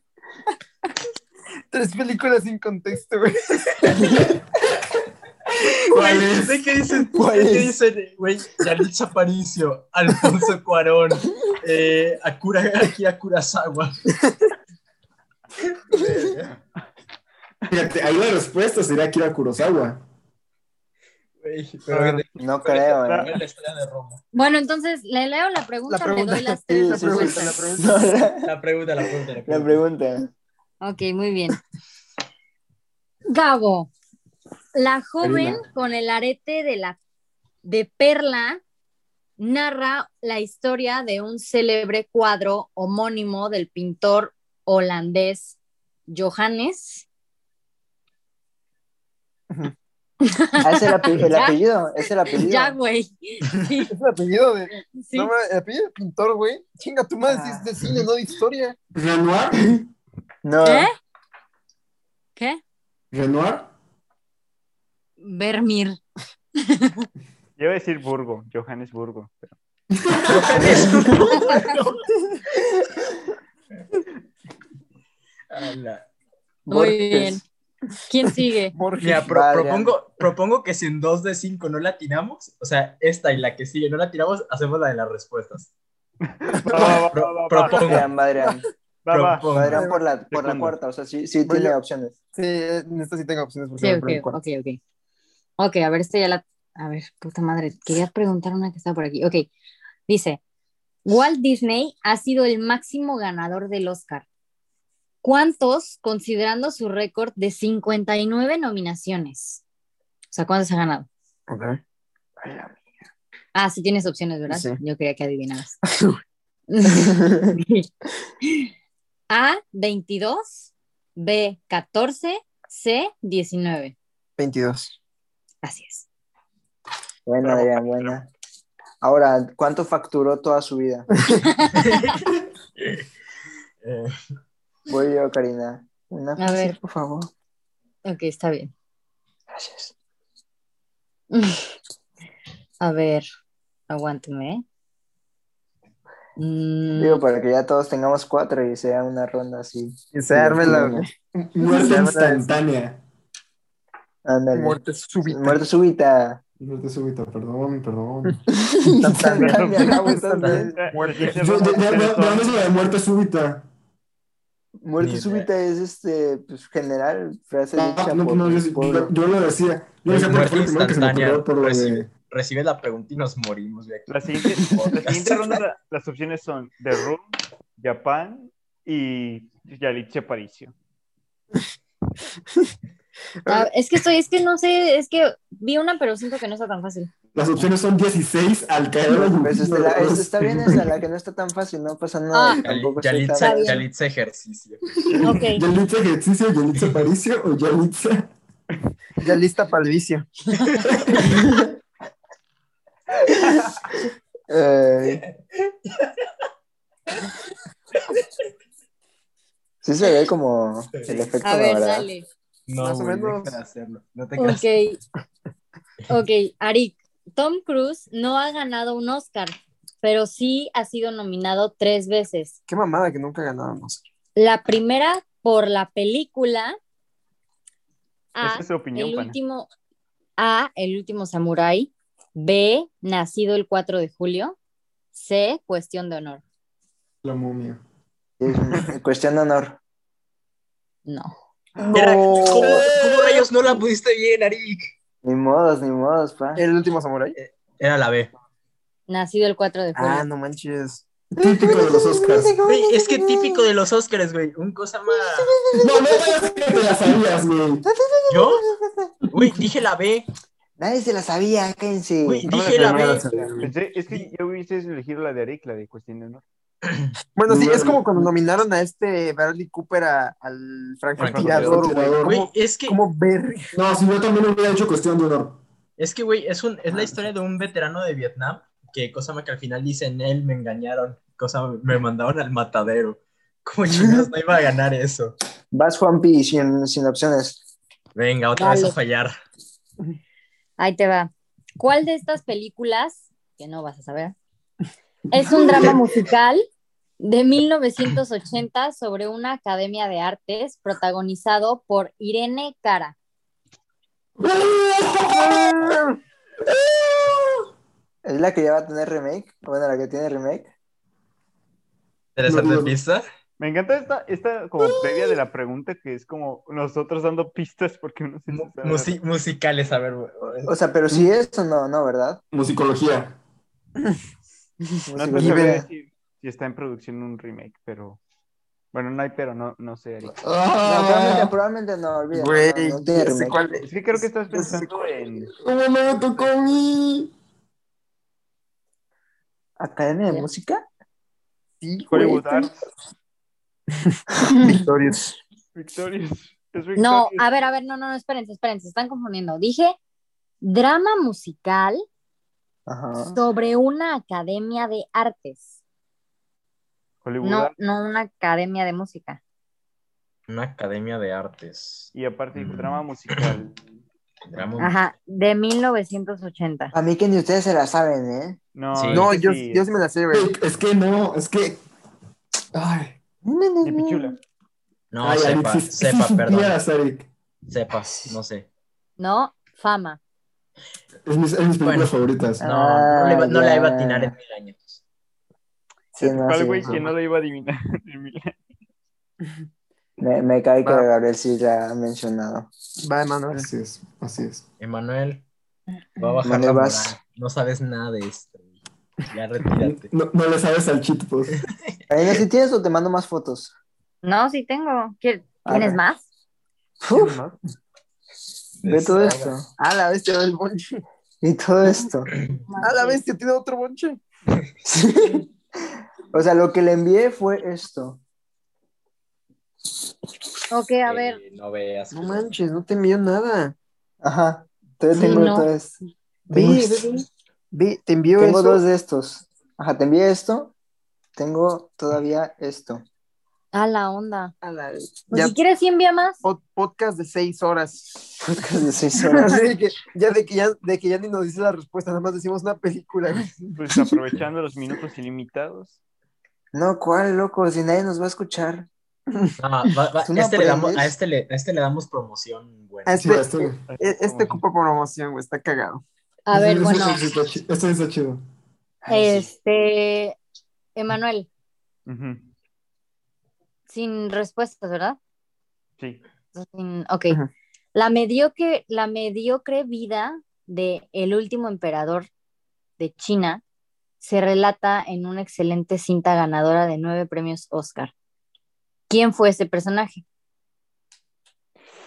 Tres películas sin contexto, güey. ¿Cuál Güey, es? ¿De qué dicen? ¿Cuál ¿De qué es? dicen? Güey, Yanis Aparicio, Alfonso Cuarón, eh, Akira, Akira Kurosawa. Fíjate, ahí la respuesta sería Kira Kurosawa. Güey, A pero ver, de- No creo, de- ¿eh? de la historia de Roma. Bueno, entonces le leo la pregunta, La pregunta. le doy las Sí, tres sí, respuestas. sí. la pregunta. No, la- La pregunta, la pregunta, la La pregunta. pregunta. Ok, muy bien. Gabo, la joven Karina. con el arete de la de perla narra la historia de un célebre cuadro homónimo del pintor holandés Johannes. Ah, es el, api- el Ya. apellido, es el apellido. Ya, güey. Sí, Es el apellido de. sí. ¿Eh? No, mames, el apellido de pintor, güey. Chinga, tu madre, Ah. es de cine, no de historia. ¿Renoir? No, ¿Qué? ¿Qué? ¿Renoir? Vermir. Yo iba a decir Burgo, (laughs) Johannesburgo. pero- Ala. Muy Borges. bien. ¿Quién sigue? Borges. Mira, pro- Madre, propongo, propongo que si en 2 de 5 no la tiramos, o sea, esta y la que sigue no la tiramos, hacemos la de las respuestas. Va, va, va, va, va, va, propongo. Adrián, Adrián. va, va. propongo. Adrián por la, por la Segundo. cuarta, o sea, sí, sí Voy tiene yo. opciones. Sí, en esta sí tengo opciones. porque Sí, me ok, acuerdo cuál. ok, ok. Ok, a ver, esta ya la. A ver, puta madre, quería preguntar una que está por aquí. Ok, dice: Walt Disney ha sido el máximo ganador del Oscar. ¿Cuántos, considerando su récord de 59 nominaciones? O sea, ¿cuántos ha ganado? Ok. (laughs) Ah, sí tienes opciones, ¿verdad? Sí. Yo quería que adivinaras. (laughs) A, 22, B, 14, C, 19. 22. Así es. Buena, Bravo, Adrián, buena. Ahora, ¿cuánto facturó toda su vida? Eh, Voy yo, Karina. Una fácil, ver. por favor. Ok, está bien. Gracias. A ver, aguántame. ¿eh? Mm, Digo, para que ya todos tengamos cuatro y sea una ronda así. Y se arme la Bueno, Muerte Ya me la- instantánea. Ándale. Muerte, muerte súbita. (laughs) súbita. Muerte súbita, perdón, perdón. (laughs) Instantánea, acabo también. Eh, Muerte. dice Yo- Roma yo- ve- ve- Pérez Veamos Sola. la de muerte súbita. Muerte Ni idea. súbita es este, pues, general, frase Ah, No, dicha no, por no, el yo, pueblo. yo- yo lo decía. Yo lo Güey, decía porque fue lo muerte primero que se me ocurrió instantánea, por lo de. recibe. Recibe la pregunta y nos morimos, güey. La siguiente, la (laughs) (laughs) siguiente ronda, la- las opciones son The Room, Japan y Yalitza Aparicio. ah, es que estoy, es que no sé, es que vi una, pero siento que no está tan fácil. Las opciones son 16 al caer. al Pues este, la- número dos. esta está bien esa, la que no está tan fácil, no pasa nada. Ah. Yali- tampoco está Yalitza, Está bien. Yalitza ejercicio. (laughs) Ok, ¿Yalitza ejercicio, Yalitza Paricio o Yalitza? Ya lista para el (laughs) vicio. Eh. Sí se ve como el efecto a ver, de verdad. dale. No, Más o güey, menos. deja de hacerlo. No Oh. te creas. Ok. Ok, Arik, Tom Cruise no ha ganado un Oscar, pero sí ha sido nominado tres veces. Qué mamada que nunca ganábamos. La primera por la película A, Ah, Esa es su opinión, el pana. último A, el último samurái, B, nacido el 4 de julio, C, cuestión de honor. La momia. Es (laughs) un- cuestión de honor. No. Verga, ¿Cómo, Oh. cómo rayos no la pudiste bien, Arik? Ni modos, ni modos, pa. El último samurai. Era la B. Nacido el 4 de julio. Ah, no manches. Típico de los Oscars. (laughs) Güey, es que típico de los Oscars, güey. Un cosa más. No, no digas que te la sabías, güey. ¿Yo? Güey, dije la B. Nadie se la sabía, cállense. Güey, No me dije la la B. sabía, güey. Pensé- es que yo hubiese elegido la de Arik, la de Cuestión de Honor. Bueno, sí, es Bueno. como cuando nominaron a este Bradley Cooper a- al francotirador, Francotirador. güey. Güey, ¿Cómo, es que, cómo ver? No, si yo también hubiera hecho cuestión de (laughs) honor. es que, güey, es, un, es la historia de un veterano de Vietnam que, cosa más que al final dicen, él me engañaron, cosa me mandaron al matadero. (laughs) ¿Cómo chingados no iba a ganar eso? Vas Juanpi sin, sin opciones. Venga, otra vez Dale. a fallar. Ahí te va. ¿Cuál de estas películas, que no vas a saber, es (laughs) un drama musical de 1980 sobre una academia de artes protagonizado por Irene (coughs) Cara? ¿Es la que ya va a tener remake? Bueno, la que tiene remake. ¿Interesante No, no. pista? Me encanta esta, esta como previa de la pregunta que es como nosotros dando pistas porque uno se Mu- sabe. musi- musicales, a ver, güey. O sea, pero Mm. si es o no, no, ¿verdad? Musicología. No te Música. sabría Given. decir si está en producción un remake, pero bueno, no hay pero, no, no sé. Ari. No, probablemente, Ah, probablemente no, olvídalo. Güey, no, no tiene ya sé remake. cuál Es es. que creo que estás Ya sé pensando en ¿Cómo no me tocó a mí? ¿Academia de Ya. música? Sí, güey. Hollywood Arts, Victorious. Victorious. Es Victorious. pues. ah, No, a ver, a ver, no, no, no, espérense, espérense, se están confundiendo. Dije drama musical Ah. Ajá. sobre una academia de artes. Hollywood. No, no una academia de música. Una academia de artes. Y aparte dijo Mm. drama musical. Oh. Drama- Ajá, de 1980. A mí que ni ustedes se la saben, ¿eh? No, Sí. es No, que yo, sí. yo sí me la sé, güey. Es que no, es que. Ay, Ni pichula. No, ay, sepa, Eric, si- si sepa, perdón. supieras, Eric. Sepa, no sé. No, fama. Es mis, es mis películas Bueno. favoritas. No, no, le, va- no la iba a Ah, atinar ya. en mil años. Sí, no, ¿Cuál sí, güey sí. que no lo iba a adivinar? (laughs) en mil años? Me, me cae que Va. Gabriel sí la ha mencionado. Va, Emanuel. Así es, así es. Emanuel, va a bajar Emanuel, la vas. moral. No sabes nada de esto. güey. (laughs) Ya retírate. No, no le sabes al cheat, pues. Karina, si tienes o te mando más fotos. No, sí tengo. ¿Qui- Arre. ¿Tienes más? Uf, ¿no? ve todo Desahoga. esto. A la bestia del bonche. Y todo (laughs) esto. A la bestia tiene otro bonche. o sea, lo que le envié fue esto. Ok, a ver. Eh, no veas. No manches, no te envió nada. Ajá. Entonces Sí, tengo no. todo esto. Tengo Vi, esto. ve, ve, ve, te envió Tengo eso. dos de estos. Ajá, te envié esto. Tengo todavía esto. (laughs) A la onda. A la, Pues ya, si quieres, sí envía más. pod- podcast de seis horas. (laughs) Podcast de seis horas. Así de que, ya, de que ya, de que ya ni nos dice la respuesta, nada más decimos una película. güey. Pues aprovechando los minutos ilimitados. No, ¿cuál, loco? Si nadie nos va a escuchar. Ah, va- va, Tú no este le damos, a, aprendes. Ah, este le, a este le damos promoción buena. A Sí, este, Este, este, (laughs) e- este ocupa promoción, güey, está cagado. Pues, A ver, este- bueno. este está chi- este está chido. Ay, sí. Este. Emanuel, Ujú, sin respuestas, ¿verdad? Sí. Sin- ok. Ajá. La mediocre, la mediocre vida de el último emperador de China se relata en una excelente cinta ganadora de nueve premios Oscar. ¿Quién fue ese personaje?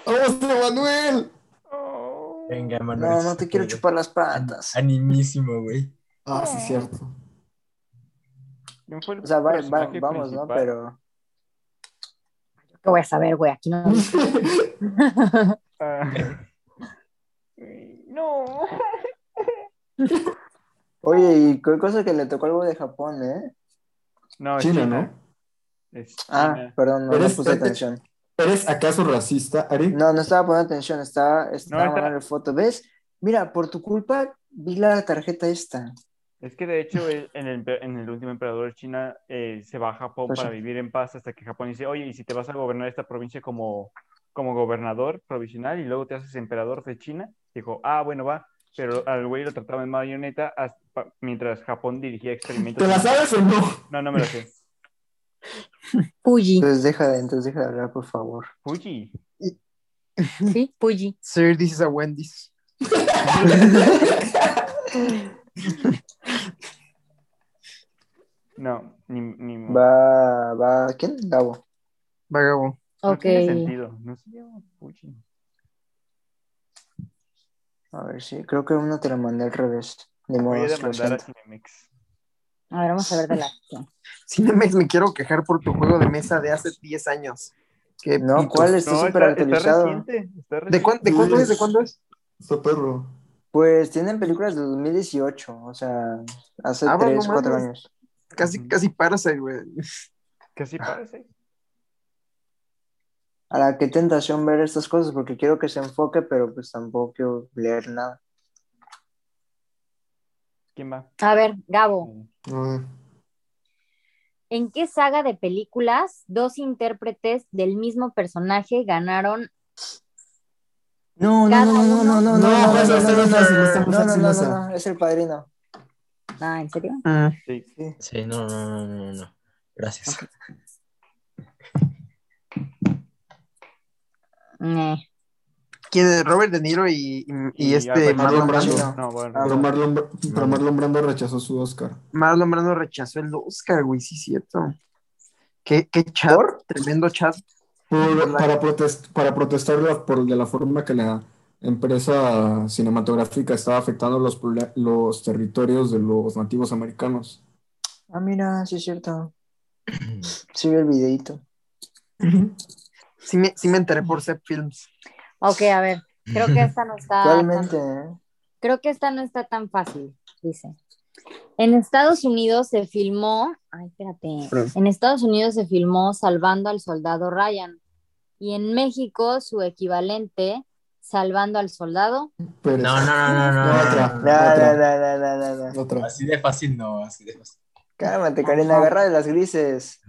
¡Vamos, Manuel! Oh, Venga, Emanuel. No, sí no se te quiero puede. chupar las patas. Animísimo, güey. Ah, sí, cierto. ¿Quién fue el O sea, va- va- personaje vamos, ¿no? principal? Pero. ¿Qué voy a saber, güey? Aquí no. Ah. (laughs) no. Oye, y qué cosa que le tocó algo de Japón, ¿eh? No, es China, China. ¿no? Es Ah, China. perdón, no, Pero no es- puse es- atención. ¿Eres acaso racista, Eric? No, no estaba poniendo atención, estaba, estaba está- mandando foto. ¿Ves? Mira, por tu culpa vi la tarjeta esta. Es que de hecho el- en el, empe- en el último emperador de China eh, se va a Japón Pues sí. para vivir en paz hasta que Japón dice, oye, y si te vas a gobernar esta provincia como, como gobernador provisional y luego te haces emperador de China, dijo, ah, bueno, va, pero al güey lo trataba en marioneta hasta- pa- mientras Japón dirigía experimentos. ¿Te la sabes o no? No, no me lo sé. Puyi, Entonces deja de, entonces deja de hablar, por favor. Fuji. ¿sí? Puyi. Sir, this is a Wendy's. No, ni, ni modo. Va, va, ¿quién? Gabo. Vagabo. No Ok. tiene sentido. No se llama Fuji. A ver, sí, creo que uno te lo mandé al revés. Ni modo, Voy a lo demandar a siento. Cinemex. A ver, vamos a ver de la acción. Cinemex, me quiero quejar por tu juego de mesa de hace 10 años. Qué No, pito. ¿cuál? Está No, súper está, está actualizado. reciente. Está ¿De, cuán- de cuándo es? ¿De cuándo es? Está perro. Pues tienen películas de 2018, o sea, hace Ah, bueno, 3, 4 mames. años. Casi, Ujú. casi Parasite, güey. Casi parece. A la qué tentación ver estas cosas porque quiero que se enfoque, pero pues tampoco quiero leer nada. ¿Quién va? A ver, Gabo, Ah, ¿en qué saga de películas dos intérpretes del mismo personaje ganaron? No, no, Cada no, no, no, no, no, no, uno. no, No, pues, no, esta no, no es no, fácil, esta no es no, no, fácil, no, esa. no, no, es el padrino. Ah, ¿en serio? Sí. Sí. Sí, no, no, no, no, no. Gracias. Eh, ¿Quién es? Robert De Niro y, y, y este Albert Marlon Brando. Brando. Chino. No, Ah, bueno. Ah, Pero Marlon, Br- pero Marlon Brando rechazó su Oscar. Marlon Brando rechazó el Oscar, güey, sí, cierto. Qué, qué chat, tremendo chat. Por- para, protest- para protestar la- por de la forma que la empresa cinematográfica estaba afectando los, proble- los territorios de los nativos americanos. Ah, mira, sí es cierto. Sí vi el videito. Sí me, sí me enteré por Zep Films. (laughs) ok, a ver, creo que esta no está. tan- Actualmente, ¿eh? Creo que esta no está tan fácil, dice. En Estados Unidos se filmó, ay, espérate, en Estados Unidos se filmó Salvando al Soldado Ryan y en México su equivalente, Salvando al Soldado. Pérez. No, no, no, no, no, no, (laughs) Otra, no, No, no, otra, no, no, no, no, no. no. otra. Así de fácil no, así de (laughs) fácil. (laughs) Cálmate, Karina, agarra de las grises.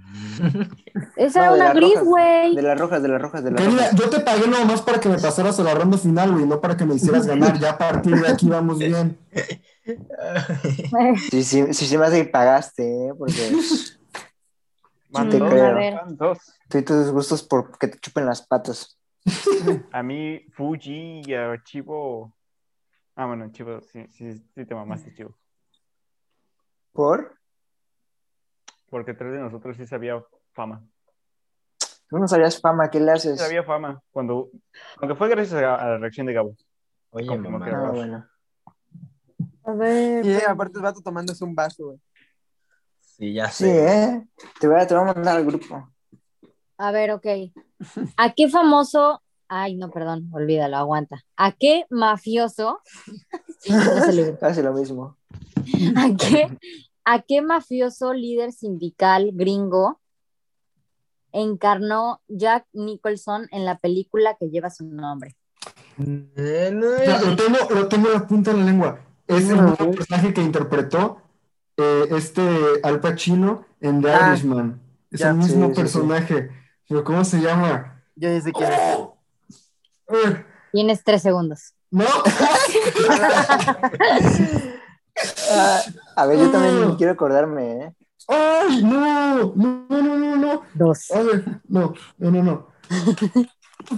Esa No, de era una las gris, rojas. güey. De las rojas, de las rojas, de las Karina, rojas. yo te pagué nada más para que me pasaras a la ronda final, güey, no para que me hicieras (laughs) ganar. Ya a partir de aquí vamos bien. Sí, sí, sí, sí me hace que pagaste, ¿eh? Porque Van te dos, creo. van dos. tú y tus gustos por que te chupen las patas. A mí, Fuji y a Chivo. Ah, bueno, Chivo, sí, sí, sí te mamaste, Chivo. ¿Por? Porque tres de nosotros sí sabía fama. Tú no sabías fama, ¿qué le Sí haces? sabía fama. Cuando, aunque fue gracias a, a la reacción de Gabo. Oye, Confirmó que era mamá. Ah, Gabo. bueno. (laughs) A ver. Y aparte el vato tomándose un vaso, güey. Sí, ya Sí, sé. ¿eh? Te voy, a, te voy a mandar al grupo. A (laughs) ver, ok. ¿A qué famoso? Ay, no, perdón, olvídalo, aguanta. ¿A qué mafioso? (laughs) Ya se le- Casi lo mismo. (laughs) ¿A qué, ¿A qué mafioso líder sindical gringo encarnó Jack Nicholson en la película que lleva su nombre? Eh, no, Ya, eh. lo, tengo, lo tengo en la punta de la lengua. Es el mismo personaje que interpretó eh, este Al Pacino en The Ah, Irishman. Es ya. el mismo Sí, sí, sí. personaje. Pero ¿cómo se llama? Yo desde que Eh, Tienes tres segundos. no, (laughs) Ah, a ver, yo también Mm. quiero acordarme, ¿eh? ay, no, no, no, no, no. Dos. A ver, no, no, no, no.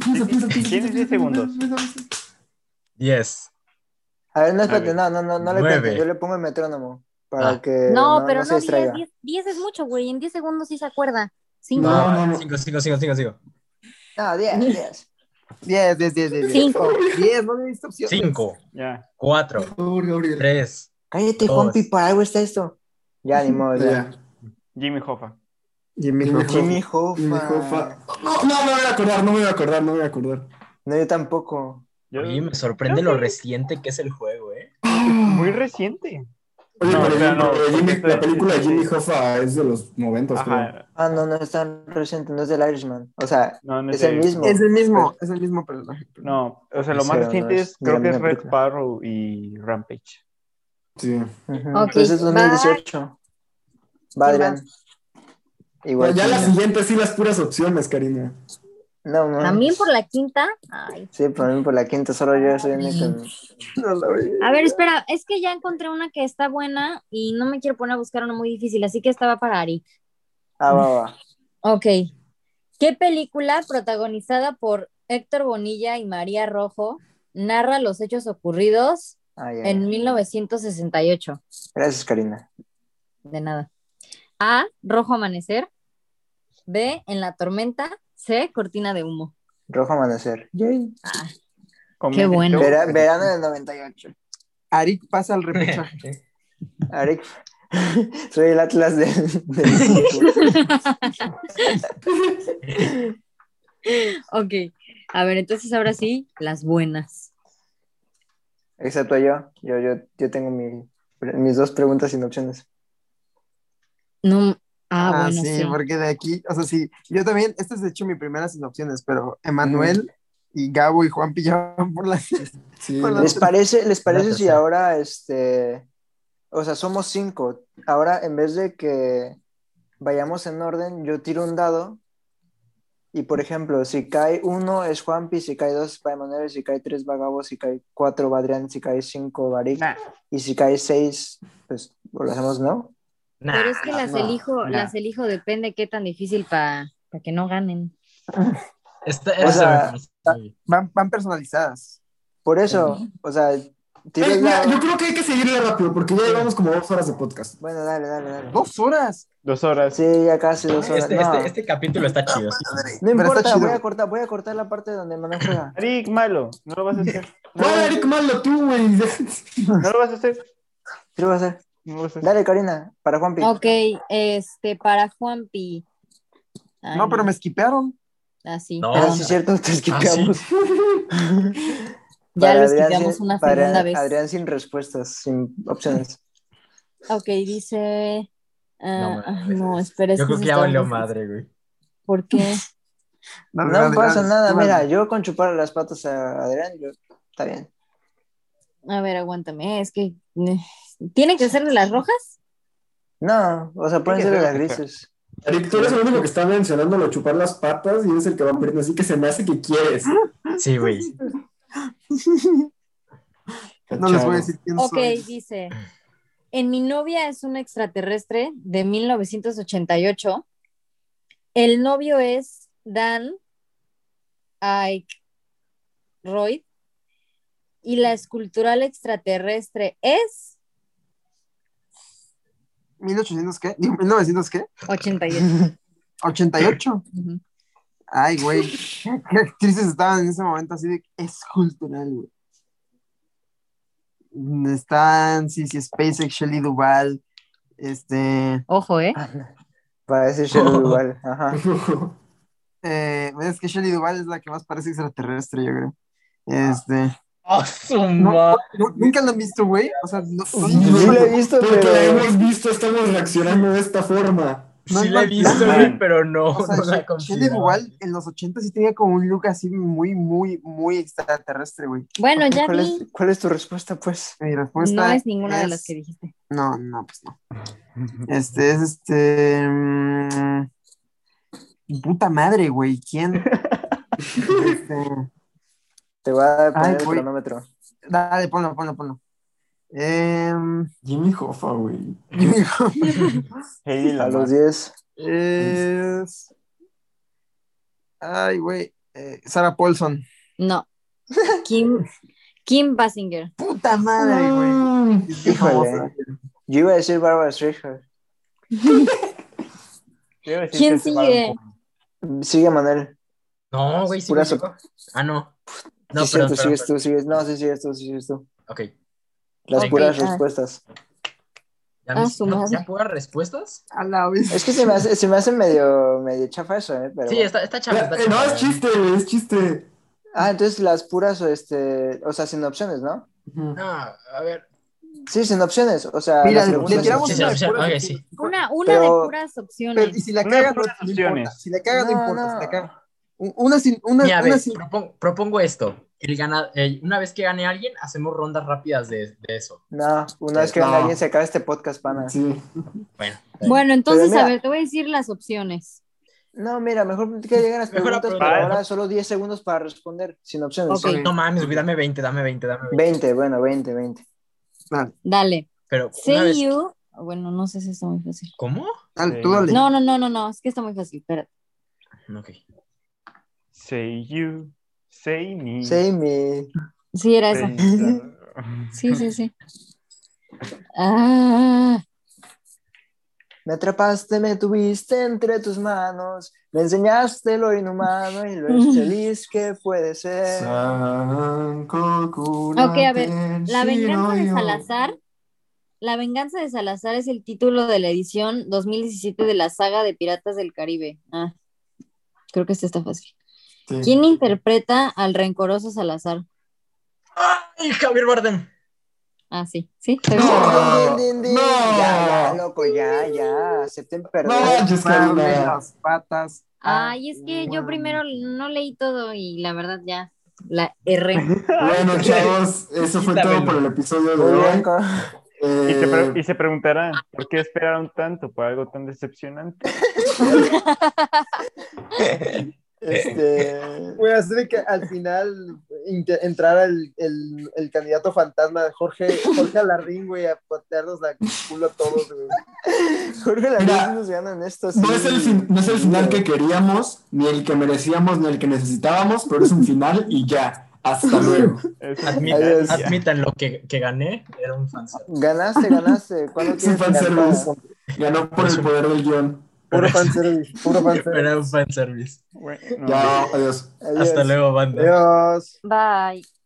Piensa, piensa, piensa, Tienes 10 piensa, segundos. piensa, piensa. Diez. A ver, no, espérate, ver. no, no, no, no le Nueve. cuentes, yo le pongo el metrónomo para Ah. que Eh, No, pero se no, distraiga. 10, 10, 10 es mucho, güey. En 10 segundos sí se acuerda. Cinco. No, Ah, no, no. Cinco, cinco, cinco, cinco, cinco. No, (laughs) 10, 10. 10, 10, 10, 10. Cinco. 10, no le diste opciones. Cinco, Ya. cuatro, Por favor, Gabriel. tres. Cállate, Dos. Juanpi, para algo está esto. Ya, ni modo, ya. Ya, Jimmy Hoffa. Jimmy Jimmy Hoffa. Jimmy y me dijo, fa- Hoffa. No, no me voy a acordar, no me voy a acordar, no me voy a acordar. No, yo tampoco. Yo- Oye, me sorprende lo reciente que es el juego, ¿eh? Muy reciente. Oye, No, pero o sea, Jimmy- no, eh, Jimmy- porque la película de estoy- Jimmy sí. Hoffa es de los 90, creo. Ajá. Ah, no, no es tan reciente, no es del Irishman. O sea, No, no es el de- mismo. Es el mismo, es el mismo personaje. No, o sea, lo Sí, más no reciente es es, de la creo que es misma Red película. Sparrow y Rampage. Sí. Ujú, Ok, Pero ese es va. 2018. Va, ¿Quién Adrián. Igual. Pero ya que la yo. siguiente sí las puras opciones, Karina. No, man. También por la quinta. Ay. Sí, por mí por la quinta, solo yo soy el único. No lo vi. A ver, espera, es que ya encontré una que está buena y no me quiero poner a buscar una muy difícil, así que esta va para Ari. Ah, va, va. Ok. ¿Qué película protagonizada por Héctor Bonilla y María Rojo narra los hechos ocurridos Ah, ya, ya. en 1968? Gracias, Karina. De nada. A. Rojo Amanecer. B. En la tormenta. C. Cortina de humo. Rojo Amanecer. Comedy bueno. Show. Vera- verano del 98. Arik pasa al repechaje. (laughs) Arik. (laughs) Soy el Atlas del. del- Ok. A ver, entonces ahora sí, las buenas. Excepto yo. Yo, yo, yo tengo mi- mis dos preguntas sin opciones. No. Ah, bueno, sí, sí. porque de aquí, o sea, sí, yo también, esta es de hecho mi primera sin opciones, pero Emanuel y Gabo y Juan pillaban por las... Sí. Con la- ¿Les parece, les parece si tercera. ahora este. O sea, somos cinco. Ahora, en vez de que vayamos en orden, yo tiro un dado. Y por ejemplo, si cae uno es Juanpi, si cae dos va Emanuel, si cae tres va Gabo, si cae cuatro va Adrián, si cae cinco va Arik, Nah, y si cae seis, pues lo hacemos, ¿no? Pero es que las no, elijo, nah. las elijo, depende qué tan difícil para que no ganen. Esta, O esta sea, me parece muy- Van, van personalizadas. Por eso, o sea, tiro Eh, el mira, dado. yo creo que hay que seguirle rápido porque ya llevamos como dos horas de podcast. Bueno, dale, dale, dale. Dos horas. Dos horas. Sí, ya casi dos horas. Este, no, este, este capítulo está chido. sí. no este, Pero está importa, chido. voy a cortar, voy a cortar la parte donde Emanuel juega. Arik, malo. No lo vas a (laughs) hacer. No, Vale, Eric, malo tú, güey. (laughs) no lo vas a hacer. Sí lo voy a hacer. No lo vas a hacer. Dale, Karina, para Juanpi. Ok, este, para Juanpi. Ay, No, pero me esquipearon. Así. No. Ah, perdón. sí, es cierto, te Ah, sí. esquipeamos. Ya Para lo Adrián esquivamos sin- una para segunda vez. Adrián sin respuestas, sin opciones. Ok, dice. ah, No, ay, mames. no, espera, es Yo que creo sí que ya está valió difícil. madre, güey. (laughs) ¿Por qué? No, Adrián, pasa nada, Adrián. mira, yo con chupar las patas a Adrián, yo, está bien. A ver, aguántame, es que. eh, ¿Tienen que ser de las rojas? No, o sea, pueden que ser ser las lo que sea. grises. (laughs) Eric, tú eres el único que está mencionando lo de chupar las patas y eres el que va perdiendo, así que se me hace que quieres. Sí, güey. No les voy a decir quién Ok, soy. dice. En Mi novia es un extraterrestre de 1988. El novio es Dan Aykroyd. Y la escultural extraterrestre es 1800 qué? Digo, 1900 qué? (laughs) 88. 88. Ujú. Ay, (laughs) güey. ¿Qué actrices estaban en ese momento así de es cultural, güey? Mm, Están Sissy SpaceX, Shelly Duval, este, Ojo, ¿eh? Parece (laughs) Cheryl igual, Ah. ajá. eh, es que Shelly Duval es la que más parece extraterrestre, yo creo. Este, (laughs) ¡Ah, su No. madre! ¿nu- ¿nunca la han visto, güey? O sea, no, no- Sí, Sí güey. lo he (laughs) visto, Porque la pero... hemos visto, estamos reaccionando de esta forma. No Sí es la he visto, Batman. güey, pero no, O sea, no She- la considero. Shelley Duvall en los 80 sí tenía como un look así muy, muy, muy extraterrestre, güey. Bueno, ya ¿Cuál vi. es, cuál es tu respuesta, pues? Mi respuesta No es ninguna de es- las que dijiste. No, no, pues no. Este es este. mm, puta madre, güey. ¿Quién? (laughs) Este, Te voy a poner Ay, el güey. cronómetro. dale, ponlo, ponlo, ponlo. Em, (laughs) Jimmy Hoffa, güey. Heidi A Lamar. los 10. es- Ay, güey. eh, Sarah Paulson. No. Kim, Kim Basinger. Puta madre, güey. Es bien Híjole. famosa. Yo iba a decir Barbara Streisand. Yo iba a decir ¿Quién que es Baron sigue? Cohen. Sigue Manuel. No, güey, sí. Pura me so- tocó. Ah, no. No, No, sí, pero. cierto, sigues tú, sigues. No, sí, sigues tú, sí, sigues tú. Ok. Las Ok, puras ah. respuestas. ¿Ya, Ah, me- su ¿ya- madre. ya puras respuestas? A la vez. Es que se me hace, se me hace medio, medio chafa eso, ¿eh? Pero Sí, bueno. está, está chava. Eh, Está eh, No, chava. es chiste, güey, es chiste. Ah, entonces las puras, este, o sea, sin opciones, ¿no? Ujú. No, a ver. Sí, sin opciones. O sea, Mira, las le, preguntas le tiramos sí, sin una de sí, sí, puras ok, opciones. sí. Una, una Pero- de puras Pero, y opciones. si la Una caga, no, puras no opciones. importa. Si la caga, no, No, importa. no. Si la caga. Un- Una sin. Una, Mira, a ver, una sin. propongo, propongo esto. El gana- eh, una vez que gane alguien, hacemos rondas rápidas de, de eso. No, una vez que venga No. alguien se acaba este podcast, pana. Sí. Bueno. está bien. Bueno, entonces, mira- a ver, te voy a decir las opciones. No, mira, mejor que lleguen las Mejor la preguntas, pero pregunta. ahora solo 10 segundos para responder, sin opciones. Ok. No mames, güey, dame 20, dame 20, dame 20. 20, bueno, 20, 20. Dale. Pero una vez... See you. Bueno, no sé si está muy fácil. ¿Cómo? Dale, tú dale. No, no, no, no, no. Es que está muy fácil. Espera. Ok. Say you, say me. Say me. Sí, era say esa. (laughs) you. Sí, sí, sí. Ah, Me atrapaste, me tuviste entre tus manos, me enseñaste lo inhumano y lo feliz que puede ser. Ok, a ver, la venganza de Salazar. La venganza de Salazar es el título de la edición 2017 de la saga de Piratas del Caribe. Ah, creo que este está fácil. ¿Quién interpreta al rencoroso Salazar? ¡Ay, Javier Bardem! Ah, sí, sí. No, Din, din, din, din. no. Ya, ya, loco, ya, ya. Acepten No, perdón. yo Mame Carla. las patas. Ay, es que Ah. yo primero no leí todo y la verdad ya la erré. Bueno, chavos, eso fue todo Quítamelo. por el episodio de Muy bien, hoy. co- Y, se Eh, pre- y se preguntarán, ¿por qué esperaron tanto por algo tan decepcionante? Eh. este, Güey, así de que al final inte- entrara el, el, el candidato fantasma Jorge, Jorge Alardín, güey, a patearnos la culo a todos, güey. Jorge, la Mira, verdad nos ganan esto. no sí. es, el fin- no es el final que queríamos, ni el que merecíamos, ni el que necesitábamos, pero es un final y ya. Hasta luego. Es- Admitan, Adiós. admitan lo que, que gané. Era un fanservice. Ganaste, ganaste. ¿Cuándo (laughs) Es un quieres ganar? fanservice. Ganó por el poder del guión. Puro fanservice, puro fanservice. Era un fanservice. Bueno, Ya, adiós. Adiós. Hasta luego, banda. Adiós. Bye.